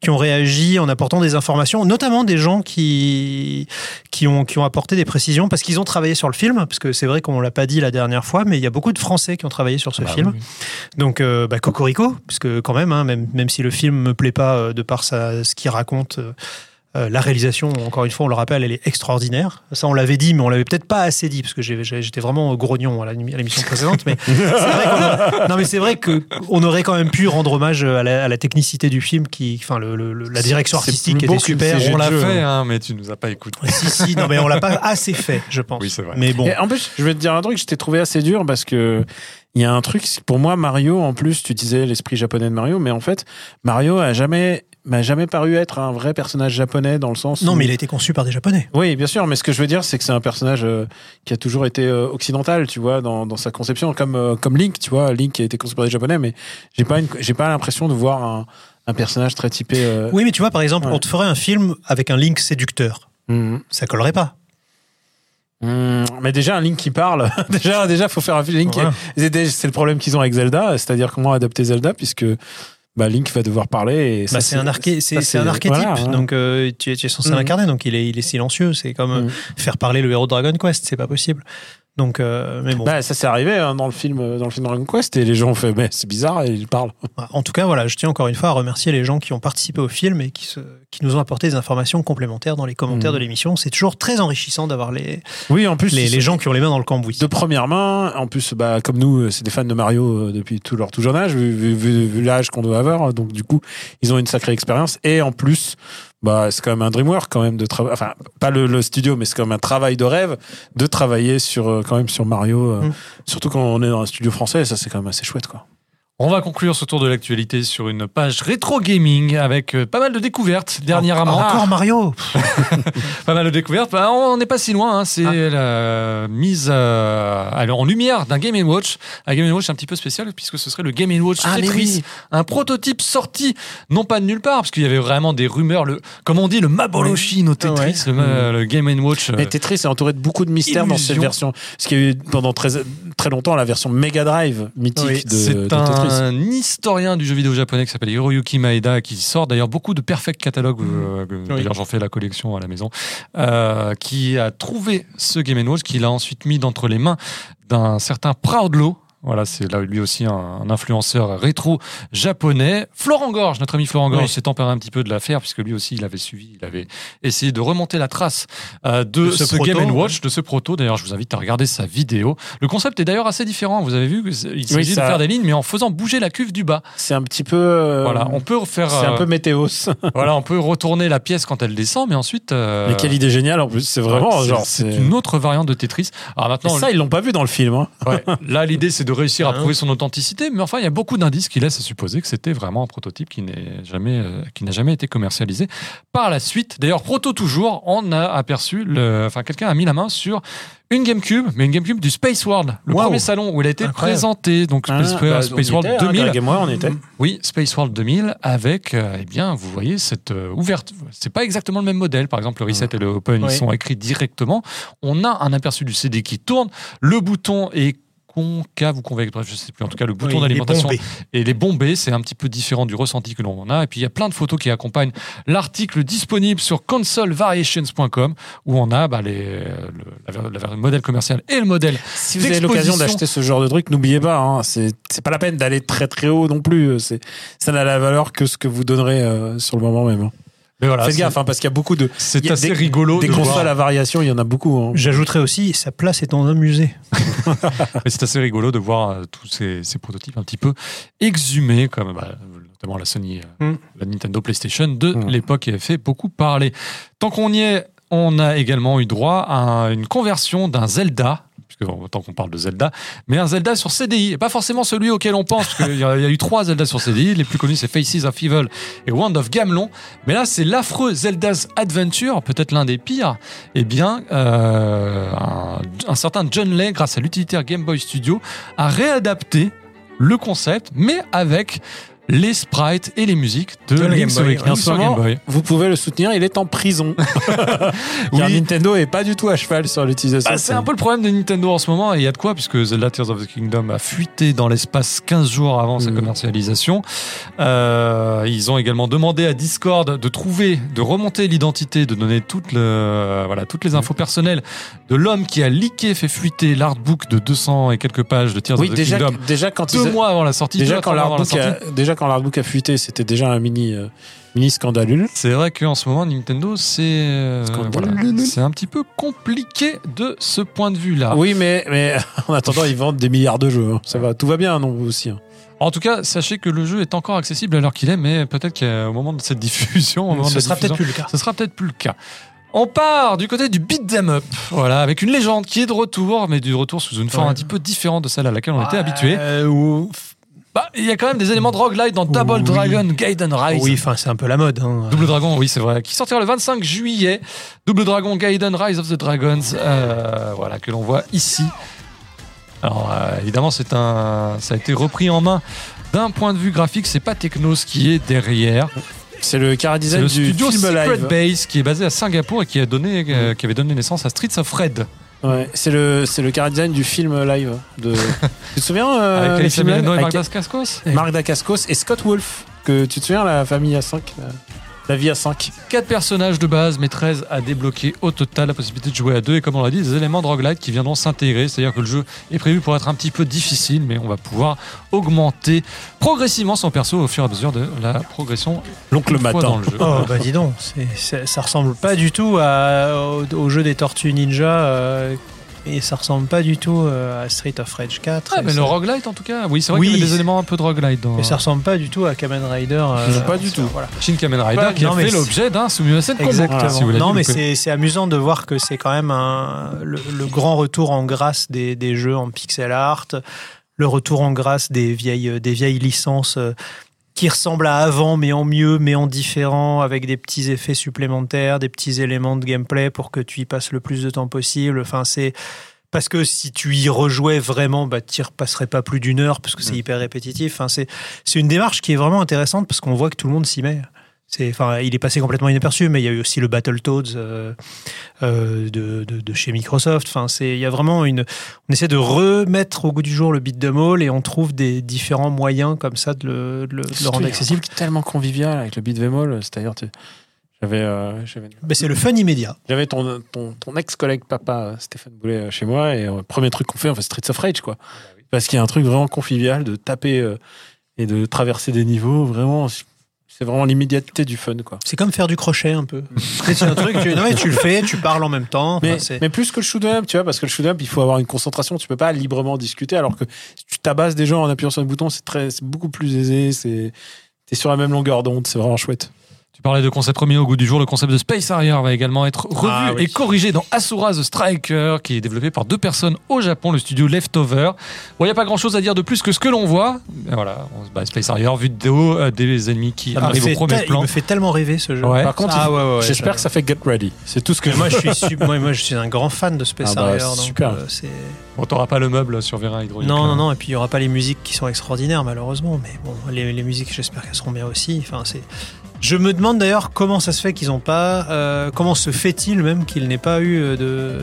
qui ont réagi en apportant des informations, notamment des gens qui qui ont qui ont apporté des précisions parce qu'ils ont travaillé sur le film. Parce que c'est vrai qu'on l'a pas dit la dernière fois, mais il y a beaucoup de Français qui ont travaillé sur ce Bah film. oui. Donc euh, bah, Cocorico, parce que quand même, hein, même même si le film me plaît pas euh, de par sa, ce qu'il raconte. euh, euh, la réalisation, encore une fois, on le rappelle, elle est extraordinaire. Ça, on l'avait dit, mais on l'avait peut-être pas assez dit, parce que j'ai- j'ai- j'étais vraiment grognon à la- à l'émission précédente. Mais c'est vrai qu'on aurait- non, mais c'est vrai que on aurait quand même pu rendre hommage à la, à la technicité du film, qui, enfin, le- le- le- la direction C'est plus artistique beau était qu'une super. CG on de l'a jeu, fait hein, mais tu nous as pas écouté si, si, non, mais on l'a pas assez fait, je pense. c'est vrai Mais bon. Et en plus, je vais te dire un truc, je t'ai trouvé assez dur parce que il y a un truc, c'est que pour moi, Mario, en plus, tu disais l'esprit japonais de Mario, mais en fait, Mario a jamais, m'a jamais paru être un vrai personnage japonais dans le sens. Non, où- mais il a été conçu par des Japonais. Oui, bien sûr, mais ce que je veux dire, c'est que c'est un personnage euh, qui a toujours été euh, occidental, tu vois, dans, dans sa conception, comme, euh, comme Link, tu vois, Link qui a été conçu par des japonais, mais j'ai pas, une- j'ai pas l'impression de voir un, un personnage très typé. euh, Oui, mais tu vois, par exemple, Ouais. on te ferait un film avec un Link séducteur. Mhm. Ça collerait pas. Hmm, mais déjà un Link qui parle, <laughs> déjà déjà faut faire un Link. qui- Ouais. C'est dé- c'est le problème qu'ils ont avec Zelda, c'est-à-dire comment adapter Zelda puisque bah, Link va devoir parler. Et ça, Bah, c'est un, arché- ça, c'est- c'est un archétype, voilà, hein. voilà. donc euh, tu, es- tu es censé Mhm. l'incarner, donc il est, il est silencieux. C'est comme euh, Mhm. faire parler le héros de Dragon Quest, c'est pas possible. Donc, euh, mais bon. Bah, ça s'est arrivé hein, dans le film euh, dans le film Dragon Quest et les gens ont fait mais c'est bizarre et ils parlent. En tout cas, voilà, je tiens encore une fois à remercier les gens qui ont participé au film et qui, se- qui nous ont apporté des informations complémentaires dans les commentaires Mhm. de l'émission. C'est toujours très enrichissant d'avoir les, Oui en plus les, ils les sont gens qui ont les mains dans le cambouis. de première main en plus bah comme nous euh, c'est des fans de Mario euh, depuis tout leur tout jeune âge vu, vu- vu- vu l'âge qu'on doit avoir donc du coup ils ont une sacrée expérience et en plus bah c'est quand même un DreamWorks quand même de travailler enfin pas le, le studio mais c'est quand même un travail de rêve de travailler sur euh, quand même sur Mario euh, Mm. surtout quand on est dans un studio français ça c'est quand même assez chouette quoi on va conclure ce tour de l'actualité sur une page rétro gaming avec euh, pas mal de découvertes dernièrement Encore Mario Pas mal de découvertes. Bah, on n'est pas si loin. hein. C'est Ah. la mise euh, alors, en lumière d'un Game Watch. Un Game Watch un petit peu spécial puisque ce serait le Game Watch Ah, mais Tetris. oui. Un prototype sorti, non pas de nulle part, parce qu'il y avait vraiment des rumeurs. Le, comme on dit, le Maboloshin au Ah Tetris, Ouais. le, ma- le Game Watch. euh, mais Tetris est entouré de beaucoup de mystères dans cette Illusion. version ce qu'il y a eu pendant très très longtemps la version Mega Drive mythique Oui, de, de C'est Tetris un historien du jeu vidéo japonais qui s'appelle Hiroyuki Maeda, qui sort d'ailleurs beaucoup de perfect catalogues. Mhm. euh, que- D'ailleurs, j'en fais la collection à la maison. euh, qui a trouvé ce Game Watch, qu'il a ensuite mis entre les mains d'un certain Proudlo. Voilà, c'est là lui aussi un, un influenceur rétro japonais. Florent Gorge, notre ami Florent Gorge, Oui. s'est emparé un petit peu de l'affaire puisque lui aussi il avait suivi, il avait essayé de remonter la trace euh, de, De ce, ce proto, Game ouais. Watch, de ce proto. D'ailleurs, je vous invite à regarder sa vidéo. Le concept est d'ailleurs assez différent. Vous avez vu qu'il s'agit de ça- faire des lignes, mais en faisant bouger la cuve du bas. C'est un petit peu. euh, voilà, on peut faire. C'est un euh, peu météos. voilà, on peut retourner la pièce quand elle descend, mais ensuite. euh, Mais quelle idée géniale en plus. C'est vraiment c'est- genre. C'est c'est- une autre variante de Tetris. Alors Et maintenant, ça, ils l'ont pas vu dans le film. hein. Ouais. Là, l'idée, c'est de réussir à Hein. prouver son authenticité, mais enfin, il y a beaucoup d'indices qui laissent à supposer que c'était vraiment un prototype qui n'est jamais, euh, qui n'a jamais été commercialisé. Par la suite, d'ailleurs, proto toujours, on a aperçu, le, enfin, quelqu'un a mis la main sur une GameCube, mais une GameCube du Space World, le Wow. premier salon où il a été Incroyable. présenté, donc Space, Ah, bah, Space on y World était, hein, 2000. Greg et moi, on y était. Oui, Space World 2000 avec, euh, eh bien, vous voyez cette euh, ouverture. C'est pas exactement le même modèle. Par exemple, le reset et le open, Oui. ils sont écrits directement. On a un aperçu du CD qui tourne. Le bouton est concave ou convexe, bref, je sais plus. En tout cas, le bouton Oui, il est d'alimentation bombé. et les bombés, c'est un petit peu différent du ressenti que l'on en a. Et puis il y a plein de photos qui accompagnent l'article disponible sur consolevariations.com où on a bah, les, euh, le, la- la- le modèle commercial et le modèle. Si vous avez l'occasion d'exposition. d'acheter ce genre de truc, n'oubliez pas, hein, c'est c'est pas la peine d'aller très très haut non plus. C'est ça n'a la valeur que ce que vous donnerez euh, sur le moment même. hein. Mais voilà, Faites c'est- gaffe, hein, parce qu'il y a beaucoup de il c'est y a assez des- rigolo. des de voir- consoles à variation, il y en a beaucoup. hein. J'ajouterais aussi, sa place est dans un musée. Mais c'est assez rigolo de voir euh, tous ces, ces prototypes un petit peu exhumés, comme bah, notamment la Sony, euh, Mm. la Nintendo PlayStation de Mm. l'époque qui a fait beaucoup parler. Tant qu'on y est, on a également eu droit à une conversion d'un Zelda. Puisque, bon, tant qu'on parle de Zelda, mais un Zelda sur CDI, et pas forcément celui auquel on pense, parce qu'il y, a il y a eu trois Zelda sur CDI, les plus connus c'est Faces of Evil et Wand of Gamelon, mais là c'est l'affreux Zelda's Adventure, peut-être l'un des pires, eh bien, euh, un, un certain John Lay, grâce à l'utilitaire Game Boy Studio, a réadapté le concept, mais avec les sprites et les musiques de, De la Link's Game Boy, Awakening ouais. sur En ce Game moment, Boy. Vous pouvez le soutenir, il est en <laughs> prison. Car Oui. Nintendo est pas du tout à cheval sur l'utilisation. Bah, c'est un peu le problème de Nintendo en ce moment, et il y a de quoi, puisque Zelda Tears of the Kingdom a fuité dans l'espace 15 jours avant sa Mm. commercialisation. Euh, ils ont également demandé à Discord de trouver, de remonter l'identité, de donner toutes, le, voilà, toutes les infos personnelles de l'homme qui a leaké, fait fuiter l'artbook de 200 et quelques pages de Tears Oui, of the déjà, Kingdom. déjà quand ils Deux a- mois avant la sortie, déjà deux quand mois avant la l'artbook sortie. a, déjà quand l'artbook a fuité, c'était déjà un mini euh, mini scandaleux. C'est vrai qu'en ce moment, Nintendo, c'est euh, Scandaleux. voilà, c'est un petit peu compliqué de ce point de vue-là. Oui, mais mais <laughs> en attendant, ils vendent des milliards de jeux. hein. Ça va, tout va bien, non vous aussi. hein. En tout cas, sachez que le jeu est encore accessible à l'heure qu'il est, mais peut-être qu'au moment de cette <laughs> diffusion, au moment de Ce la sera diffusion, peut-être plus le cas. ce sera peut-être plus le cas. On part du côté du beat them up, voilà, avec une légende qui est de retour, mais du retour sous une forme Ouais. un petit peu différente de celle à laquelle on était habitué. Euh, ou- Bah, il y a quand même des éléments de roguelite dans Double Oui. Dragon Gaiden Ah, Rise. Oui, enfin, c'est un peu la mode. hein. Double Dragon, oui, c'est vrai, qui sortira le 25 juillet. Double Dragon Gaiden Rise of the Dragons, euh, voilà, que l'on voit ici. Alors, euh, évidemment, c'est un, ça a été repris en main d'un point de vue graphique. C'est pas Technos qui est derrière. C'est le cara C'est design le du studio film Secret live. Base qui est basé à Singapour et qui, a donné, euh, qui avait donné naissance à Streets of Red. Ouais, c'est le c'est le cara design du film live <laughs> de. tu te souviens euh, avec le Alissa film live Milano et Avec Marc Dacascos. Marc Dacascos et Scott Wolf que tu te souviens la famille à 5 la, la vie à 5. Quatre personnages de base, mais 13 à débloquer au total, la possibilité de jouer à deux et comme on l'a dit, des éléments de roguelite qui viendront s'intégrer, c'est-à-dire que le jeu est prévu pour être un petit peu difficile, mais on va pouvoir augmenter progressivement son perso au fur et à mesure de la progression L'oncle une fois Matin. dans le jeu. Oh, bah dis donc, c'est- c'est- ça ressemble pas du tout à- au, au jeu des Tortues Ninja euh, et ça ressemble pas du tout euh, à Street of Rage 4. Ah, et mais ça, le roguelite en tout cas, oui, c'est vrai Oui. qu'il y avait des éléments un peu de roguelite dans et ça ressemble pas du tout à Kamen Rider. euh, Pas du ça, tout. Voilà. Shin Kamen Rider Pas- qui a non, mais fait c'est- l'objet d'un Sumimasen Combo. Exactement. Ah, Si vous l'avez non, loupé. mais c'est c'est amusant de voir que c'est quand même un- le, le grand retour en grâce des, des jeux en pixel art, le retour en grâce des vieilles, des vieilles licences euh, qui ressemblent à avant, mais en mieux, mais en différent, avec des petits effets supplémentaires, des petits éléments de gameplay pour que tu y passes le plus de temps possible. Enfin, c'est. Parce que si tu y rejouais vraiment, bah, tu y repasserais pas plus d'une heure parce que Mm. c'est hyper répétitif. Enfin, c'est c'est une démarche qui est vraiment intéressante parce qu'on voit que tout le monde s'y met. C'est, enfin, il est passé complètement inaperçu, mais il y a eu aussi le Battletoads euh, euh, de, de- de chez Microsoft. Enfin, c'est, il y a vraiment une. On essaie de remettre au goût du jour le beat de all et on trouve des différents moyens comme ça de le, de le- de le Surtout, il y rendre a un accessible. truc tellement convivial avec le beat bémol, c'est d'ailleurs tu- j'avais euh, j'avais Mais c'est le fun immédiat. J'avais ton, ton, ton ex-collègue papa euh, Stéphane Boulet euh, chez moi et euh, premier truc qu'on fait, on fait Streets of Rage quoi. Parce qu'il y a un truc vraiment convivial de taper euh, et de traverser des niveaux. Vraiment, c'est vraiment l'immédiateté du fun, quoi. C'est comme faire du crochet un peu. c'est un truc, tu, non, mais tu le fais, tu parles en même temps. Mais, Enfin, c'est- mais plus que le shoot-up, tu vois, parce que le shoot-up, il faut avoir une concentration. Tu peux pas librement discuter, alors que si tu tabasses des gens en appuyant sur le bouton, c'est très, c'est beaucoup plus aisé. C'est, t'es sur la même longueur d'onde. C'est vraiment chouette. Tu parlais de concept remis au goût du jour. Le concept de Space Harrier va également être revu Ah oui. et corrigé dans Asura the Striker, qui est développé par deux personnes au Japon, le studio Leftover. Bon, il n'y a pas grand chose à dire de plus que ce que l'on voit. Mais Voilà, on se bat Space Harrier, vue de haut, euh, des ennemis qui Ça me arrivent au fait premier te- plan. Il me fait tellement rêver ce jeu. Ouais. Par contre, Ah ouais, ouais, ouais, j'espère que ça fait get ready. C'est tout ce que Mais moi, je suis, sub- moi, moi, je suis un grand fan de Space Ah bah, Harrier. donc, super. euh, c'est- Bon, t'auras pas le meuble sur Vérin Hydraulique. non, là. non, non. Et puis, il n'y aura pas les musiques qui sont extraordinaires, malheureusement. Mais bon, les, les musiques, j'espère qu'elles seront bien aussi. Enfin, c'est. Je me demande d'ailleurs comment ça se fait qu'ils n'ont pas. euh, comment se fait-il même qu'ils n'aient pas eu euh, de,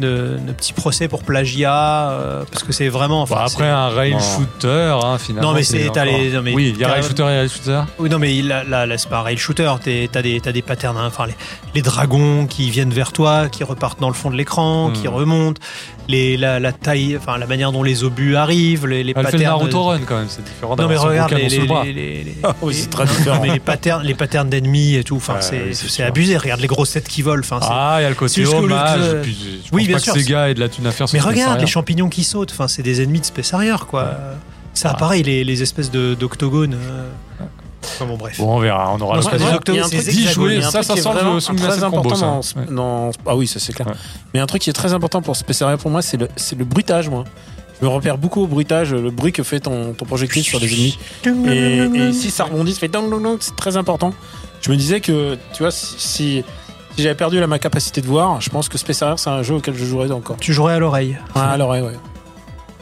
de, de petits procès pour plagiat euh, Parce que c'est vraiment. Bon, enfin, Bah, après, un rail Non. shooter, hein, finalement. Non, mais c'est- t'as les- non, mais oui, il y a t'as- rail shooter et rail shooter. Oui, non, mais il- là, là, là, c'est pareil, le shooter, t'es- t'as des, t'as des patterns, hein. enfin, les, les dragons qui viennent vers toi, qui repartent dans le fond de l'écran, Hmm. qui remontent, les, la, la taille, enfin, la manière dont les obus arrivent, les, les Elle fait le patterns. Naruto Run quand même, c'est différent Non, d'avoir mais son regarde, bouquin les, dans sous le les- bras. les- les- les- Ah oui, les- c'est très non, différent. mais les patterns, les patterns d'ennemis et tout, enfin, Ouais, c'est, oui, c'est c'est sûr. abusé, regarde les grossettes qui volent, enfin, c'est- Ah, il y a le C'est côté jusqu'au hommage. luxe, euh, et puis, je- je oui, pense bien pas sûr, que Sega ait de la thune à faire sur Mais Space regarde Harrier. les champignons qui sautent, enfin, c'est des ennemis de Space Harrier, quoi. Ça, Ah. pareil, les, les espèces de, d'octogones. euh. Enfin, bon, bref. Bon, on verra, on aura Non, l'occasion. moi, de- octogones, il y a un c'est truc- dix il y a un jouets, truc ça, ça qui est sent le vraiment Summoner très Set Combo, important dans, ça. Ouais. dans- Ah oui, ça c'est clair. Ouais. Mais un truc qui est très important pour Space Harrier pour moi, c'est le, c'est le bruitage, moi. Je me repère beaucoup au bruitage, le bruit que fait ton, ton projectile sur les ennemis. Et, et si ça rebondit, ça fait dong dong dong, c'est très important. Je me disais que, tu vois, si, si, si j'avais perdu là, ma capacité de voir, je pense que Space Harrier, c'est un jeu auquel je jouerais encore. Tu jouerais à l'oreille. Ah, alors, ouais, ouais.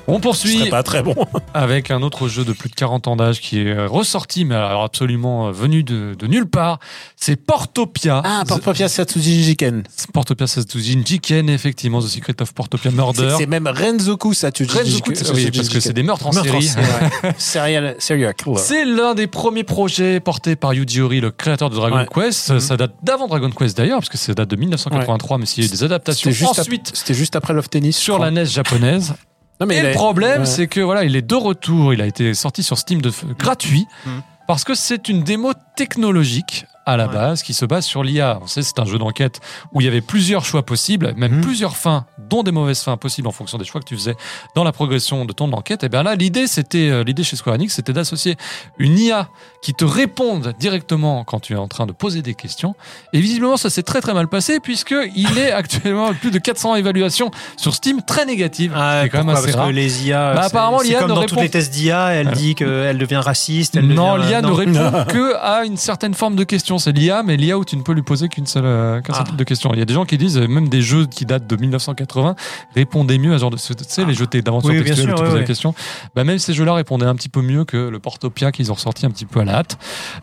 On Je serais poursuit pas très bon. avec un autre jeu de plus de 40 ans d'âge qui est euh, ressorti, mais alors absolument euh, venu de, de nulle part. C'est Portopia. Ah, <laughs> The- Portopia Satsuji Jiken. Portopia Satoujin Jiken, effectivement, The Secret of Portopia Murder. C'est même Renzoku Satsuji Renzoku, oui, parce que c'est des meurtres en série. <laughs> Serial, serial killer. C'est l'un des premiers projets portés par Yuji Horii, le créateur de Dragon Ouais. Quest. Ça date d'avant Dragon Quest d'ailleurs, parce que ça date de 1983, mais s'il y a eu des adaptations C'était juste, ensuite ap- c'était juste après Love Tennis. sur la NES japonaise. Non, mais et il le a- problème, ouais. c'est que voilà, il est de retour. Il a été sorti sur Steam de f- gratuit Mm. parce que c'est une démo technologique à la Ouais. base qui se base sur l'IA. On sait, c'est un jeu d'enquête où il y avait plusieurs choix possibles, même Mm. plusieurs fins, dont des mauvaises fins possibles en fonction des choix que tu faisais dans la progression de ton enquête. Et bien là, l'idée, c'était euh, l'idée chez Square Enix, c'était d'associer une IA qui te réponde directement quand tu es en train de poser des questions. Et visiblement, ça s'est très très mal passé puisque il est <laughs> actuellement à plus de 400 évaluations sur Steam, très négatives. Ah, C'est quand même pourquoi assez Parce rare. que les IA, Bah, c'est- apparemment, c'est l'IA comme ne dans répond- tous les tests d'IA, elle dit qu'elle devient raciste. Elle Non, devient- l'IA ne euh, non. répond que à une certaine forme de question. C'est l'IA, mais l'IA où tu ne peux lui poser qu'une seule, euh, qu'un seul Ah. type de question. Il y a des gens qui disent, euh, même des jeux qui datent de 1980 répondaient mieux à ce genre de, tu sais, Ah. les jeux d'aventure Oui, bien textuelle sûr, où tu ouais, posais la ouais. question. Bah, même ces jeux-là répondaient un petit peu mieux que le Portopia qu'ils ont sorti un petit peu à la hâte.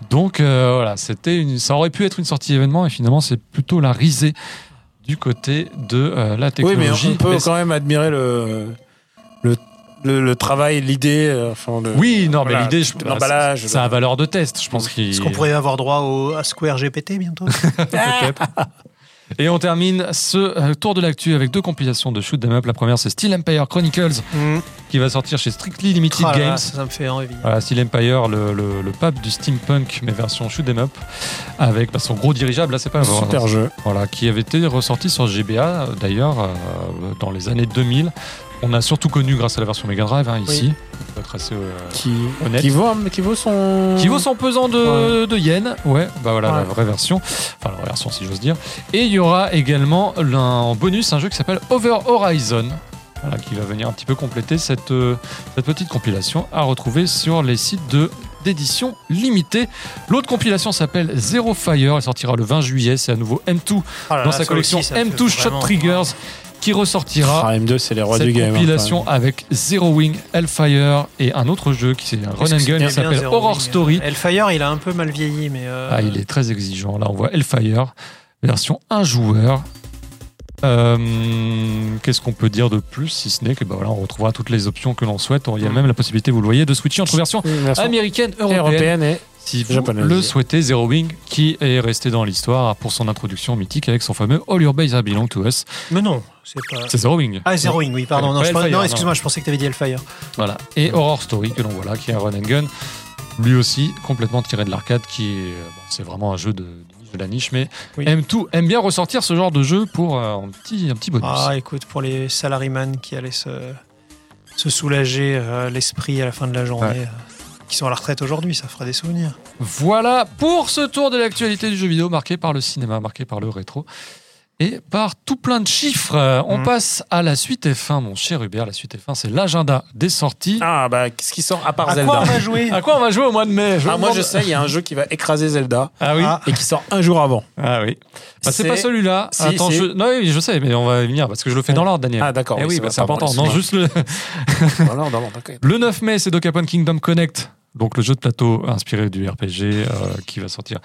Donc, euh, voilà, c'était une, ça aurait pu être une sortie événement et finalement, c'est plutôt la risée du côté de euh, la Oui, mais technologie. on peut Mais quand même admirer le, le, le, le travail, l'idée. euh, Enfin, le- oui, non, mais voilà, l'idée, je- l'emballage, ça- ça a valeur de test. Je pense qu'il. Est-ce qu'on pourrait avoir droit au, à Square GPT bientôt peut-être. Et on termine ce euh, tour de l'actu avec deux compilations de shoot 'em up. La première, c'est Steel Empire Chronicles, qui va sortir chez Strictly Limited Ah Mm. là là, Games. Ça ça me fait envie. Voilà, Steel Empire, le, le, le pape du steampunk, mais version shoot 'em up, avec bah, son gros dirigeable. Là, c'est pas un Super jeu. Voilà, qui avait été ressorti sur GBA, euh, d'ailleurs, euh, dans les années 2000. On a surtout connu grâce à la version Mega Drive, hein, ici. Faut être assez, euh, Qui, Honnête. qui, vaut, qui vaut son. qui vaut son pesant de, de yens. Ouais, bah voilà, Ouais. la vraie version. Enfin, la vraie version, si j'ose dire. Et il y aura également l'un- en bonus un jeu qui s'appelle Over Horizon. Voilà, qui va venir un petit peu compléter cette, euh, cette petite compilation à retrouver sur les sites de d'édition limitée. L'autre compilation s'appelle Zero Fire, elle sortira le 20 juillet, c'est à nouveau M2 Ah là dans là, sa ça collection aussi, ça me M2 Shot fait vraiment- Triggers qui ressortira Ah, M2, c'est les rois cette du game. hein, compilation avec Zero Wing, Hellfire et un autre jeu qui c'est un Est-ce run que and c'était gun Eh bien qui s'appelle Zero Horror Wing hein. Story. Hellfire, il a un peu mal vieilli, mais. euh, Ah, il est très exigeant. Là, on voit Hellfire, version 1 joueur. Euh, Qu'est-ce qu'on peut dire de plus si ce n'est que bah, voilà, on retrouvera toutes les options que l'on souhaite. Il y a même la possibilité, vous le voyez, de switcher entre versions quand même. Mm. Version américaines, européennes. européenne et si vous Japonais. le souhaitez, Zero Wing, qui est resté dans l'histoire pour son introduction mythique avec son fameux All Your Base Are Belong to Us. Mais non, c'est pas. C'est Zero Wing. Ah, Zero Wing, oui, pardon. Non, Ouais, je pensais- Hellfire, non, non. excuse-moi, je pensais que t'avais dit Hellfire. Voilà. Et Horror Story, que l'on voit là, qui est un run and gun. Lui aussi, complètement tiré de l'arcade, qui est. euh, bon, c'est vraiment un jeu de, de niche, de la niche, mais Oui. aime tout, aime bien ressortir ce genre de jeu pour euh, un, petit, un petit bonus. Ah, écoute, pour les salaryman qui allaient se, se soulager euh, l'esprit à la fin de la journée, Ouais. euh, qui sont à la retraite aujourd'hui, ça fera des souvenirs. Voilà pour ce tour de l'actualité du jeu vidéo marqué par le cinéma, marqué par le rétro et par tout plein de chiffres. Euh, On Mm. Mhm. passe à la suite F1, mon cher Hubert. La suite F1, c'est l'agenda des sorties. Ah, bah, qu'est-ce qui sort à part À Zelda quoi on va jouer À quoi on va jouer au mois de mai Ah, vous moi, demande- je sais, il y a un jeu qui va écraser Zelda Ah oui. Ah, et qui sort un <laughs> jour avant. Ah oui. Bah, c'est pas C'est- celui-là. Si, Attends, si. je... Non, oui, je sais, mais on va y venir parce que je le fais dans l'ordre, Daniel. Ah, d'accord. Eh oui, ça bah, va, c'est pardon, important. Non, excuse-moi. juste le... Non, non, non, d'accord. le 9 mai, c'est Dokapon Kingdom Connect, donc le jeu de plateau inspiré du RPG euh, qui va sortir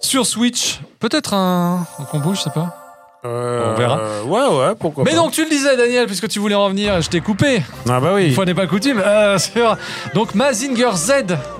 sur Switch. Peut-être un, un combo, je sais pas. Euh, On verra. Ouais, ouais, pourquoi Mais pas. donc tu le disais Daniel, puisque tu voulais en revenir, je t'ai coupé. Ah, bah Une oui. fois n'est pas coutume. Euh, sur- Donc Mazinger Z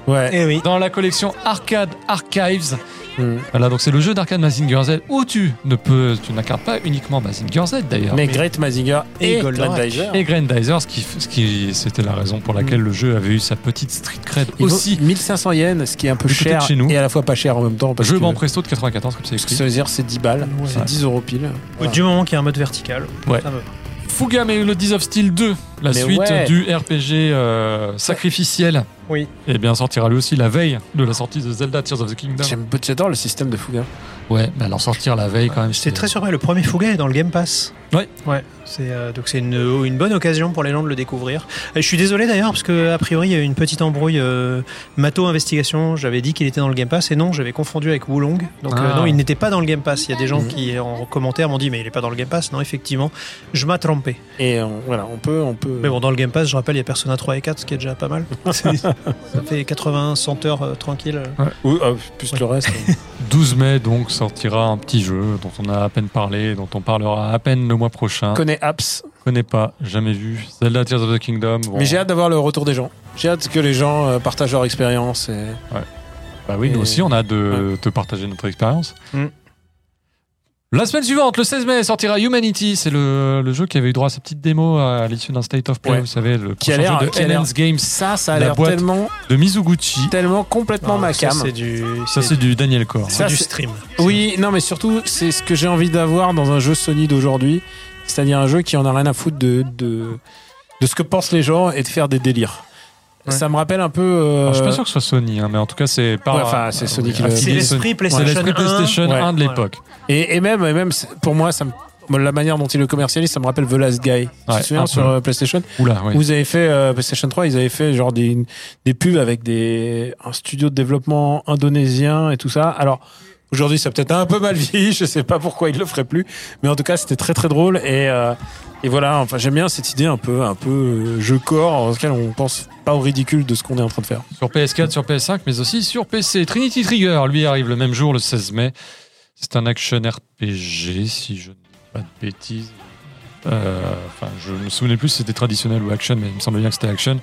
Ouais. eh oui. dans la collection Arcade Archives. Hmm. Voilà, donc c'est le jeu d'arcade Mazinger Z où tu ne peux, tu n'incarnes pas uniquement Mazinger Z d'ailleurs. Mais Great Mazinger Et et, Goldorak. Grandizer. Et Grandizer, ce qui, ce qui, c'était la raison pour laquelle le jeu avait eu sa petite street cred Mm. Il vaut aussi. 1500 yens, ce qui est un peu Du côté de cher chez nous. et à la fois pas cher en même temps. Parce Jeu que, en presto de 94 comme c'est parce que écrit. ça veut dire c'est 10 balles, Ouais. c'est 10 euros pile. Voilà. Du moment qu'il y a un mode vertical, Ouais. ça me va. Fugame et Melodies of Steel 2, la Mais suite ouais. du RPG euh, sacrificiel. Oui. Et bien sortira lui aussi la veille de la sortie de Zelda Tears of the Kingdom. J'aime beaucoup- J'adore le système de hein. Fuga. Ouais, mais alors sortir la veille quand même. J'étais très surpris. Le premier Fouguet est dans le Game Pass. Ouais. Ouais. C'est euh, donc c'est une, une bonne occasion pour les gens de le découvrir. Et je suis désolé d'ailleurs parce que a priori il y a eu une petite embrouille. euh, Mato Investigation, j'avais dit qu'il était dans le Game Pass et non, j'avais confondu avec Wulong. Donc euh, Ah. non, il n'était pas dans le Game Pass. Il y a des gens Mhm. qui en commentaire m'ont dit mais il est pas dans le Game Pass. Non, effectivement, je m'ai trompé. Et on- voilà, on peut. On peut... Mais bon, dans le Game Pass, je rappelle, il y a Persona 3 et 4, ce qui est déjà pas <laughs> mal. C'est- ça fait 80, 100 heures euh, tranquille. Oui, ah, plus le <laughs> reste. 12 mai donc sortira un petit jeu dont on a à peine parlé, dont on parlera à peine le mois prochain. on connaît Apps. connais pas, jamais vu. Zelda Tears of the Kingdom. bon, Mais j'ai hâte d'avoir le retour des gens. J'ai hâte que les gens euh, partagent leur expérience. Et... Bah oui, nous Et- aussi on a hâte de te partager notre expérience. Mm. La semaine suivante, le 16 mai, sortira Humanity. C'est le, le jeu qui avait eu droit à sa petite démo à l'issue d'un State of Play, Ouais. vous savez, le Qui a prochain l'air- jeu de qui a l'air- NN's Games Ça, ça a La l'air boîte. tellement, de Mizuguchi. tellement complètement Ah, ma ça, cam. c'est du, Ça, c'est du Daniel Core. c'est Ça, du c'est- stream. Oui, non, mais surtout, c'est ce que j'ai envie d'avoir dans un jeu Sony d'aujourd'hui. C'est-à-dire un jeu qui en a rien à foutre de, de, de ce que pensent les gens et de faire des délires. Ouais. Ça me rappelle un peu. euh, Alors, je suis pas sûr que ce soit Sony, hein, mais en tout cas, c'est par. Ouais, enfin, c'est Sony qui l'a- C'est affilié Sony. l'esprit C'est PlayStation, l'esprit 1. PlayStation 1, Ouais. de l'époque. et, et même, et même c'est- pour moi, ça me- la manière dont ils le commercialisent, ça me rappelle The Last Guy. tu Ouais, te souviens un sur peu. euh, PlayStation Oula, oui. Où ils avaient fait euh, PlayStation 3, ils avaient fait genre des, des pubs avec des, un studio de développement indonésien et tout ça. Alors aujourd'hui, ça a peut-être un peu mal <laughs> vieilli, je sais pas pourquoi ils le feraient plus, mais en tout cas, c'était très très drôle et euh, et voilà. Enfin, j'aime bien cette idée un peu un peu euh, jeu corps dans lequel on pense pas au ridicule de ce qu'on est en train de faire. Sur PS4, sur PS5, mais aussi sur PC. Trinity Trigger, lui, arrive le même jour, le 16 mai. C'est un action RPG, si je ne dis pas de bêtises. Euh, Enfin, je me souvenais plus si c'était traditionnel ou action, mais il me semble bien que c'était action.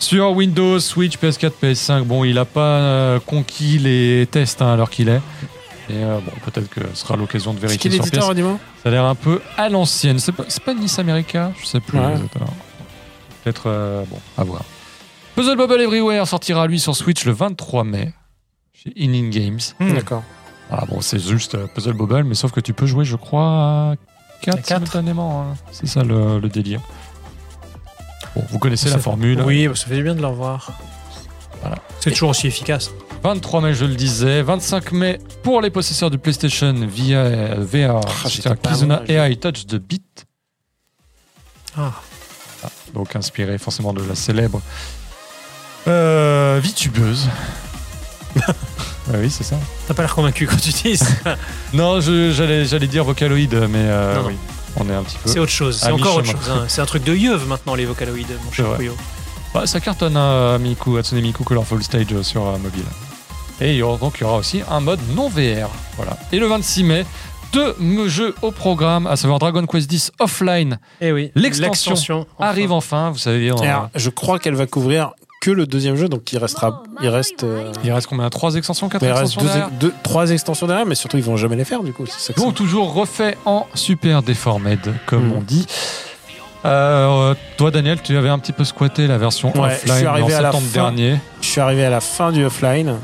Sur Windows, Switch, PS4, PS5, bon, il n'a pas euh, conquis les tests hein, alors qu'il est. Et euh, bon, peut-être que ce sera l'occasion de C'est vérifier qui sur PS. l'éditeur dis-moi Ça a l'air un peu à l'ancienne. C'est pas, c'est pas Nice America Je sais plus. Ouais. Attends. Peut-être. euh, bon, à voir. Puzzle Bubble Everywhere sortira lui sur Switch le 23 mai chez In-In Games. Hmm. D'accord. Ah bon, c'est juste euh, Puzzle Bubble, mais sauf que tu peux jouer, je crois, à 4 À quatre. simultanément. hein. C'est ça le, le délire. Bon, vous connaissez la C'est- formule. Oui, bah, ça fait du bien de l'en voir. Voilà. C'est toujours aussi efficace. 23 mai, je le disais. 25 mai pour les possesseurs du PlayStation via euh, VR. Ah, j'étais sortira pas Kizuna loin, j'ai- AI Touch the Beat. Ah. donc inspiré forcément de la célèbre euh, <laughs> vitubeuse. Ah oui, c'est ça. T'as pas l'air convaincu quand tu dis. ça. Non, je- j'allais j'allais dire Vocaloid, mais euh, Non, non. oui, on est un petit peu. <laughs> C'est autre chose. C'est À encore autre mi-chemin. chose. hein. C'est un truc de yeuve maintenant, les vocaloïdes, mon cher vrai. Puyo. Bah, ça cartonne hein, Miku, Hatsune Miku Colorful Stage euh, sur euh, mobile. Et il y aura, donc il y aura aussi un mode non VR. Voilà. Et le 26 mai, deux me- jeux au programme, à savoir Dragon Quest X Offline Eh oui. L'extension L'extension. enfin. arrive enfin. Vous savez, on- Et alors, je crois qu'elle va couvrir que le deuxième jeu, donc il restera, il reste, euh, Il reste combien 3 extensions 4 il reste extensions deux, derrière deux- trois extensions derrière, mais surtout ils vont jamais les faire du coup. c'est ça que Bon, c'est- toujours refait en super déformed, comme Mm. on dit. Euh, toi, Daniel, tu avais un petit peu squatté la version Ouais, je suis offline en arrivé à la septembre fin. dernier. je suis arrivé à la fin du offline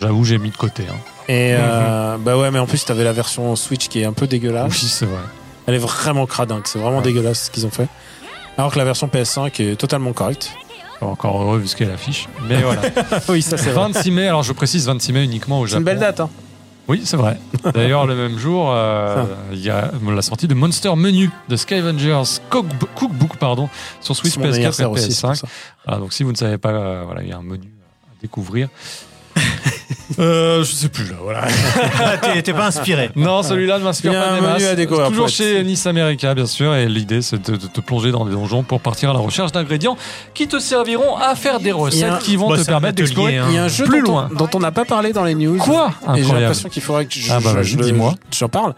J'avoue, j'ai mis de côté. hein. et euh, bah ouais, mais en plus t'avais la version Switch qui est un peu dégueulasse. Oui, c'est vrai. Elle est vraiment cradingue, c'est vraiment Ouais. dégueulasse ce qu'ils ont fait. Alors que la version PS5 est totalement correcte. Encore heureux vu ce qu'elle affiche. <laughs> Mais voilà. oui, ça 26 mai, alors je précise 26 mai uniquement au C'est Japon. une belle date. Hein. Oui, c'est vrai. D'ailleurs, le même jour, euh, il y a la sortie de Monster Menu de Scavengers Cookbook, Cookbook, pardon, sur Switch, C'est mon anniversaire PS4 et aussi, c'est PS5. pour ça. Ah, donc si vous ne savez pas, euh, voilà, il y a un menu à découvrir. euh, je sais plus là, <laughs> voilà. Ah, T'es t'es pas inspiré. Non, celui-là ne m'inspire Il y a pas un des menu masses. à découvrir, Toujours pour être- chez Nice America, bien sûr, et l'idée c'est de, de te plonger dans des donjons pour partir à la recherche d'ingrédients qui te serviront à faire des recettes un- qui vont Bah, te c'est un permettre atelier, d'explorer. hein. Il y a un jeu Plus dont, loin. On, dont on n'a pas parlé dans les news. Quoi Et j'ai Incroyable. l'impression qu'il faudrait que je- Ah bah je- vas-y, je- dis-moi. j'en parle.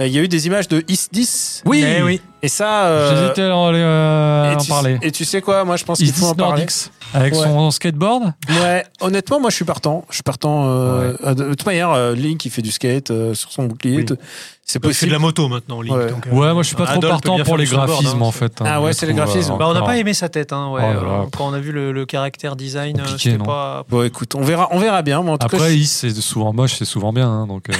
Euh, Il y a eu des images de Is 10. Oui, Eh oui. Et ça. euh, j'hésitais à en, euh, et en tu, parler. et tu sais quoi, moi je pense qu'il Isis faut en parler. Nordics avec Ouais. son skateboard. Ouais, honnêtement, moi je suis partant. Je suis partant. euh, euh, de toute manière, euh, Link il fait du skate euh, sur son bouclier. Oui. Bah, tout. C'est C'est de possible. la moto maintenant, Link. Ouais. donc, euh, Ouais, moi je suis pas trop Adol peut partant bien pour faire les du snowboard, graphismes hein. en fait. hein. Ah ouais, Je c'est les trouve, graphismes. euh, Bah, on n'a encore- pas aimé sa tête, hein, ouais. Oh là là. Alors, quand on a vu le, le caractère design, euh, Compliqué, c'était non pas. Bon, écoute, on verra, on verra bien. Mais en tout cas, Après, je- Is, c'est souvent moche, c'est souvent bien. hein, <laughs> donc, euh,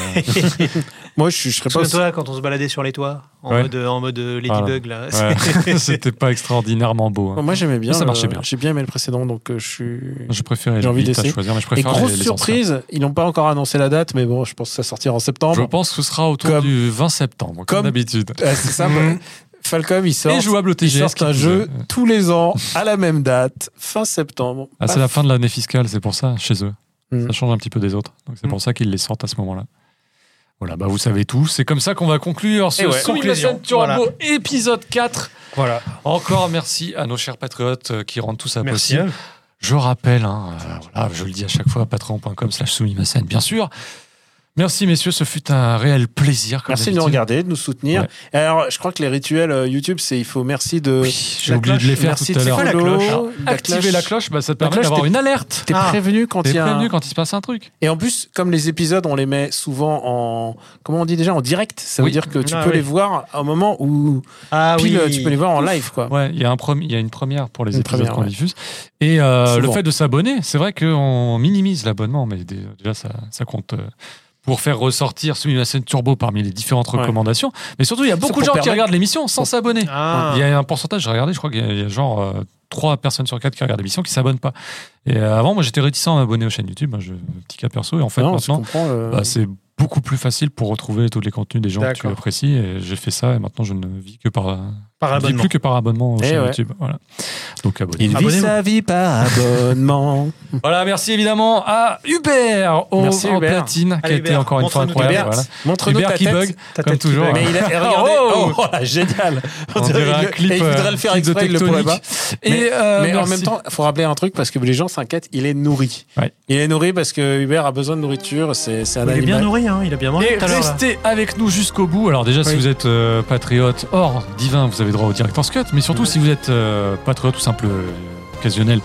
moi je, je serais pas. aussi- Souviens-toi quand on se baladait sur les toits, en Ouais. mode, euh, en mode Ladybug, là. ouais. <laughs> c'était pas extraordinairement beau. hein. Moi j'aimais bien. Ça le- marchait bien. J'ai bien aimé le précédent, donc euh, je suis. Je préférais J'ai envie vite à d'essayer. choisir, mais je Et préfère grosse les- les anciens. surprise, ils n'ont pas encore annoncé la date, mais bon, je pense que ça sortira en septembre. Je pense que ce sera autour Comme- du 20 septembre, comme, Comme- d'habitude. Ah, c'est ça. <laughs> bah, Falcom, il sort, Et jouable au il TGS. sort qui un plus jeu est. tous les ans à la même date, fin septembre. Bah, Ah, c'est la fin de l'année fiscale, c'est pour ça, chez eux. Mm. Ça change un petit peu des autres. Donc c'est pour ça qu'ils les sortent à ce moment-là. Voilà, bah vous savez tout. C'est comme ça qu'on va conclure ce Eh ouais. Simulation Conclusion, Turbo voilà. épisode 4. Voilà. Encore merci à nos chers patriotes euh, qui rendent tout ça Merci. possible. Je rappelle, hein, euh, voilà, je le dis à chaque fois, patreon.com slash soumimasen, bien sûr. Merci messieurs, ce fut un réel plaisir. Comme Merci de nous d'habitude. regarder, de nous soutenir. Ouais. Et alors, je crois que les rituels euh, YouTube, c'est il faut merci de. Oui, j'ai La oublié de cloche, les faire merci tout à de l'heure. la cloche. follow, la Activer la cloche, bah, ça te La permet cloche, d'avoir t'es- une alerte. T'es Ah. prévenu quand T'es il y a. un- prévenu quand il se passe un truc. Et en plus, comme les épisodes, on les met souvent en. Comment on dit déjà En direct. Ça veut Oui. dire que tu Ah, peux oui. les voir à un moment où. Ah pile, oui. tu peux les voir en live, quoi. Ouais, il y, a un premi- il y a une première pour les Ah. Une épisodes première, qu'on ouais. diffuse. Et euh, Souvent. le fait de s'abonner, c'est vrai qu'on minimise l'abonnement, mais dé- déjà ça, ça compte euh, pour faire ressortir Sumimasen Turbo parmi les différentes Ouais. recommandations. Mais surtout, il y a beaucoup pour de gens qui permettre- regardent l'émission sans pour- s'abonner. Ah. Il y a un pourcentage, j'ai regardé, je crois qu'il y a- il y a genre euh, trois personnes sur quatre qui regardent l'émission qui s'abonnent pas. Et euh, avant, moi j'étais réticent à m'abonner aux chaînes YouTube, hein, je, petit cas perso, et en fait Non, je maintenant, comprends. euh, bah, c'est beaucoup plus facile pour retrouver tous les contenus des gens que tu D'accord. apprécies. Et j'ai fait ça, et maintenant je ne vis que par, je Par ne vis abonnement. plus que par abonnement aux Eh chaînes ouais. YouTube. Voilà. Donc abonnez Il vit Abonnez-vous. sa vie par <laughs> abonnement. Voilà, merci évidemment à Hubert au, Merci, en Hubert. platine, qui Allez, a été Hubert, encore une fois montre-nous incroyable. <laughs> Hubert. voilà. Montre-nous Hubert ta qui tête. bug, Ta comme tête qui toujours. bug. Mais <laughs> il a, et regardez, Oh oh, voilà, génial. On dirait un qu'il le- clip. et il voudrait euh, le faire clip exprès, de il le pourrait pas. Tectonic. Et, euh, Mais en merci. même temps, il faut rappeler un truc parce que les gens s'inquiètent, il est nourri. Ouais. Il est nourri parce que Hubert a besoin de nourriture, c'est c'est un Il est animal. bien nourri, hein, il a bien mangé Et tout à l'heure. là. restez avec nous jusqu'au bout. Alors déjà, si Oui. vous êtes euh, patriote hors divin, vous avez droit au Director's Cut. Mais surtout, Mhm. si vous êtes euh, patriote ou simple euh, occasionnel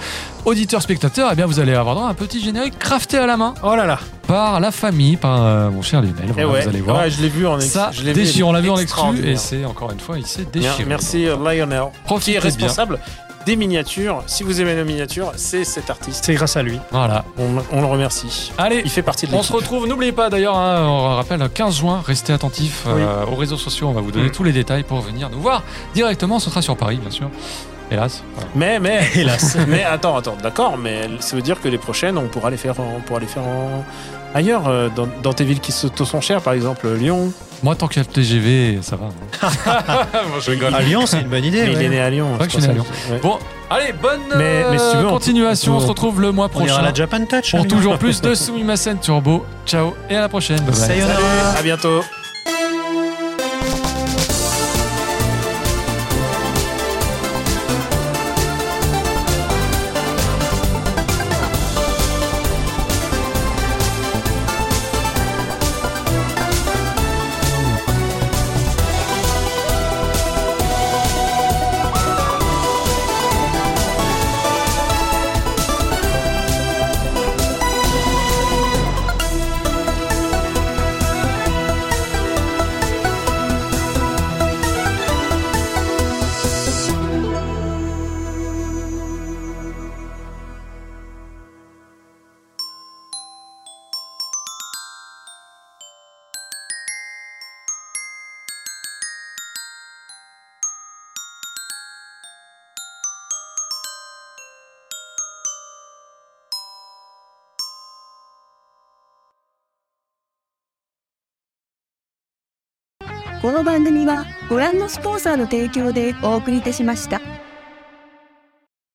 auditeur-spectateur, eh bien, vous allez avoir droit à un petit générique crafté à la main Oh là là. par la famille, par euh, mon cher Lionel. Eh Voilà, ouais. Vous allez voir. Ouais, je l'ai vu en ex- ça je l'ai vu, déchire, il est on l'a vu en exclu extraordinaire. et c'est encore une fois, il s'est Bien, déchiré. Merci euh, Lionel, qui Profitez est bien. responsable des miniatures. Si vous aimez nos miniatures, c'est cet artiste. C'est grâce à lui. Voilà. On, on le remercie. Allez, Il fait partie de On se l'équipe. retrouve, n'oubliez pas d'ailleurs, hein, on rappelle, 15 juin, restez attentifs euh, aux réseaux sociaux, on va vous donner Mm. tous les détails pour venir nous voir directement, ce sera sur Paris bien sûr, hélas. Voilà. <laughs> Mais, mais, hélas. mais attends, attends, d'accord, mais ça veut dire que les prochaines, on pourra les faire, en- on pourra les faire en- ailleurs, euh, dans, dans tes villes qui se te sont chères, par exemple Lyon. Moi tant qu'il y a le TGV, ça va. hein. bon, je rigole. À Lyon, c'est une bonne idée. Mais il ouais. est né à Lyon. Eh vrai c'est que je pour suis né ça que- ouais. Bon, allez, bonne euh, Mais- mais si tu veux, on- continuation, on, on- se retrouve le mois On ira à prochain la Japan Touch. pour allez. toujours plus de Sumimasen Turbo. Ciao et à la prochaine. Bye bye. Sayonara. Salut, à bientôt. この番組はご覧のスポンサーの提供でお送りいたしました。